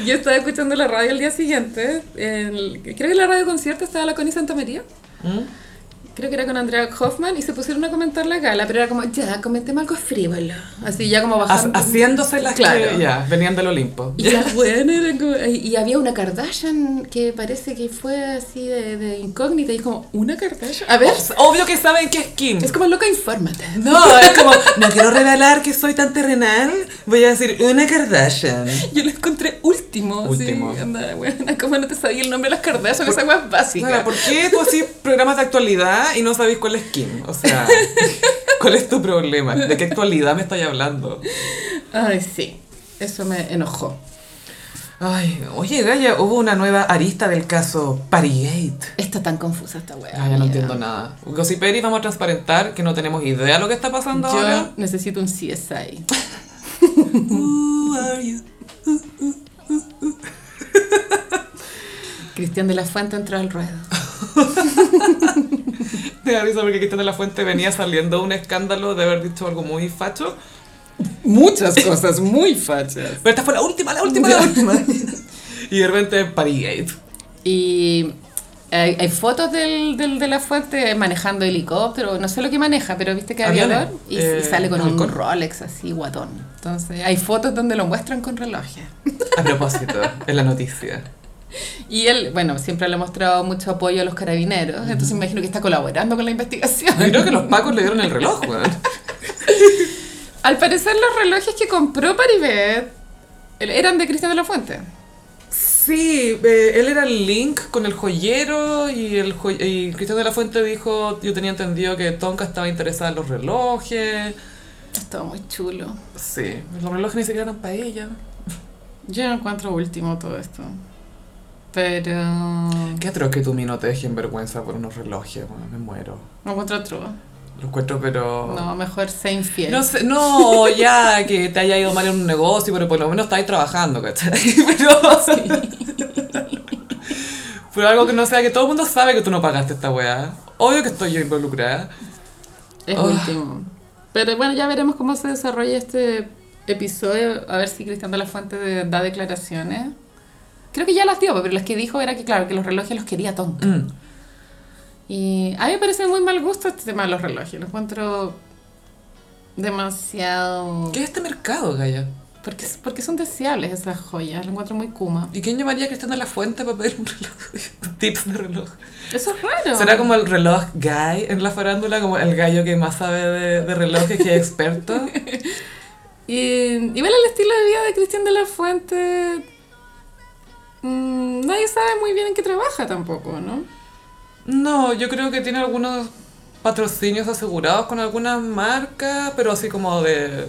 Yo estaba escuchando la radio el día siguiente. el- creo que en la radio concierto estaba la Connie Santa María. ¿Mm? Creo que era con Andrea Hoffman y se pusieron a comentar la gala, pero era como, ya, comentemos algo frívolo. Así ya como Ha- bajando. haciéndose las Claro. que ya, venían del Olimpo. Y *laughs* las buenas eran como- y había una Kardashian que parece que fue así de, de incógnita y como, ¿una Kardashian? A ver, Obvio que saben que es Kim. es como loca, infórmate. *laughs* No, es como, no quiero revelar que soy tan terrenal, voy a decir una Kardashian. Yo lo encontré último. Último. Así, anda, buena, como no te sabía el nombre de las Kardashian, esa weá es básica. Clara, ¿por qué tú así programas de actualidad y no sabes cuál es Kim? O *laughs* sea, ¿cuál es tu problema? ¿De qué actualidad me estás hablando? Ay, sí, eso me enojó. Ay, oye, Gaya, hubo una nueva arista del caso Parigate. Está tan confusa esta wea. Gaya, Ah, no amiga. entiendo nada. Gossiperi, vamos a transparentar que no tenemos idea de lo que está pasando ahora. Yo necesito un CSI. Who are you? *laughs* Cristian de la Fuente entró al ruedo. Te da risa porque Cristian de la Fuente venía saliendo de un escándalo de haber dicho algo muy facho. Muchas cosas muy fachas. Pero esta fue la última, la última, la *laughs* última. Y de repente Parigate. Y hay, hay fotos del, del de la Fuente manejando helicóptero, no sé lo que maneja, pero viste que había Aviones. olor y, Eh, y sale con no, un con- Rolex así guatón. Entonces hay fotos donde lo muestran con relojes. A propósito, en la noticia. Y él, bueno, siempre le ha mostrado mucho apoyo a los carabineros, entonces me imagino que está colaborando con la investigación. Yo creo que los pacos le dieron el reloj, weón. *laughs* Al parecer los relojes que compró Paribet eran de Cristian de la Fuente. Sí, eh, él era el link con el joyero y el joy- y Cristian de la Fuente dijo, yo tenía entendido que Tonka estaba interesada en los relojes. Estaba muy chulo. Sí, los relojes ni siquiera eran para ella. Yo no encuentro último todo esto. Pero. Qué atroz que tú no te dejen vergüenza por unos relojes, bueno, me muero. No encuentro otro. Lo encuentro, pero. No, mejor sé infiel. *laughs* No sé, no, ya que te haya ido mal en un negocio, pero por lo menos estáis trabajando, ¿cachai? *laughs* Pero, pero algo que no sea, que todo el mundo sabe que tú no pagaste esta weá. Obvio que estoy yo involucrada. Es Oh. último. Pero bueno, ya veremos cómo se desarrolla este episodio. A ver si Cristian de la Fuente de- da declaraciones. Creo que ya las dio, pero las que dijo era que, claro, que los relojes los quería tonto. Mm. Y a mí me parece muy mal gusto este tema de los relojes. Lo encuentro demasiado... ¿Qué es este mercado, Gaya? Porque, porque son deseables esas joyas. Lo encuentro muy kuma. ¿Y quién llamaría a Cristian de la Fuente para pedir un reloj? *laughs* Tips de reloj. Eso es raro. ¿Será como el reloj guy en la farándula? Como el gallo que más sabe de, de relojes, que es experto. Y, y bueno, el estilo de vida de Cristian de la Fuente... mm, nadie sabe muy bien en qué trabaja tampoco, ¿no? No, yo creo que tiene algunos patrocinios asegurados con algunas marcas, pero así como de,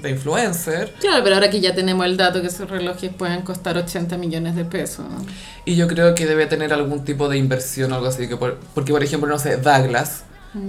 de influencer. Claro, pero ahora que ya tenemos el dato que esos relojes pueden costar 80 millones de pesos. Y yo creo que debe tener algún tipo de inversión o algo así. Que por- porque, por ejemplo, no sé, Douglas,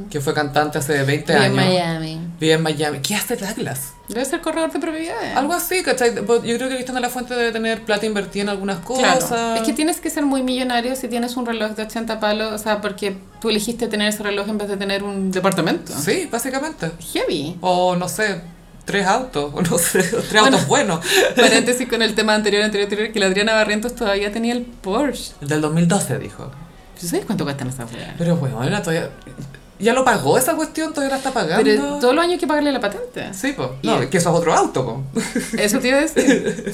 que fue cantante hace 20 años. Miami. Vive en Miami. ¿Qué hace Douglas? Debe ser corredor de propiedades. Algo así, ¿cachai? Pero Yo creo que Cristian de la Fuente debe tener plata invertida en algunas Claro. cosas. Es que tienes que ser muy millonario si tienes un reloj de 80 palos, o sea, porque tú elegiste tener ese reloj en vez de tener un departamento. Sí, básicamente. Heavy. O no sé, tres autos, o no sé, *laughs* tres autos buenos. Paréntesis con el tema anterior, anterior, anterior, que la Adriana Barrientos todavía tenía el Porsche. Del 2012, dijo. ¿Tú sabes cuánto cuestan esas weas? Pero bueno, ahora todavía. Ya lo pagó esa cuestión, todavía la está pagando. Pero todos los años hay que pagarle la patente. Sí, pues. Y No, el- es que eso es otro auto, po. Eso te iba a decir.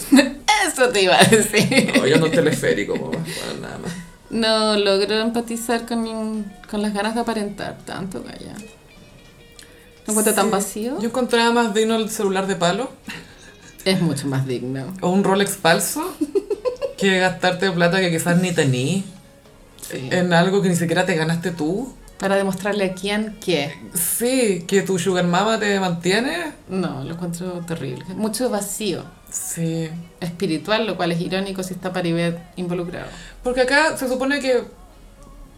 Eso te iba a decir. No, *laughs* yo ando en teleférico, po. Bueno, nada más. No logro empatizar con, con las ganas de aparentar tanto, Gaya. ¿No encuentro tan vacío? Yo encontraba más digno el celular de palo Es mucho más digno. o un Rolex *laughs* falso que gastarte plata que quizás ni tení sí. en algo que ni siquiera te ganaste tú. Para demostrarle a quién qué. Sí, que tu sugar mama te mantiene. No, lo encuentro terrible. Mucho vacío Sí. espiritual, lo cual es irónico si está Paribet involucrado. Porque acá se supone que.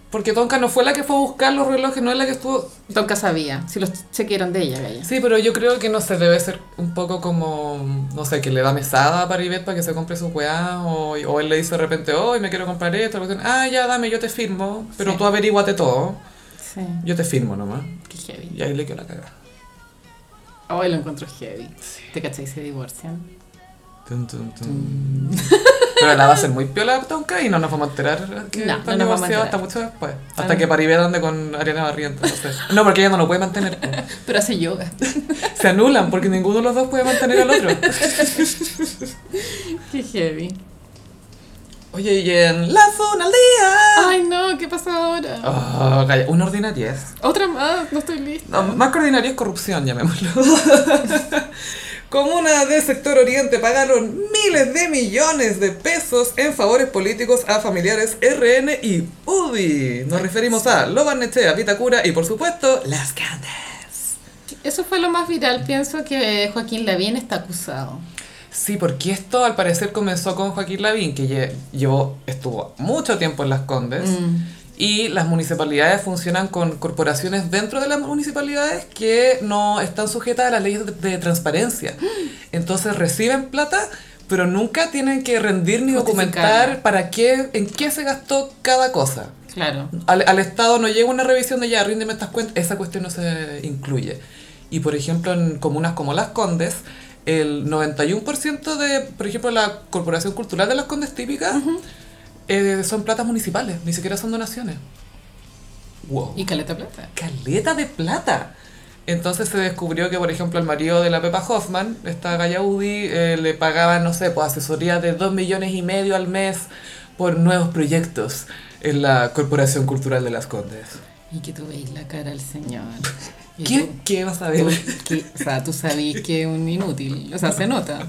Porque Tonka no fue la que fue a buscar los relojes, no es la que estuvo. Tonka sabía, si los chequearon de ella, Gaya. Sí, pero yo creo que no se debe ser un poco como. No sé, que le da mesada a Paribet para que se compre su weá. O, o él le dice de repente, hoy me quiero comprar esto. la cuestión, Ah, ya, dame, yo te firmo. Pero Sí. tú averíguate todo. Sí, Yo te firmo nomás. qué heavy. Y ahí le quedó la cagada. Hoy lo encuentro heavy. ¿Te cachai? Se divorcian. Tun, tun, tun. *laughs* Pero la va a ser muy piola Tonka y no nos vamos a enterar que No, no están nos vamos a divorciados enterar. hasta mucho después. Ah. Hasta que Paribet ande con Ariana Barrientos. No, sé. no porque ella no lo puede mantener. pues. Pero hace yoga. Se anulan porque ninguno de los dos puede mantener al otro. *laughs* Qué heavy. *laughs* Oye, y en la zona al día. Ay, no, ¿qué pasa ahora? Oh, calla, una ordinariez. Otra más, no estoy lista. No, más que ordinaria es corrupción, llamémoslo. *laughs* Comunas del sector oriente pagaron miles de millones de pesos en favores políticos a familiares RN y UDI. Nos referimos a Lobarnechea, Pitacura y, por supuesto, Las Candes. Eso fue lo más viral, pienso que Joaquín Lavín está acusado. Sí, porque esto al parecer comenzó con Joaquín Lavín, que lle- llevó, estuvo mucho tiempo en Las Condes. Y las municipalidades funcionan con corporaciones dentro de las municipalidades que no están sujetas a las leyes de, de transparencia. Entonces reciben plata, pero nunca tienen que rendir ni documentar Justificarla. para qué, en qué se gastó cada cosa. Claro. Al, al Estado no llega una revisión de ya, ríndeme estas cuentas, esa cuestión no se incluye. Y por ejemplo, en comunas como Las Condes, el 91% de, por ejemplo, la Corporación Cultural de Las Condes típica eh, son platas municipales, ni siquiera son donaciones. Wow. Y Caleta Plata. Caleta de plata. Entonces se descubrió que, por ejemplo, al marido de la Pepa Hoffman, esta galla Udi, eh, le pagaban, no sé, pues asesoría de 2 millones y medio al mes por nuevos proyectos en la Corporación Cultural de las Condes. Y que tú veis la cara al señor. Y ¿Qué, tú- ¿Qué vas a tú- ver? que- o sea, tú sabís que es un inútil. O sea, se nota.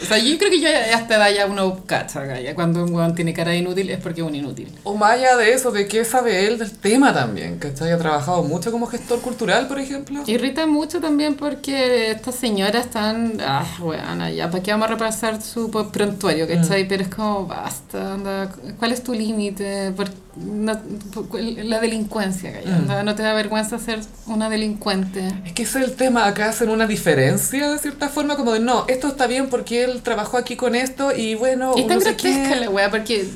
O sea, yo creo que ya hasta da ya uno cacha, gaya. Cuando un weón tiene cara de inútil es porque es un inútil. O más allá de eso, de qué sabe él del tema también, ¿cachai? Ha trabajado mucho como gestor cultural, por ejemplo. Irrita mucho también porque estas señoras están. Ah, weón, ya, ¿para qué vamos a repasar su po- Mm. prontuario, cachai? Pero es como, basta, anda, ¿Cuál es tu límite? Por- no- por- la delincuencia, Mm. gaya. anda, No te da vergüenza ser una delincuente. Es que ese es el tema, acá hacen una diferencia de cierta forma, como de no, esto está bien porque él trabajó aquí con esto y bueno, Es tan Oh, no sé qué. Ah. grotesca la weá, porque *laughs*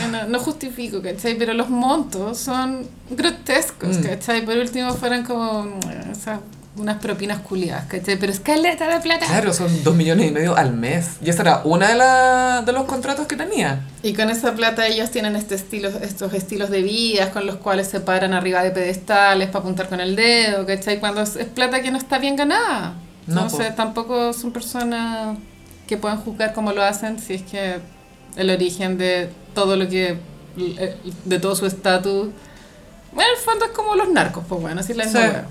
bueno, no justifico, ¿cachai? Pero los montos son grotescos, Mm. ¿cachai? Por último fueran como mm, esas- unas propinas culiadas, ¿cachai? Pero escaleta de plata. Claro, son dos millones y medio al mes. Y esa era una de, la- de los contratos que tenía. Y con esa plata ellos tienen este estilo, estos estilos de vidas con los cuales se paran arriba de pedestales para apuntar con el dedo, ¿cachai? Cuando es, es plata que no está bien ganada. No, No, sé, po. tampoco son personas que puedan juzgar cómo lo hacen si es que el origen de todo lo que, de todo su estatus, bueno, en el fondo es como los narcos, pues bueno, así es la misma Sí. hueá.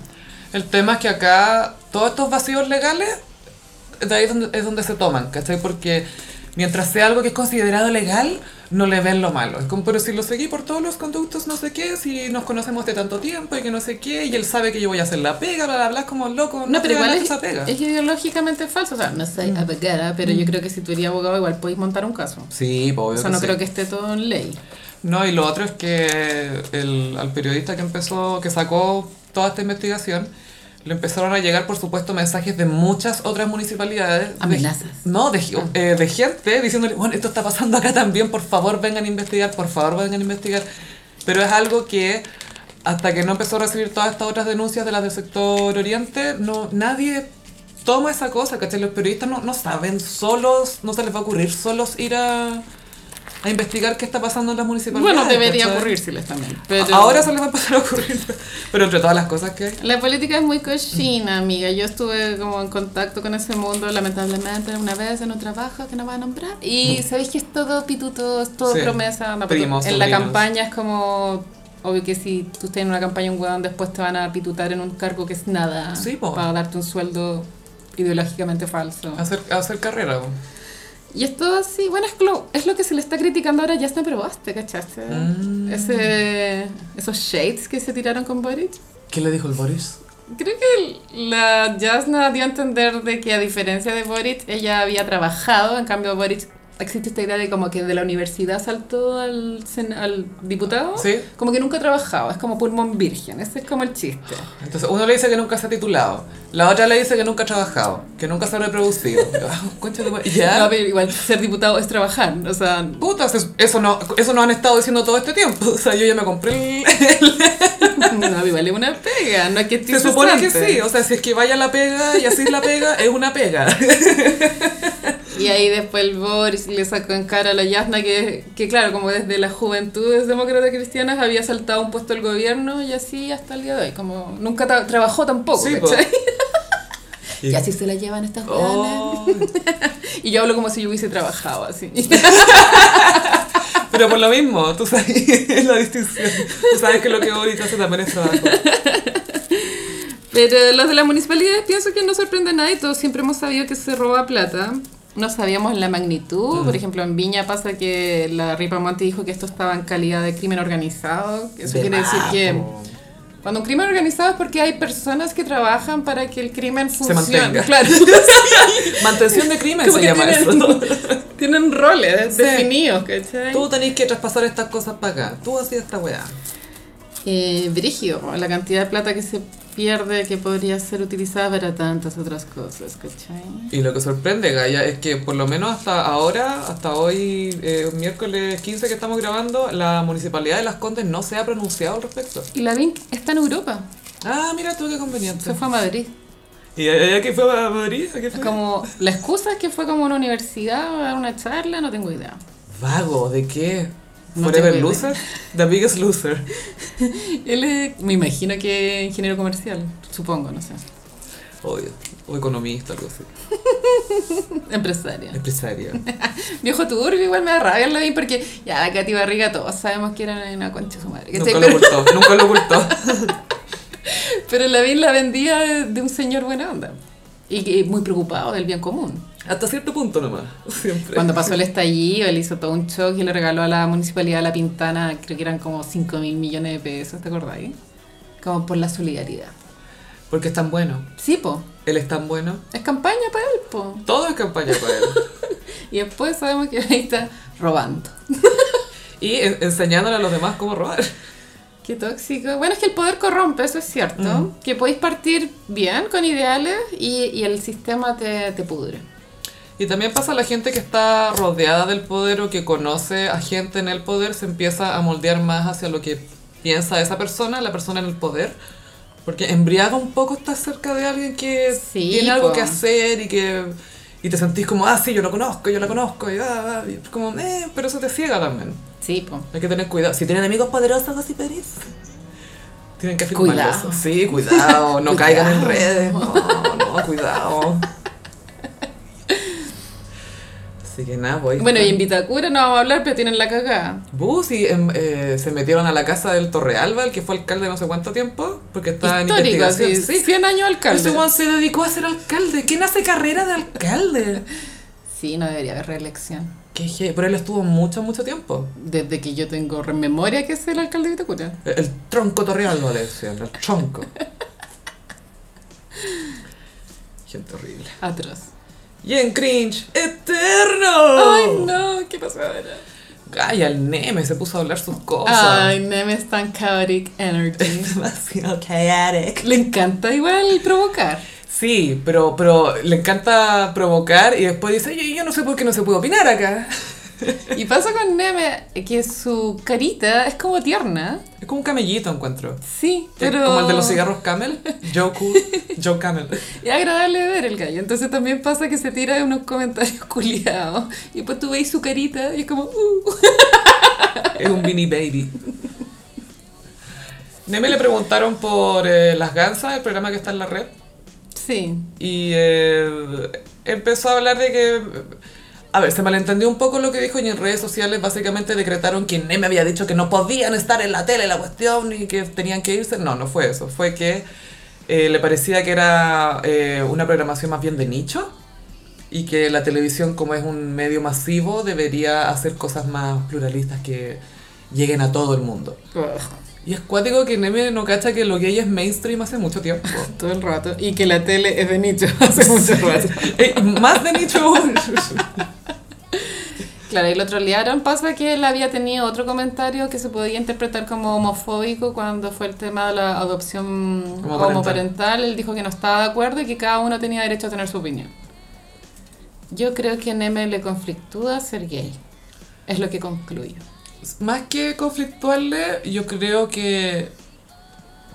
El tema es que acá todos estos vacíos legales, de ahí es donde, es donde se toman, ¿cachai? Porque mientras sea algo que es considerado legal, no le ven lo malo. Es como, pero si lo seguí por todos los conductos, no sé qué, si nos conocemos de tanto tiempo y que no sé qué, y él sabe que yo voy a hacer la pega, bla, bla, bla, es como loco. No, te pero igual ganaste es, esa pega. es ideológicamente falso. O sea, no soy abogada, pero yo creo que si tú eres abogado igual podéis montar un caso. Sí, pues, O Mm. obvio sea, que no sí. creo que esté todo en ley. No, y lo otro es que el, al periodista que empezó, que sacó toda esta investigación, le empezaron a llegar, por supuesto, mensajes de muchas otras municipalidades. de- Amenazas. no, de, gi- eh, de gente diciéndole, bueno, esto está pasando acá también, por favor vengan a investigar, por favor vengan a investigar. Pero es algo que hasta que no empezó a recibir todas estas otras denuncias de las del sector oriente, no, nadie toma esa cosa, ¿cachai? Los periodistas no, no saben solos, no se les va a ocurrir solos ir a, a investigar qué está pasando en las municipalidades. Bueno, debería ¿cachai? ocurrirles también. Pero Ahora se les va a empezar a ocurrir, *laughs* pero entre todas las cosas que hay. La política es muy cochina, amiga. Yo estuve como en contacto con ese mundo, lamentablemente, una vez en un trabajo que no va a nombrar. Y sabéis que es todo pituto, es todo Mm. Sí. promesa. anda, porque Primos, en la sobrinos. campaña es como... Obvio que si tú estás en una campaña un hueón, después te van a pitutar en un cargo que es nada. Sí, po. para darte un sueldo ideológicamente falso. Hacer, hacer carrera. po. Y esto sí, bueno, es lo, es lo que se le está criticando ahora, ya se probaste, ¿cachaste? Mm. Ese, esos shades que se tiraron con Boric. ¿Qué le dijo el Boris? Creo que la Jasna dio a entender de que a diferencia de Boric, ella había trabajado, en cambio Boric existe esta idea de como que de la universidad saltó al, sen- al diputado, Sí. como que nunca ha trabajado, es como pulmón virgen, ese es como el chiste. Entonces, uno le dice que nunca se ha titulado, la otra le dice que nunca ha trabajado, que nunca se ha *laughs* reproducido. Ah, concha de madre. Ya. No, pero igual ser diputado es trabajar, o sea, *laughs* Putas, es- eso no, eso no han estado diciendo todo este tiempo. *laughs* O sea, yo ya me compré el- *laughs* no, igual es una pega, no es que esté Se supone que cesante. sí. O sea, si es que vaya la pega y así la pega, es una pega. *laughs* Y ahí después el Boris le sacó en cara a la Yasna que, que claro, como desde las juventudes demócratas cristianas había saltado un puesto del gobierno y así hasta el día de hoy. Como nunca tra- trabajó tampoco, Sí, po. Oh, ¿cachai? Y así se la llevan estas ganas. Oh, *laughs* Y yo hablo como si yo hubiese trabajado así. *laughs* pero por lo mismo, tú sabes, *laughs* es la distinción. Tú sabes que lo que ahorita hace también es trabajo. Pero los de las municipalidades pienso que no sorprende a nadie, todos siempre hemos sabido que se roba plata. No sabíamos la magnitud, por ejemplo, en Viña pasa que la Ripa Monti dijo que esto estaba en calidad de crimen organizado, que eso De quiere decir más, que po. cuando un crimen organizado es porque hay personas que trabajan para que el crimen funcione. mantenga. *laughs* Claro. Mantención de crimen Como se que llama eso. tienen, tienen roles Sí. definidos, ¿cachai? Tú tenés que traspasar estas cosas para acá. Tú hacías esta weá. eh, brígido, la cantidad de plata que se pierde que podría ser utilizada para tantas otras cosas, ¿cachai? Y lo que sorprende, Gaia, es que por lo menos hasta ahora, hasta hoy, eh, miércoles 15 que estamos grabando, la municipalidad de Las Condes no se ha pronunciado al respecto. Y la Vink está en Europa, Ah, mira tú qué conveniente. se fue a Madrid. ¿Y ella que fue a Madrid? ¿A qué fue? Como, la excusa es que fue como a una universidad, a dar una charla, no tengo idea. Vago, ¿de qué? No ¿Forever tengo idea. Loser? The Biggest Loser. Él es- me imagino que ingeniero comercial, supongo, no sé. *laughs* Obvio. O economista, algo así. Empresaria. *laughs* Empresario. Viejo turbio, igual me da rabia la vi porque ya la Katy Barriga todos sabemos que era una concha de su madre. nunca ¿cachai? lo Pero, ocultó, nunca lo ocultó. pero la vi la vendía de, de un señor buena onda y, que muy preocupado del bien común. Hasta cierto punto nomás, siempre. Cuando pasó el estallido, él hizo todo un shock y le regaló a la municipalidad de La Pintana, creo que eran como 5 mil millones de pesos, ¿te acordáis? Como por la solidaridad. Porque es tan bueno. Sí, po. Él es tan bueno. Es campaña para él, po. Todo es campaña para él. *laughs* Y después sabemos que ahí está robando. y en- enseñándole a los demás cómo robar. Qué tóxico. Bueno, es que el poder corrompe, eso es cierto. Mm. Que podéis partir bien con ideales y, y el sistema te, te pudre. Y también pasa la gente que está rodeada del poder o que conoce a gente en el poder, se empieza a moldear más hacia lo que piensa esa persona, la persona en el poder. Porque embriago un poco estás cerca de alguien que Sí, tiene algo po. que hacer y que y te sentís como, ah, sí, yo lo conozco, yo la conozco, y, ah, ah, y es como, eh, pero eso te ciega también. Sí, po. Hay que tener cuidado. Si tienen amigos poderosos, gossiperis, tienen que afirmarlo. Cuidado. Sí, cuidado, no *laughs* Cuidado. caigan en redes. No, no, cuidado. Así que nada, pues voy. Bueno, y en Vitacura no vamos a hablar, pero tienen la cagada. Bus y em, eh, se metieron a la casa del Torrealba, el que fue alcalde no sé cuánto tiempo, porque estaba en Histórico, investigación. así, 100 años Ese alcalde. weón se dedicó a ser alcalde. ¿Quién hace carrera de *laughs* alcalde? Sí, no debería haber reelección. Qué je- pero él estuvo mucho, mucho tiempo. Desde que yo tengo re- memoria que es el alcalde de Vitacura. El, el tronco Torrealba le decían, el tronco. Gente horrible. Atroz. Y en cringe, eterno. Ay, no, ¿qué pasó ahora? Gaya, el Neme se puso a hablar sus cosas. Ay, Nemes tan chaotic energy. Es *laughs* demasiado chaotic. Le encanta igual provocar. Sí, pero, pero le encanta provocar y después dice, yo, yo no sé por qué no se puede opinar acá. Y pasa con Neme que su carita es como tierna. Es como un camellito encuentro. Sí, Es pero. Como el de los cigarros Camel. Joe *laughs* Cool, Joe Camel. Es agradable de ver el gallo. Entonces también pasa que se tira de unos comentarios *laughs* culiados. Y pues tú veis su carita y es como. "Uh". Es un mini baby. Neme le preguntaron por eh, Las Gansas, el programa que está en la red. Sí. Y eh, empezó a hablar de que... A ver, se malentendió un poco lo que dijo y en redes sociales básicamente decretaron que me había dicho que no podían estar en la tele la cuestión y que tenían que irse. No, no fue eso. Fue que eh, le parecía que era eh, una programación más bien de nicho y que la televisión como es un medio masivo debería hacer cosas más pluralistas que lleguen a todo el mundo. Y es cuático que Neme no cacha que lo gay es mainstream hace mucho tiempo. *laughs* Todo el rato. Y que la tele es de nicho *laughs* hace mucho rato. Eh, más de nicho aún. Claro, y lo trolearon. Pasa que él había tenido otro comentario que se podía interpretar como homofóbico cuando fue el tema de la adopción Homoparental. homoparental. Él dijo que no estaba de acuerdo y que cada uno tenía derecho a tener su opinión. Yo creo que a Neme le conflictúa ser gay. Es lo que concluyo. Pues, Más que conflictuarle, yo creo que...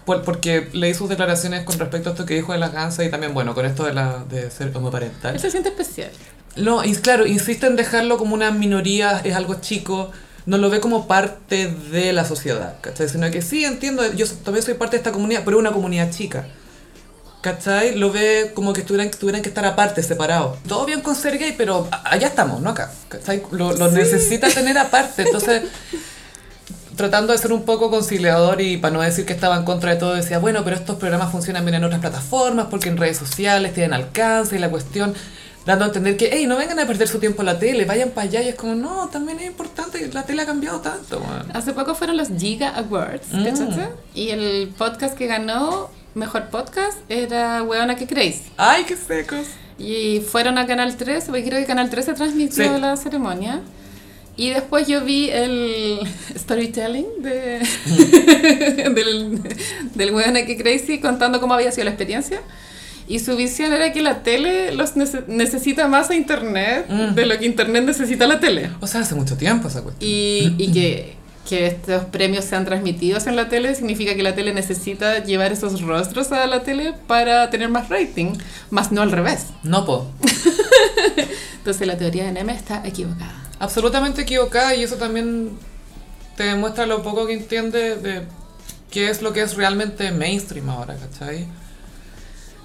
por- porque leí sus declaraciones con respecto a esto que dijo de las gansas y también, bueno, con esto de, la, de ser Él homoparental. se siente especial. No, y claro, insiste en dejarlo como una minoría, es algo chico, no lo ve como parte de la sociedad, ¿cachai? Sino que sí, entiendo, yo so- también soy parte de esta comunidad, pero es una comunidad chica. ¿Cachai? Lo ve como que tuvieran, tuvieran que estar aparte, separados. Todo bien con ser gay, pero a- allá estamos, no acá. ¿Cachai? Lo, lo necesita tener aparte. *laughs* Entonces, tratando de ser un poco conciliador y para no decir que estaba en contra de todo, decía, bueno, pero estos programas funcionan bien en otras plataformas porque en redes sociales tienen alcance y la cuestión, dando a entender que, hey, no vengan a perder su tiempo en la tele, vayan para allá. Y es como, no, también es importante, la tele ha cambiado tanto, weón". Hace poco fueron los Giga Awards, ¿cachaste? Y el podcast que ganó mejor podcast era Weona que Crazy. Ay, qué secos. Y fueron a Canal 13, porque creo que Canal 13 transmitió Sí. la ceremonia. Y después yo vi el *laughs* storytelling de, *laughs* del, del weón que Crazy contando cómo había sido la experiencia. Y su visión era que la tele los nece- necesita más a internet de lo que internet necesita a la tele. O sea, hace mucho tiempo esa cuestión. Y, y que, que estos premios sean transmitidos en la tele significa que la tele necesita llevar esos rostros a la tele para tener más rating, más no al revés. No, po. Entonces la teoría de Neme está equivocada. absolutamente equivocada y eso también te demuestra lo poco que entiende de qué es lo que es realmente mainstream ahora, ¿cachai?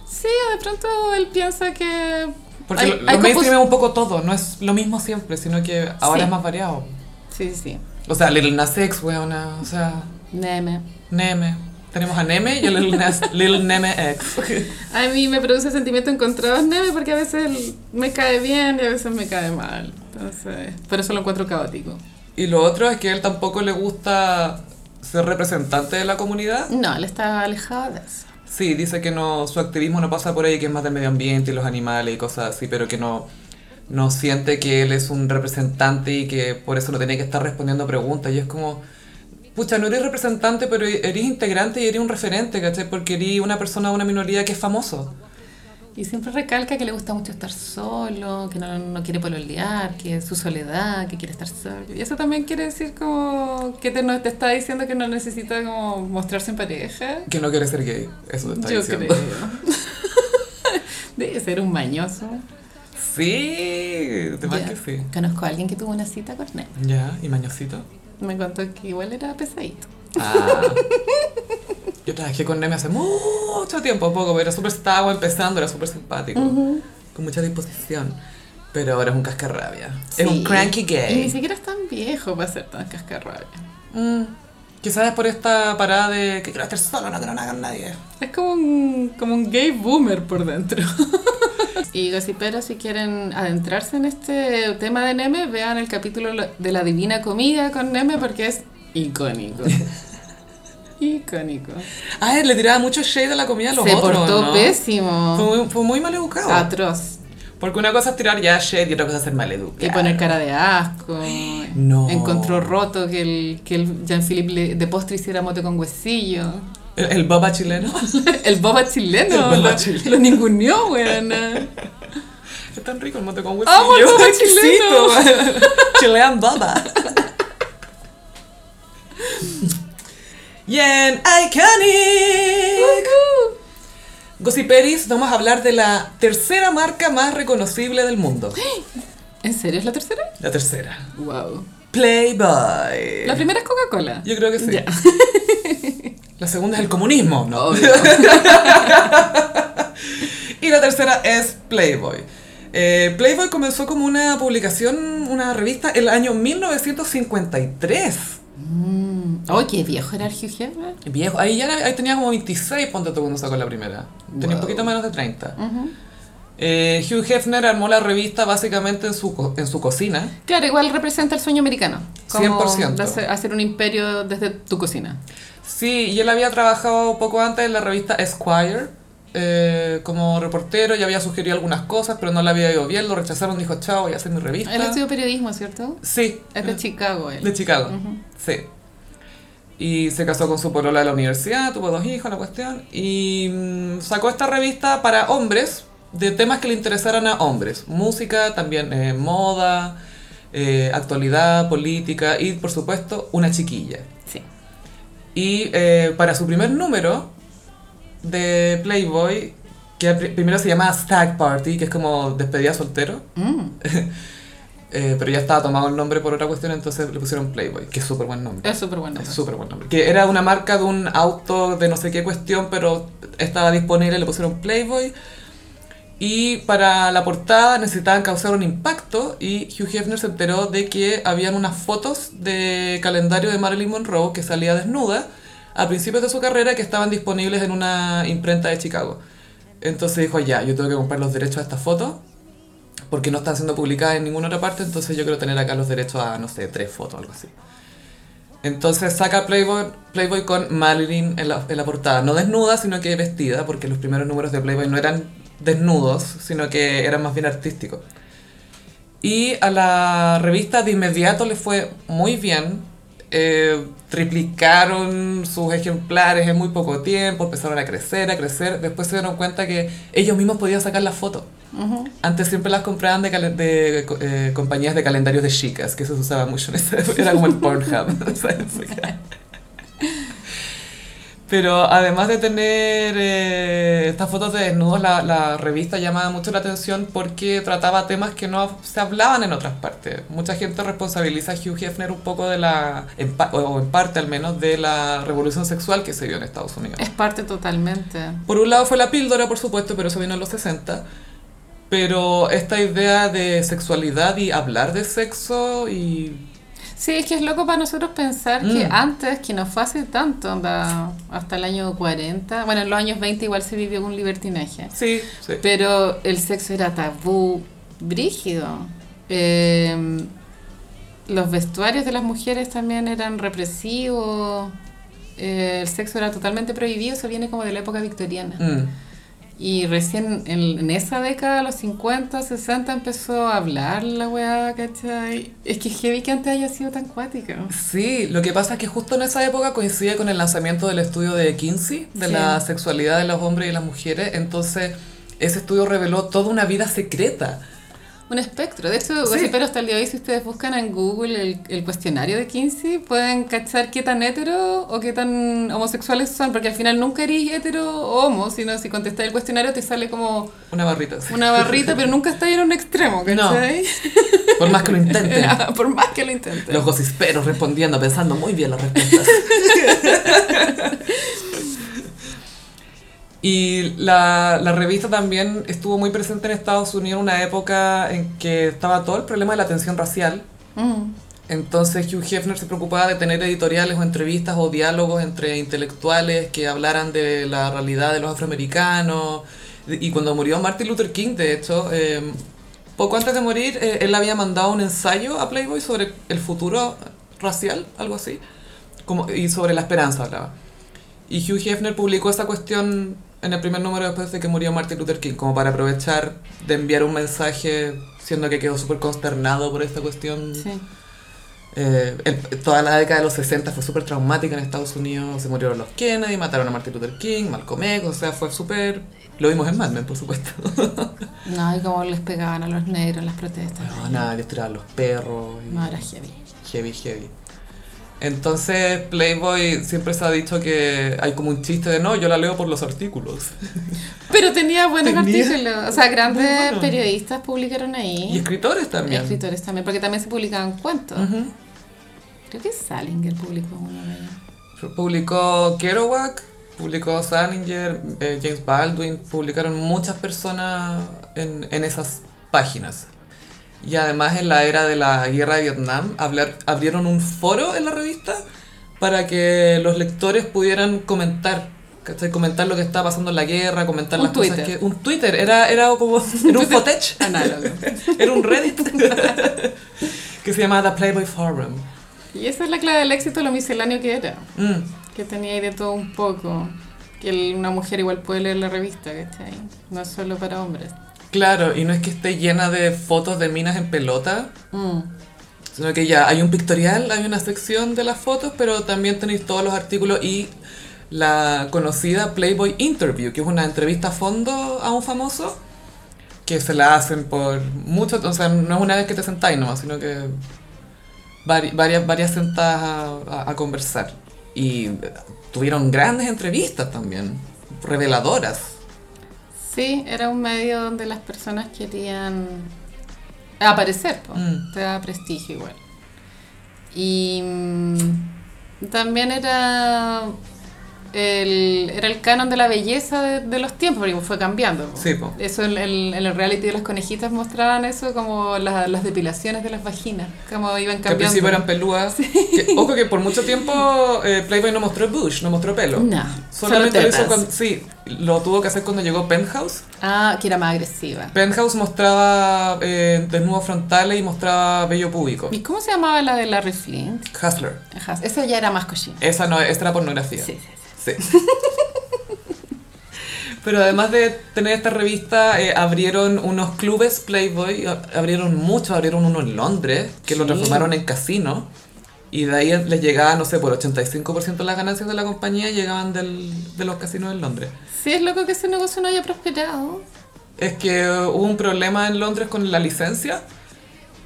Sí, de pronto él piensa que... Porque hay- lo, lo hay mainstream confus- es un poco todo, no es lo mismo siempre, sino que ahora Sí. es más variado. Sí, sí, sí. O sea, Lil Nas X, weona, o sea, Neme. Neme, Tenemos a Neme y a Lil, Nas- *laughs* Lil Neme X. A mí me produce sentimientos encontrados Neme porque a veces me cae bien y a veces me cae mal. Entonces, por eso lo encuentro caótico. Y lo otro es que él tampoco le gusta ser representante de la comunidad. No, él está alejado de eso. Sí, dice que no, su activismo no pasa por ahí, que es más del medio ambiente y los animales y cosas así, pero que no, no siente que él es un representante y que por eso no tiene que estar respondiendo preguntas. Y es como, pucha, no eres representante, pero eres integrante y eres un referente, ¿cachai? Porque eres una persona de una minoría que es famoso. Y siempre recalca que le gusta mucho estar solo, que no, no quiere pololear, que es su soledad, que quiere estar solo. Y eso también quiere decir como que te, no, te está diciendo que no necesita como mostrarse en pareja. Que no quiere ser gay, eso te está Yo diciendo. creo. *laughs* Debe ser un mañoso. Sí, de más Ya. que sí. Conozco a alguien que tuvo una cita con él. Ya, y mañosito. Me contó que igual era pesadito. Ah. Yo trabajé con Neme hace mucho tiempo, poco, pero era súper estaba empezando, era súper simpático, con mucha disposición. Pero ahora es un cascarrabia. Es un Sí. cranky Y ni gay. siquiera es tan viejo para ser tan cascarrabia. Mm. Quizás es por esta parada de que quiero estar solo, no quiero nada con nadie. Es como un, como un gay boomer por dentro. *laughs* y pero si quieren adentrarse en este tema de Neme, vean el capítulo lo- de la Divina Comida con Neme porque es icónico. *laughs* icónico. Ah, él le tiraba mucho shade a la comida a los Se otros, portó ¿no? Fue pésimo. muy, fue muy mal educado. Ah, Atroz. Porque una cosa es tirar ya shade y otra cosa es ser mal educado. Y poner cara de asco. No. Encontró roto que el, que el Jean-Philippe le- de postre hiciera mote con huesillo. *laughs* El, el baba chileno. *laughs* El boba chileno. El boba lo, chileno. lo ninguneó, *laughs* weona. es tan rico el mote con Amo *laughs* el huesillo. boba chileno. Exquisito. Chilean baba. Y en Iconic Gossiperis vamos a hablar de la tercera marca más reconocible del mundo. *laughs* ¿En serio es la tercera? La tercera. Wow. Playboy. La primera es Coca-Cola. Eh. Yo creo que sí. Ya. La segunda es el comunismo, ¿no? Obvio. *laughs* Y la tercera es Playboy. Eh, Playboy comenzó como una publicación, una revista, el año 1953. Oye, Mm. qué viejo era el Hugh Hefner. Viejo, ahí ya era- ahí tenía como 26, ponte tú cuando sacó la primera. Tenía un Wow. poquito menos de 30. Eh, Hugh Hefner armó la revista básicamente en su, co- en su cocina. Claro, igual representa el sueño americano. 100%. de Hacer, hacer un imperio desde tu cocina. Sí, y él había trabajado poco antes en la revista Esquire eh, como reportero y había sugerido algunas cosas, pero no le había ido bien. Lo rechazaron, dijo, chao, voy a hacer mi revista. Él este estudió periodismo, ¿cierto? Sí, Es de Chicago, él. De Chicago, sí. Y se casó con su polola de la universidad, tuvo dos hijos, la cuestión. Y mm, sacó esta revista para hombres, de temas que le interesaran a hombres. Música, también eh, moda, eh, actualidad, política y, por supuesto, una chiquilla. Sí. Y eh, para su primer número de Playboy, que pr- primero se llamaba Stag Party, que es como despedida soltero, Mm. eh, pero ya estaba tomado el nombre por otra cuestión, entonces le pusieron Playboy, que es súper buen nombre. Es súper bueno. Es súper buen nombre. Que era una marca de un auto de no sé qué cuestión, pero estaba disponible, le pusieron Playboy. Y para la portada necesitaban causar un impacto y Hugh Hefner se enteró de que habían unas fotos de calendario de Marilyn Monroe que salía desnuda a principios de su carrera que estaban disponibles en una imprenta de Chicago. Entonces dijo, ya, yo tengo que comprar los derechos a estas fotos porque no están siendo publicadas en ninguna otra parte, entonces yo quiero tener acá los derechos a, no sé, tres fotos o algo así. Entonces saca Playboy, Playboy con Marilyn en la, en la portada. No desnuda, sino que vestida, porque los primeros números de Playboy no eran desnudos, sino que eran más bien artísticos. Y a la revista de inmediato le fue muy bien. Eh, triplicaron sus ejemplares en muy poco tiempo, empezaron a crecer, a crecer. Después se dieron cuenta que ellos mismos podían sacar las fotos. Ujú. Antes siempre las compraban de, calen- de, eh, compañías de calendarios de chicas, que eso se usaba mucho en esa época, era como el Pornhub. *laughs* en esa época. Pero además de tener eh, estas fotos de desnudos, la, la revista llamaba mucho la atención porque trataba temas que no se hablaban en otras partes. Mucha gente responsabiliza a Hugh Hefner un poco de la, en pa- o en parte al menos, de la revolución sexual que se vio en Estados Unidos. Es parte totalmente. Por un lado fue la píldora, por supuesto, pero eso vino en los 60. Pero esta idea de sexualidad y hablar de sexo y Sí, es que es loco para nosotros pensar mm. que antes, que no fue hace tanto, onda, hasta el año 40, bueno, en los años 20 igual se vivió un libertinaje. Sí, sí. Pero el sexo era tabú brígido. Eh, los vestuarios de las mujeres también eran represivos. Eh, el sexo era totalmente prohibido, eso viene como de la época victoriana. Mm. Y recién en, en, esa década, los 50, 60, empezó a hablar la weá, ¿cachai? Es que heavy que antes haya sido tan cuática. Sí, lo que pasa es que justo en esa época coincide con el lanzamiento del estudio de Kinsey, de sí. la sexualidad de los hombres y las mujeres. Entonces, ese estudio reveló toda una vida secreta. Un espectro. De hecho, sí. pero hasta el día de hoy, si ustedes buscan en Google el, el cuestionario de Kinsey, pueden cachar qué tan hetero o qué tan homosexuales son, porque al final nunca eres hetero o homo, sino si contestas el cuestionario te sale como... Una barrita. Sí. Una barrita, pero nunca estás en un extremo, ¿cachai? No. Por más que lo *laughs* intenten. No, *laughs* por más que lo intenten. Los gocisperos respondiendo, pensando muy bien las respuestas. *laughs* Y la, la, revista también estuvo muy presente en Estados Unidos en una época en que estaba todo el problema de la tensión racial. Mm. Entonces Hugh Hefner se preocupaba de tener editoriales o entrevistas o diálogos entre intelectuales que hablaran de la realidad de los afroamericanos. Y cuando murió Martin Luther King, de hecho, eh, poco antes de morir, eh, él había mandado un ensayo a Playboy sobre el futuro racial, algo así, como, y sobre la esperanza hablaba. Y Hugh Hefner publicó esa cuestión en el primer número después de que murió Martin Luther King, como para aprovechar de enviar un mensaje, siendo que quedó súper consternado por esta cuestión. Sí. Eh, el, toda la década de los 60 fue súper traumática en Estados Unidos, se murieron los Kennedy, mataron a Martin Luther King, Malcolm X, o sea, fue súper... Lo vimos en Mad Men, por supuesto. no, y como les pegaban a los negros en las protestas. *laughs* No, nada, les tiraban los perros. Y no, era heavy. Heavy, heavy. Entonces Playboy siempre se ha dicho que hay como un chiste de no, yo la leo por los artículos. Pero tenía buenos tenía artículos, o sea, grandes bueno. periodistas publicaron ahí. Y escritores también. Y escritores también, porque también se publicaban cuentos. Uh -huh. Creo que Salinger publicó uno de ellos. Publicó Kerouac, publicó Salinger, eh, James Baldwin, publicaron muchas personas en, en esas páginas. Y además en la era de la guerra de Vietnam hablar, abrieron un foro en la revista para que los lectores pudieran comentar. ¿cachai? Comentar lo que está pasando en la guerra, comentar un las Twitter. cosas que... Un Twitter, era, era como... *laughs* Era un fotech. Análogo. era un Reddit. *laughs* que se llamaba The Playboy Forum. *laughs* Y esa es la clave del éxito, lo misceláneo que era. Mm. Que tenía ahí de todo un poco. Que el, una mujer igual puede leer la revista, ¿cachai? No solo para hombres. Claro, y no es que esté llena de fotos de minas en pelota, mm. sino que ya hay un pictorial, hay una sección de las fotos, pero también tenéis todos los artículos y la conocida Playboy Interview, que es una entrevista a fondo a un famoso, que se la hacen por mucho, o sea, no es una vez que te sentáis nomás, sino que vari, varias, varias sentadas a, a, a conversar. Y tuvieron grandes entrevistas también, reveladoras. Sí, era un medio donde las personas querían aparecer, pues. Mm. te daba prestigio igual. Y mmm, también era el, era el canon de la belleza de, de los tiempos, porque fue cambiando. Pues. Sí, pues. Eso en, en, en, el reality de las conejitas mostraban eso, como la, las depilaciones de las vaginas, como iban cambiando. Que al principio eran pelúas. Sí. Que, ojo que por mucho tiempo eh, Playboy no mostró bush, no mostró pelo. No, solamente lo hizo cuando, sí, lo tuvo que hacer cuando llegó Penthouse. Ah, que era más agresiva. Penthouse mostraba eh, desnudos frontales y mostraba bello público. ¿Y cómo se llamaba la de Larry Flint? Hustler. Hustler. Esa ya era más cochina. Esa no, esa era pornografía. Sí, sí. sí. *laughs* Pero además de tener esta revista, eh, abrieron unos clubes Playboy, abrieron muchos, abrieron uno en Londres, que sí. lo transformaron en casino. Y de ahí les llegaba, no sé, por 85% de las ganancias de la compañía llegaban del, de los casinos en Londres. Sí, es loco que ese negocio no haya prosperado. Es que hubo un problema en Londres con la licencia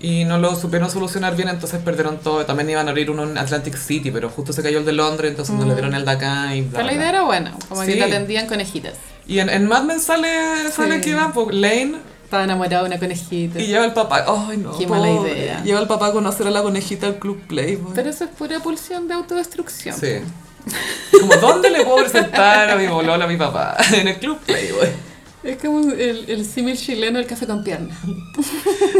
y no lo supieron solucionar bien, entonces perdieron todo. También iban a abrir uno en Atlantic City, pero justo se cayó el de Londres, entonces mm. no le dieron el de acá y bla. Pero la idea era buena, como sí. que la tendían conejitas. Y en, en Mad Men sale, sale sí. que va por Lane, estaba enamorado de una conejita. Y lleva al papá. ¡Ay, no! ¡Qué pobre. mala idea! Lleva al papá a conocer a la conejita al Club Playboy. Pero eso es pura pulsión de autodestrucción. Sí. *laughs* Como, ¿dónde le puedo presentar a mi bolola a mi papá? en el Club Playboy. Es como el, el símil chileno, el café con pierna.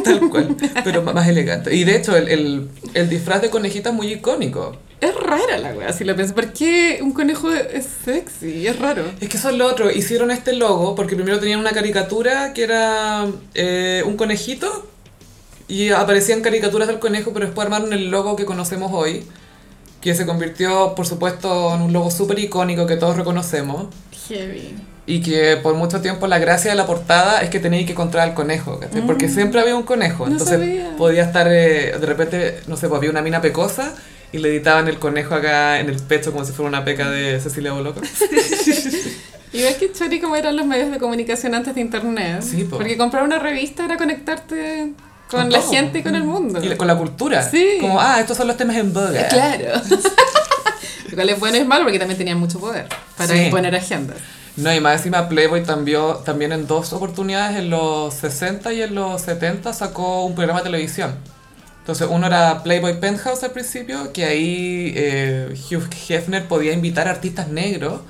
Tal cual, pero más elegante. Y de hecho, el, el, el disfraz de conejita es muy icónico. Es rara la weá, si la piensas. ¿Por qué un conejo es sexy? Es raro. Es que eso es lo otro. Hicieron este logo porque primero tenían una caricatura que era eh, un conejito y aparecían caricaturas del conejo, pero después armaron el logo que conocemos hoy, que se convirtió, por supuesto, en un logo súper icónico que todos reconocemos. Heavy. Y que por mucho tiempo la gracia de la portada es que tenéis que encontrar al conejo, ¿cachai? Porque siempre había un conejo. Mm. No entonces sabía. podía estar, eh, de repente, no sé, pues había una mina pecosa y le editaban el conejo acá en el pecho como si fuera una peca de Cecilia Boloco. Y ves que chori como eran los medios de comunicación antes de internet. Sí, po. Porque comprar una revista era conectarte con, Con la todo. gente y con el mundo. Y con la cultura. Sí. Eh, Como, ah, estos son los temas en boga. *laughs* Claro. Lo cual es bueno y es malo porque también tenían mucho poder para Sí. imponer agendas. No, y más encima Playboy también, también en dos oportunidades, en los 60 y en los 70, sacó un programa de televisión. Entonces uno era Playboy Penthouse al principio, que ahí eh, Hugh Hefner podía invitar artistas negros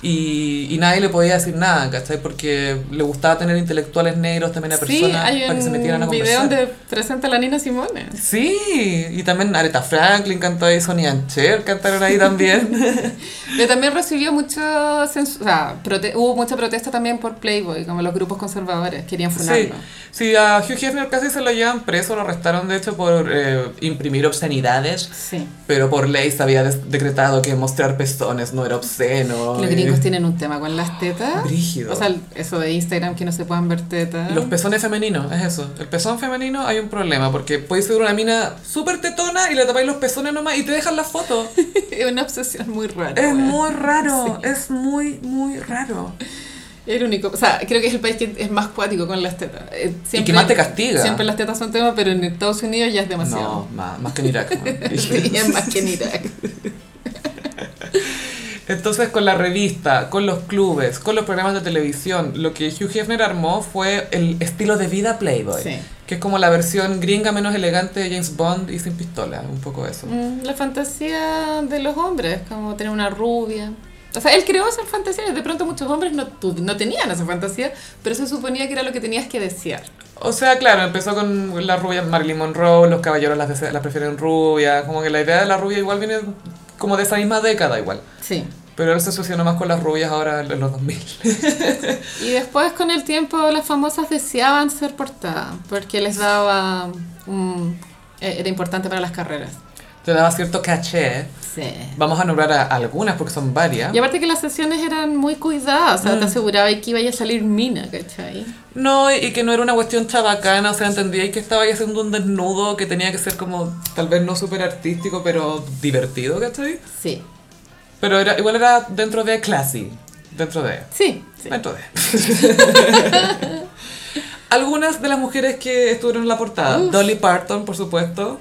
y, y nadie le podía decir nada, ¿cachai? Porque le gustaba tener intelectuales negros también a Sí, personas hay para que se metieran a un video conversar. donde presenta a la Nina Simone. Sí, y también Aretha Franklin cantó ahí, Sonny and Cher cantaron ahí *laughs* también. Pero también recibió mucho cens- o sea, prote- hubo mucha protesta también por Playboy, como los grupos conservadores querían Sí, funarlo. sí, a Hugh Hefner casi se lo llevan preso, lo arrestaron de hecho por eh, imprimir obscenidades, Sí. pero por ley se había des- decretado que mostrar pezones no era obsceno. Los y- gringos tienen un tema con las tetas. Brígido. O sea, eso de Instagram que no se puedan ver tetas. Los pezones femeninos, es eso. El pezón femenino hay un problema, porque podéis ser una mina súper tetona y le tapáis los pezones nomás y te dejan la *laughs* foto. *laughs* Es una obsesión muy rara. es weón. muy raro, es muy, muy raro. El único, o sea, creo que es el país que es más cuático con las tetas. Eh, Siempre, más te castiga. Siempre las tetas son tema, pero en Estados Unidos ya es No, demasiado. más, más que en Irak. ¿no? *laughs* *laughs* Sí, es más que en Irak. Entonces con la revista, con los clubes, con los programas de televisión, lo que Hugh Hefner armó fue el estilo de vida Playboy, Sí. que es como la versión gringa menos elegante de James Bond y sin pistola, un poco eso. Mm, La fantasía de los hombres, como tener una rubia. O sea, él creó esas fantasías. De pronto muchos hombres no, tu- no tenían esa fantasía, pero se suponía que era lo que tenías que desear. O sea, claro, empezó con la rubia Marilyn Monroe, los caballeros las, dese- las prefieren rubias, como que la idea de la rubia igual viene como de esa misma década igual. Sí. Pero él se asociaron más con las rubias ahora en los 2000. Y después con el tiempo las famosas deseaban ser portadas, porque les daba... un- eh, era importante para las carreras. *laughs* Te daba cierto caché. Sí. Vamos a nombrar a algunas porque son varias. Y aparte que las sesiones eran muy cuidadas, o sea, te aseguraba que iba a salir mina, ¿cachai? No, y que no era una cuestión chabacana, o sea, entendía y que estaba ahí haciendo un desnudo que tenía que ser como, tal vez no súper artístico, pero divertido, ¿cachai? Sí. Pero era, igual era dentro de classy, dentro de... Sí. sí. Dentro de... *laughs* Algunas de las mujeres que estuvieron en la portada, Dolly Parton, por supuesto,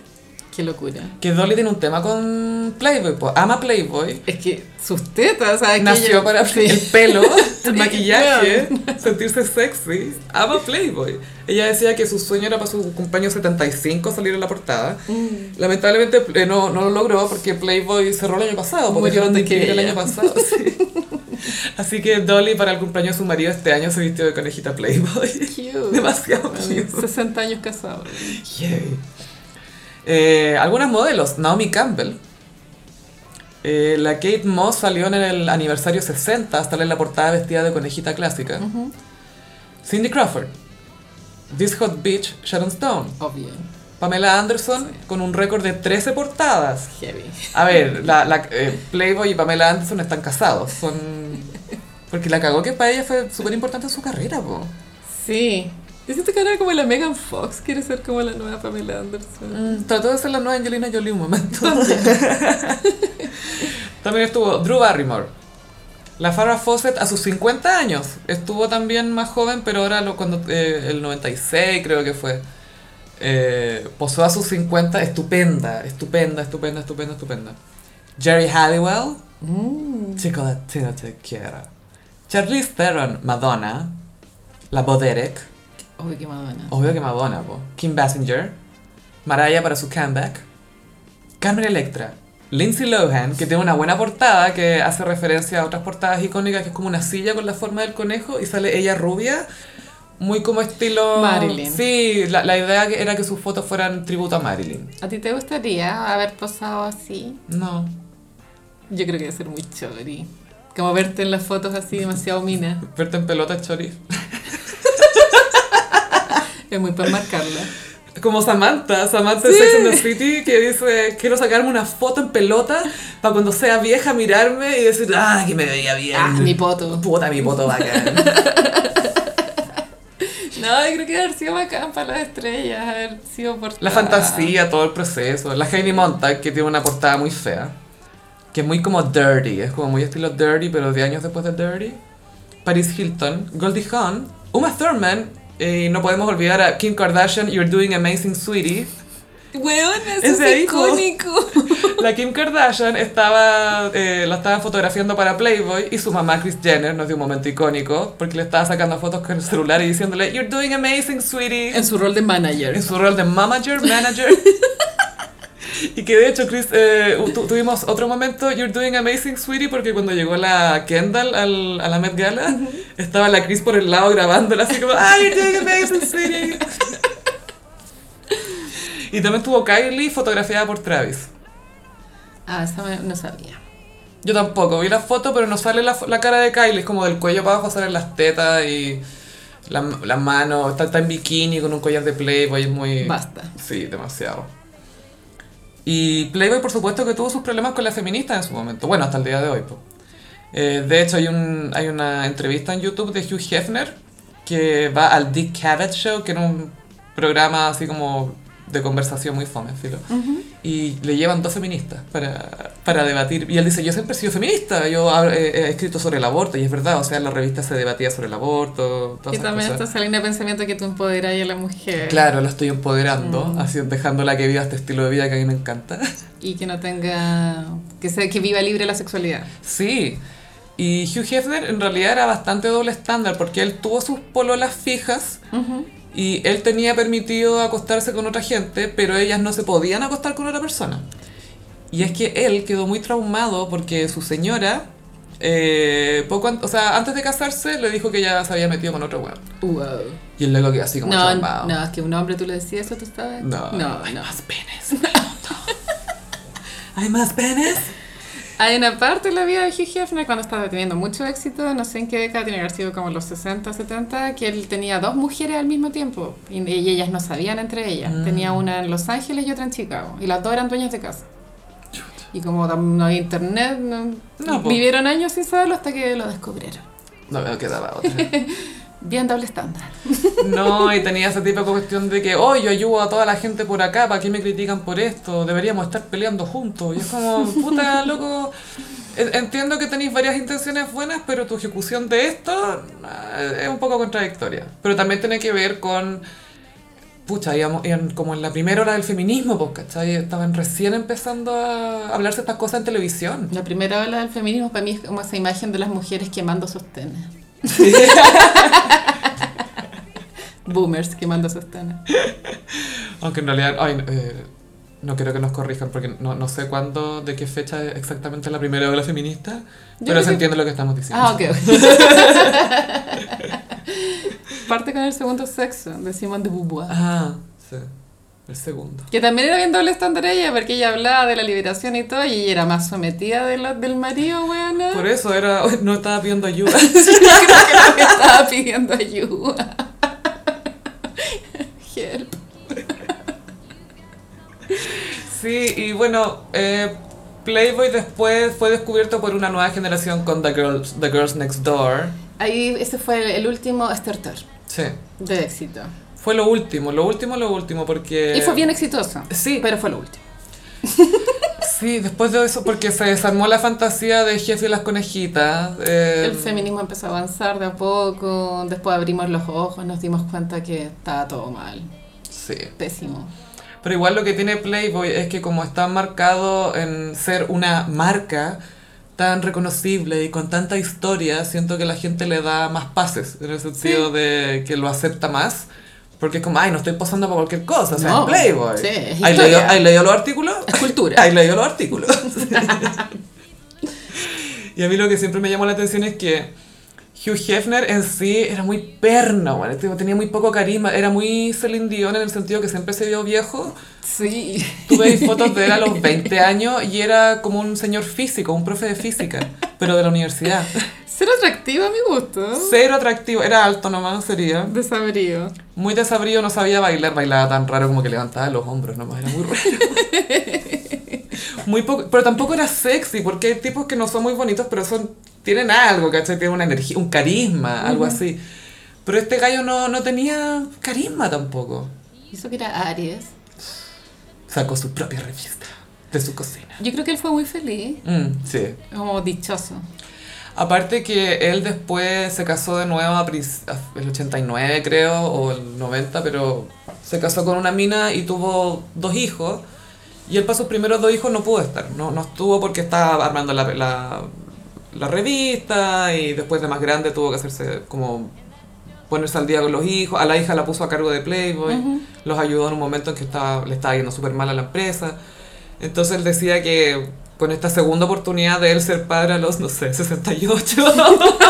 Qué locura. que Dolly tiene un tema con Playboy, pues, ama Playboy. Es que sus tetas, ¿sabes? Nació para el pelo, el maquillaje, Claro. sentirse sexy. Ama Playboy. Ella decía que su sueño era para su cumpleaños 75 salir en la portada. Mm. Lamentablemente eh, no, no lo logró porque Playboy cerró el año pasado. Porque Murió dijeron de antes que que el ella. año *laughs* pasado. sí. Así que Dolly para el cumpleaños de su marido este año se vistió de conejita Playboy. *laughs* Cute. Demasiado Bueno, cute. 60 años casado. Yay. Eh, algunas modelos, Naomi Campbell. Eh, la Kate Moss salió en el aniversario 60, hasta en la portada vestida de conejita clásica. Cindy Crawford. This Hot Beach, Sharon Stone. Obvio. Pamela Anderson con un récord de 13 portadas. Heavy. A ver, la, la, eh, Playboy y Pamela Anderson están casados. Son... Porque la cagó que para ella fue súper importante en su carrera, po. Sí. Y siento que ahora como la Megan Fox quiere ser como la nueva Pamela Anderson. Mm, Trató de ser la nueva Angelina Jolie un momento. *laughs* también estuvo Drew Barrymore. La Farrah Fawcett a sus 50 años. Estuvo también más joven, pero ahora lo, cuando eh, el 96 creo que fue. Eh, posó a sus 50 estupenda, estupenda, estupenda, estupenda, estupenda. Jerry Halliwell. Mm. Chico latino te quiero. Charlize Theron, Madonna. La Boderek. Obvio que Madonna. Obvio que Madonna, po. Kim Basinger. Mariah para su comeback. Carmen Electra. Lindsay Lohan, que tiene una buena portada que hace referencia a otras portadas icónicas, que es como una silla con la forma del conejo y sale ella rubia, muy como estilo... Marilyn. Sí, la, la idea que- era que sus fotos fueran tributo a Marilyn. ¿A ti te gustaría haber posado así? No. Yo creo que debe ser muy chori. Como verte en las fotos así demasiado mina. Verte en pelota, chori. Es muy para marcarla. Como Samantha, Samantha de Sí. Sex and the City, que dice, quiero sacarme una foto en pelota para cuando sea vieja mirarme y decir, ah, que me veía bien. Ah, mi poto. Puta, mi poto bacán. No, yo creo que haber sido bacán para las estrellas, haber sido por *laughs* La fantasía, todo el proceso. La Heidi Montag, que tiene una portada muy fea. Que es muy como dirty. Es como muy estilo dirty, pero de años después de dirty. Paris Hilton, Goldie Hawn, Uma Thurman. Y no podemos olvidar a Kim Kardashian, You're Doing Amazing *laughs* Sweetie. Weón, eso Ese es hijo. icónico. La Kim Kardashian estaba, eh, la estaban fotografiando para Playboy y su mamá Kris Jenner nos dio un momento icónico porque le estaba sacando fotos con el celular y diciéndole You're doing amazing, sweetie. En su rol de manager. en su rol de manager, manager. y que de hecho, Chris, eh, tu- tuvimos otro momento, You're Doing Amazing, Sweetie, porque cuando llegó la Kendall al- a la Met Gala, estaba la Chris por el lado grabándola así como, ¡Ah, You're Doing Amazing, Sweetie! y también tuvo Kylie fotografiada por Travis. Ah, esa me- no sabía. Yo tampoco, vi la foto, pero no sale la, fo- la cara de Kylie, es como del cuello para abajo salen las tetas y la, la mano, está, está en bikini con un collar de Playboy, es muy... Basta. Sí, demasiado. Y Playboy, por supuesto, que tuvo sus problemas con las feministas en su momento. Bueno, hasta el día de hoy. po. Eh, de hecho, hay, un, hay una entrevista en YouTube de Hugh Hefner que va al Dick Cavett Show, que era un programa así como de conversación muy fome, filo. Y le llevan dos feministas para, para debatir. Y él dice, yo siempre he sido feminista, yo hablo- eh, he, escrito sobre el aborto, y es verdad, o sea, en la revista se debatía sobre el aborto, todas Y esas también cosas. está esa línea de pensamiento que tú empoderas a la mujer. Claro, la estoy empoderando, Mm. así dejándola que viva este estilo de vida que a mí me encanta. *laughs* Y que no tenga. Que, sea, que viva libre la sexualidad. Sí. Y Hugh Hefner en realidad era bastante doble estándar porque él tuvo sus pololas fijas y él tenía permitido acostarse con otra gente, pero ellas no se podían acostar con otra persona. Y es que él quedó muy traumado porque su señora, eh, poco an- o sea, antes de casarse, le dijo que ya se había metido con otro weón. Wow. Y él luego quedó así Uh, como No, traumado. no, es que un hombre tú le decías eso, ¿tú sabes? No, no. Hay no. más penes. *laughs* en el mundo. Hay más penes. Hay una parte de la vida de Hugh Hefner cuando estaba teniendo mucho éxito, no sé en qué década, tiene que haber sido como los 60, 70, que él tenía dos mujeres al mismo tiempo y, y ellas no sabían entre ellas. Mm. Tenía una en Los Ángeles y otra en Chicago y las dos eran dueñas de casa. Y como tam- no había internet, no- No, po. vivieron años sin saberlo hasta que lo descubrieron. No me quedaba otra. *laughs* Bien doble estándar. No, y tenía ese tipo de cuestión de que, oh, yo ayudo a toda la gente por acá, ¿para qué me critican por esto? Deberíamos estar peleando juntos. Y es como, puta, loco, en- entiendo que tenéis varias intenciones buenas, pero tu ejecución de esto eh, es un poco contradictoria. Pero también tiene que ver con, pucha, íbamos, iban como en la primera hora del feminismo, pues, ¿cachai? Estaban recién empezando a hablarse estas cosas en *laughs* televisión. La primera ola del feminismo para mí es como esa imagen de las mujeres quemando sostenes. Boomers quemando sostenes. Aunque en realidad, ay, eh, no quiero que nos corrijan porque no, no sé cuándo, de qué fecha es exactamente la primera ola feminista, Yo pero creo se que- entiende lo que estamos diciendo. Ah, ok. *laughs* Parte con el segundo sexo de Simone de Beauvoir. Ah, sí. El segundo. Que también era bien doble estándar ella, porque ella hablaba de la liberación y todo, y ella era más sometida de lo- del marido, weona. *laughs* Por eso era, *laughs* no estaba pidiendo ayuda. Yo creo que era lo que estaba pidiendo ayuda. Help. Sí, y bueno, eh, Playboy después fue descubierto por una nueva generación con The Girls, The Girls Next Door. Ahí ese fue el, el último starter Sí. de éxito. Fue lo último, lo último, lo último, porque... Y fue bien exitoso. Eh, Sí. Pero fue lo último. Sí, después de eso, porque se desarmó la fantasía de Jeff y las conejitas. eh, El feminismo empezó a avanzar de a poco, después abrimos los ojos, nos dimos cuenta que estaba todo mal. Sí. Pésimo. Pero igual lo que tiene Playboy es que como está marcado en ser una marca tan reconocible y con tanta historia, siento que la gente le da más pases, en el sentido de que lo acepta más, Porque es como, ay, no estoy posando para cualquier cosa, o sea, No, es Playboy. sí, es ¿Hay leído, historia. ¿Hay leído los artículos? Es *laughs* *laughs* cultura. ¿Hay leído los artículos? y a mí lo que siempre me llamó la atención es que Hugh Hefner en sí era muy perno, bueno, este tenía muy poco carisma, era muy Celine Dion en el sentido que siempre se vio viejo. Sí. Tú veis fotos de él a los 20 años y era como un señor físico, un profe de física, pero de la universidad. Ser atractivo a mi gusto. Cero atractivo, era alto nomás, sería. Desabrío. Muy desabrido, no sabía bailar, bailaba tan raro como que levantaba los hombros nomás, era muy raro. Muy poco, pero tampoco era sexy, porque hay tipos que no son muy bonitos, pero son, tienen algo, ¿cachai? Tienen una energía, un carisma, algo así. Pero este gallo no, no tenía carisma tampoco. Eso que era Aries. Sacó su propia revista de su cocina. Yo creo que él fue muy feliz, Mm, sí. como dichoso. Aparte que él después se casó de nuevo a princ- a- el 89 creo, o el 90, pero se casó con una mina y tuvo dos hijos. Y él para sus primeros dos hijos no pudo estar, no, no estuvo porque estaba armando la, la, la revista y después de más grande tuvo que hacerse como ponerse al día con los hijos. A la hija la puso a cargo de Playboy, los ayudó en un momento en que estaba, le estaba yendo súper mal a la empresa. Entonces él decía que con esta segunda oportunidad de él ser padre a los, no sé, 68, *laughs*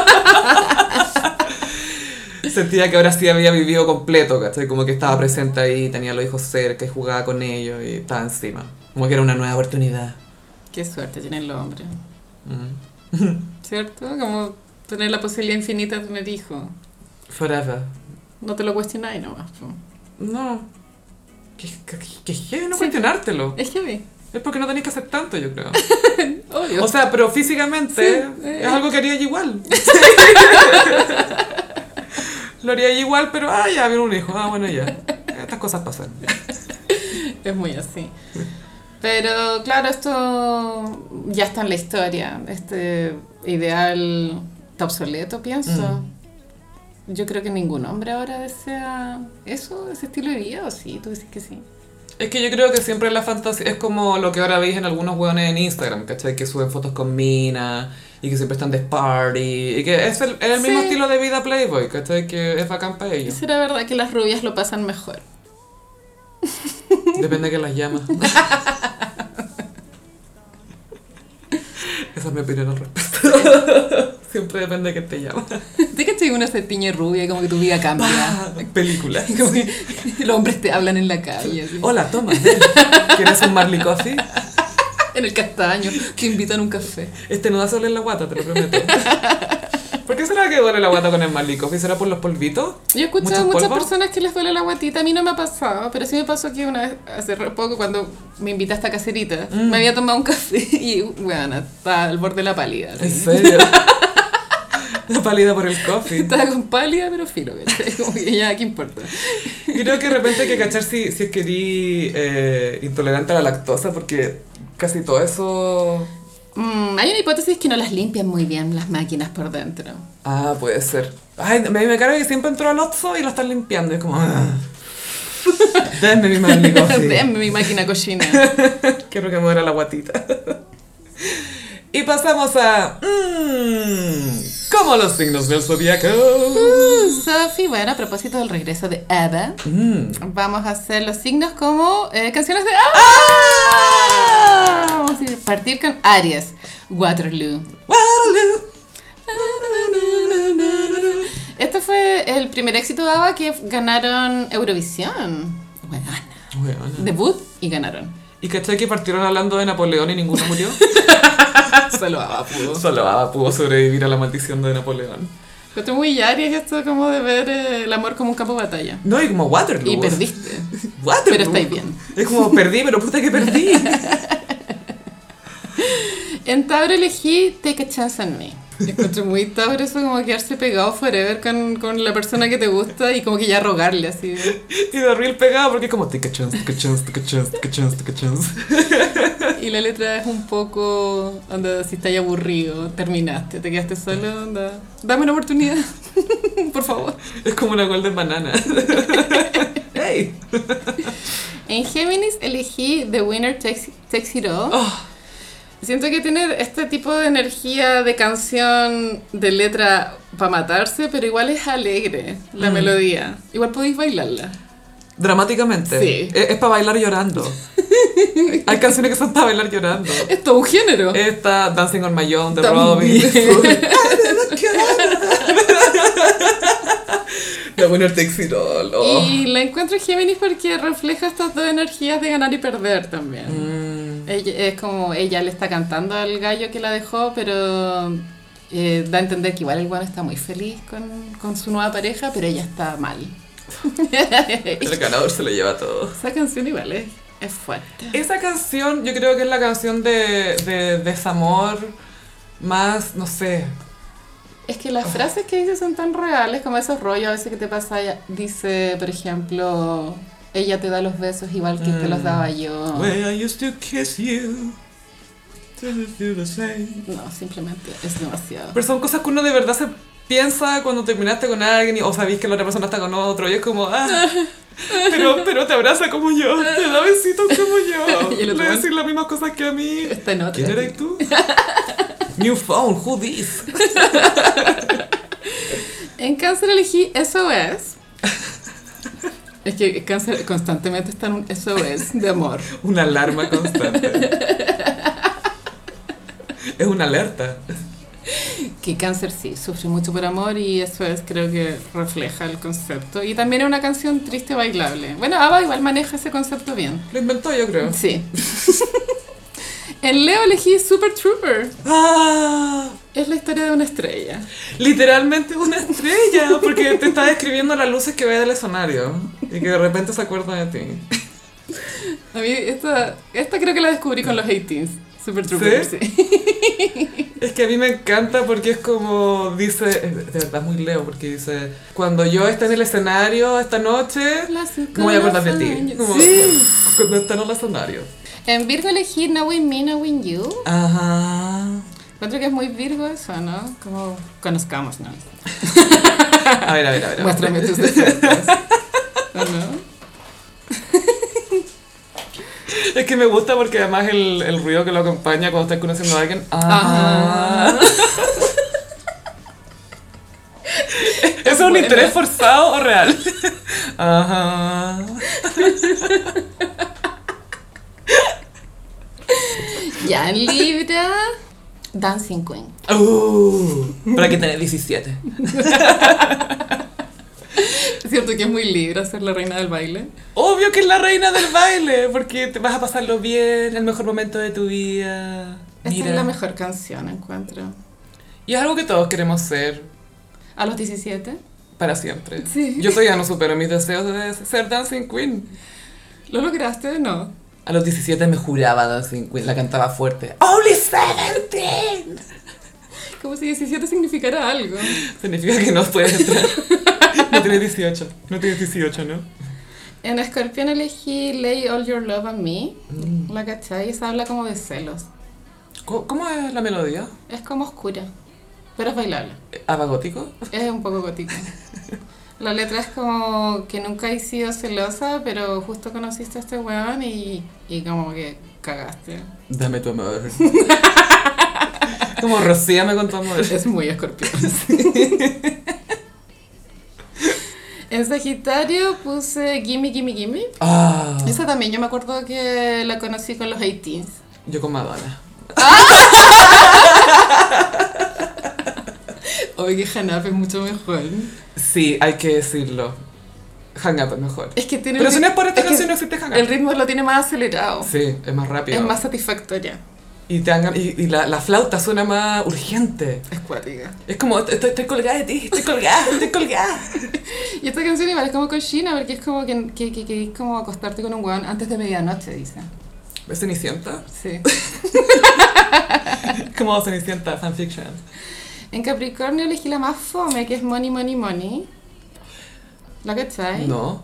sentía que ahora sí había vivido completo, ¿cachai? Como que estaba presente ahí, tenía a los hijos cerca y jugaba con ellos y estaba encima. Como que era una nueva oportunidad. Qué suerte tienen los hombres. Mm. ¿Cierto? Como tener la posibilidad infinita de tener hijos. Forever. No te lo cuestionáis nomás. po. No. Que que- que- que no Sí. cuestionártelo. Es que vi. Es porque no tenés que hacer tanto, yo creo. Obvio. O sea, pero físicamente Sí, eh. es algo que haría yo *laughs* igual. Lo haría yo igual, pero ah, ya viene un hijo. Ah, bueno, ya. Estas cosas pasan. Es muy así. Pero claro, esto ya está en la historia. Este ideal está obsoleto, pienso. Yo creo que ningún hombre ahora desea eso, ese estilo de vida, o sí, tú dices que sí. Es que yo creo que siempre la fantasía es como lo que ahora veis en algunos hueones en Instagram, ¿cachai? Que suben fotos con minas y que siempre están de party. Y que es el, es el mismo Sí. estilo de vida Playboy, ¿cachai? Que es bacán para Y ellos. será verdad que las rubias lo pasan mejor. *laughs* Depende de que las *laughs* llamas. Esa es mi opinión al respecto. *laughs* Siempre depende de que te llamas. ¿Te cachai una se tiñe rubia y como que tu vida cambia? Película. Y *laughs* como que los hombres te hablan en la calle, así. Hola, toma. ven. ¿Quieres un Marley Coffee? en el castaño, te invitan a un café. Este no da sol en la guata, te lo prometo. ¿Por qué será que duele la guata con el Marley Coffee? ¿Será por los polvitos? Yo he escuchado a ¿Muchos muchas polvos? personas que les duele la guatita, a mí no me ha pasado, pero sí me pasó que una vez, hace re poco, cuando me invitaste a caserita, me había tomado un café *laughs* y, bueno, estaba al borde de la pálida. así. ¿En serio? La pálida por el coffee. Estaba con pálida, pero filo, ¿cachai? *laughs* Como que ya, ¿qué importa? Creo que de repente hay que cachar si, si es que di eh, intolerante a la lactosa, porque casi todo eso. Mm, hay una hipótesis que no las limpian muy bien las máquinas por dentro. Ah, puede ser. Ay, me, me carga que siempre entro al Oxxo y lo están limpiando. Es como. ah. Denme mi Marley *laughs* Coffee. Denme mi máquina cochina. *laughs* Quiero que muera la guatita. *laughs* Y pasamos a. Mmm, como los signos del zodiaco. Sophie, bueno, a propósito del regreso de Ava, Mm. vamos a hacer los signos como eh, canciones de Ava. Vamos a partir con Aries, Waterloo. Este fue el primer éxito de ABBA que ganaron Eurovisión. Bueno, Weona. debut y ganaron. ¿Y cachai que partieron hablando de Napoleón y ninguno murió? *laughs* Solo ABBA pudo. Solo Ava pudo sobrevivir a la maldición de Napoleón. Esto es muy Aries esto como de ver eh, el amor como un campo de batalla. No, y como Waterloo. Y perdiste. Waterloo. Pero estáis bien. Es como perdí, pero puta que *laughs* perdí. En Tauro elegí Take a Chance on Me. Encuentro muy Tauro eso como quedarse pegado forever con, con la persona que te gusta y como que ya rogarle así. de- Y de real pegado porque es como tica chance, tica chance, tica chance, tica chance, tica chance. Y la letra es un poco, onda, si estás aburrido, terminaste, te quedaste solo, onda, dame una oportunidad, *laughs* por favor. *laughs* Es como una golden banana. *laughs* ¡Ey! En Géminis elegí The Winner Takes, Takes It All. Oh. Siento que tiene este tipo de energía de canción de letra para matarse, pero igual es alegre la mm. melodía. Igual podéis bailarla. Dramáticamente. Sí. Es, es para bailar llorando. Hay canciones que son para bailar llorando. Es todo un género. Esta, Dancing on My Own, de Robin. La buena Texirol. Oh. Y la encuentro Géminis porque refleja estas dos energías de ganar y perder también. Mm. Ella, es como ella le está cantando al gallo que la dejó, pero eh, da a entender que igual el guano está muy feliz con, con su nueva pareja, pero ella está *laughs* mal. el ganador se lo lleva todo. Esa canción igual es, es fuerte. Esa canción yo creo que es la canción de, de desamor más, no sé, es que las oh. frases que dice son tan reales como esos rollos a veces que te pasa. Dice, por ejemplo, ella te da los besos igual que mm. te los daba yo. Well, I used to kiss you. No, simplemente es demasiado. Pero son cosas que uno de verdad se piensa cuando terminaste con alguien y, o sabéis que la otra persona está con otro y es como, ah, pero, pero te abraza como yo, te da besitos como yo. Le decís las mismas cosas que a mí. Está en otra. ¿Quién eres tú? New phone, who this? en cáncer elegí SOS. *laughs* Es que cáncer constantemente está en un SOS de amor. Una alarma constante. es una alerta. Que cáncer sí, sufre mucho por amor y eso es creo que refleja el concepto. Y también es una canción triste bailable. Bueno, Ava igual maneja ese concepto bien. Lo inventó yo creo. *laughs* Sí. En Leo elegí Super Trooper. Ah. Es la historia de una estrella. Literalmente una estrella, porque te está describiendo las luces que ve del escenario y que de repente se acuerda de ti. A mí esta, esta creo que la descubrí con los 18s. Super Trooper, ¿Sí? sí. Es que a mí me encanta porque es como dice, de verdad muy leo, porque dice, cuando yo esté en el escenario esta noche, me voy a acordar de ti. Como, sí. Cuando esté en el escenario. En Virgo elegí Knowing Me, Knowing You. Ajá. Encuentro que es muy Virgo eso, ¿no? Como conozcamos, ¿no? a ver, a ver, a ver. *laughs* Muéstrame tus defectos. ¿O no? Es que me gusta porque además el, el ruido que lo acompaña cuando estás conociendo a alguien. ah, Ah, Ajá. Ajá. ¿Es, ¿Es un buena. interés forzado o real? *laughs* Ajá. Ya en Libra, Dancing Queen. Uh, pero hay que tener 17. ¿Es cierto que es muy Libra ser la reina del baile? Obvio que es la reina del baile, porque te vas a pasarlo bien, el mejor momento de tu vida. Mira. Esta es la mejor canción, encuentro. Y es algo que todos queremos ser. ¿A los 17? Para siempre. Sí. Yo todavía no supero mis deseos de ser Dancing Queen. ¿Lo lograste? No. A los 17 me juraba Dancing Queen, la cantaba fuerte. ¡Only 17! Como si 17 significara algo. Significa que no puedes entrar. *laughs* No tienes 18. No tienes 18, ¿no? En Escorpión elegí Lay All Your Love on Me. Mm. La cachai, esa habla como de celos. ¿Cómo, ¿Cómo, es la melodía? Es como oscura, pero es bailable. ¿Aba gótico? Es un poco gótico. La letra es como que nunca he sido celosa, pero justo conociste a este weón y, y como que cagaste. Dame tu *laughs* amor. como rocíame con tu amor. Es *laughs* muy escorpión. Sí. en Sagitario puse Gimme, Gimme, Gimme. Ah. Esa también, yo me acuerdo que la conocí con los 18 Yo con Madonna. Oye, que Hanap es mucho mejor. Sí, hay que decirlo. Hang Up es mejor. Es que tiene Pero si no es por esta es canción, no existe Hang Up. El ritmo lo tiene más acelerado. Sí, es más rápido. Es más satisfactoria. Y, te han, y, y la, la, flauta suena más urgente. Es cuática. Es como, estoy, estoy, colgada de ti, estoy colgada, estoy colgada. y esta canción igual es como cochina, porque es como que, que, que, que, es como acostarte con un weón antes de medianoche, dice. ¿Es *laughs* Cenicienta? Sí. como Cenicienta, fanfiction. En Capricornio elegí la más fome, que es Money, Money, Money. ¿La cachai? No.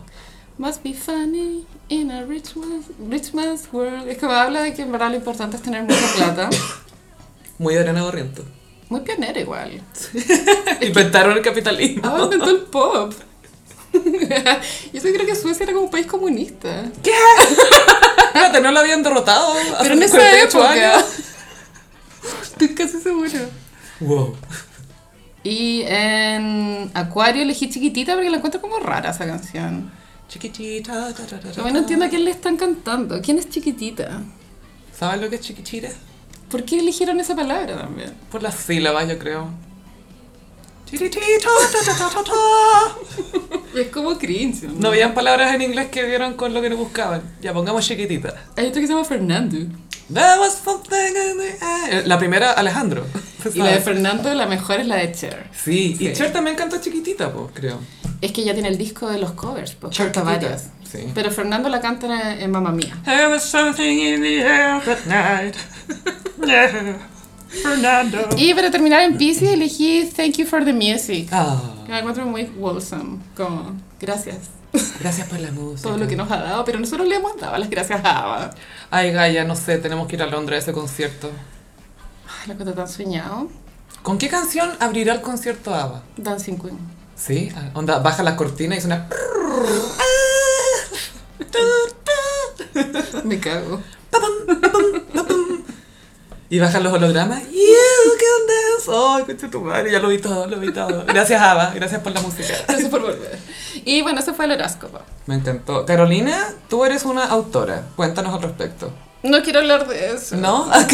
Must be funny in a rich man's, rich man's world. Es que habla de que en verdad lo importante es tener mucha plata. Muy Adriana *laughs* Barriento. Muy pionera igual. *laughs* Inventaron el capitalismo. Ah, inventó el pop. *laughs* Yo sí creo que Suecia era como un país comunista. *laughs* ¿Qué? Espérate, no lo habían derrotado. Pero en esa época. Años. *laughs* Estoy casi seguro. Wow. Y en Acuario elegí Chiquitita porque la encuentro como rara esa canción. Chiquitita. ta, ta, ta, ta, Yo no entiendo a quién le están cantando. ¿Quién es Chiquitita? ¿Sabes lo que es chiquitita? ¿Por qué eligieron esa palabra también? Por las sílabas, yo creo. Chiquitita. ta, ta, ta, ta, ta. *laughs* Es como cringe. ¿no? No habían palabras en inglés que dieron con lo que nos buscaban. Ya pongamos chiquitita. Hay otro que se llama Fernando. There was something in the air. La primera, Alejandro. Y la de Fernando, la mejor es la de Cher. Sí, Sí. y Cher también canta chiquitita, pues, creo. Es que ya tiene el disco de los covers, pues, Cher canta Chiquitita, varias. sí. Pero Fernando la canta en, en Mamma Mía. There was something in the air that night. Yeah, Fernando. Y para terminar en Pisces elegí Thank You for the Music. Ah, Que la encuentro muy wholesome. Como, gracias. gracias por la música. Todo lo que nos ha dado, pero nosotros le hemos dado las gracias a Ava. Ay, Gaia, no sé, tenemos que ir a Londres a ese concierto. Ay, la cosa tan soñado. ¿Con qué canción abrirá el concierto ABBA? Dancing Queen. Sí, ah, onda, baja las cortinas y suena... Me cago. Y bajan los hologramas. You can dance. Ay, concha tu madre, ya lo vi todo, lo vi todo. Gracias, ABBA, gracias por la música. *laughs* Gracias por volver. Y bueno, ese fue el horóscopo. Me encantó. Carolina, tú eres una autora. Cuéntanos al respecto. No quiero hablar de eso. ¿No? *laughs* Ok.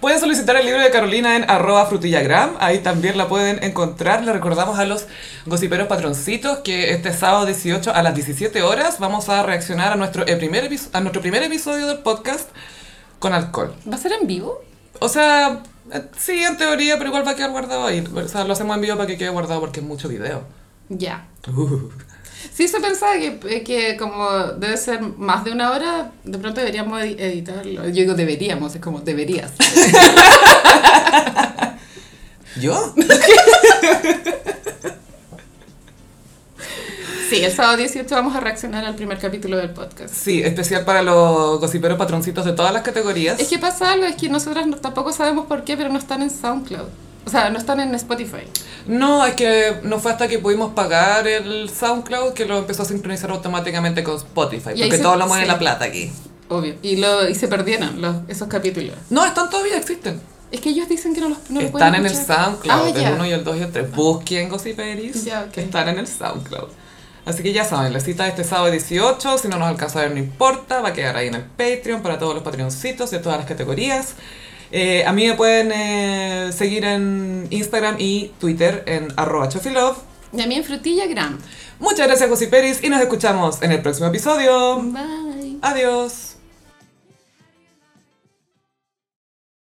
pueden solicitar el libro de Carolina en arroba frutillagram. Ahí también la pueden encontrar. Le recordamos a los gossiperos patroncitos que este sábado 18 a las 17 horas vamos a reaccionar a nuestro, eh, primer, episo- a nuestro primer episodio del podcast con alcohol. ¿Va a ser en vivo? O sea, eh, sí, en teoría, pero igual va a quedar guardado ahí. O sea, lo hacemos en vivo para que quede guardado porque es mucho video. Ya. Uh. Sí, se pensaba que, que como debe ser más de una hora, de pronto deberíamos edi- editarlo. Yo digo deberíamos, es como deberías. ¿Yo? Sí, el sábado 18 vamos a reaccionar al primer capítulo del podcast. *laughs* Sí, especial para los gossiperos patroncitos de todas las categorías. Es que pasa algo, es que nosotras no- tampoco sabemos por qué, pero no están en SoundCloud. O sea, no están en Spotify. No, es que no fue hasta que pudimos pagar el SoundCloud que lo empezó a sincronizar automáticamente con Spotify, Y ahí porque se- todo lo mueve sí. la plata aquí. Obvio. Y, lo, y se perdieron los, esos capítulos. No, están todavía, existen. Es que ellos dicen que no los no lo pueden están en el escuchar. SoundCloud, Ah, el ya. 1 y el 2 y el 3. Busquen Gossiperis, Ya, ok. están en el SoundCloud. Así que ya saben, la cita es este sábado 18, si no nos alcanza a ver no importa, va a quedar ahí en el Patreon para todos los patreoncitos de todas las categorías. Eh, a mí me pueden eh, seguir en Instagram y Twitter en arroba chofilove. Y a mí en Frutilla Gram. Muchas gracias, José Peris, y nos escuchamos en el próximo episodio. Bye. Adiós.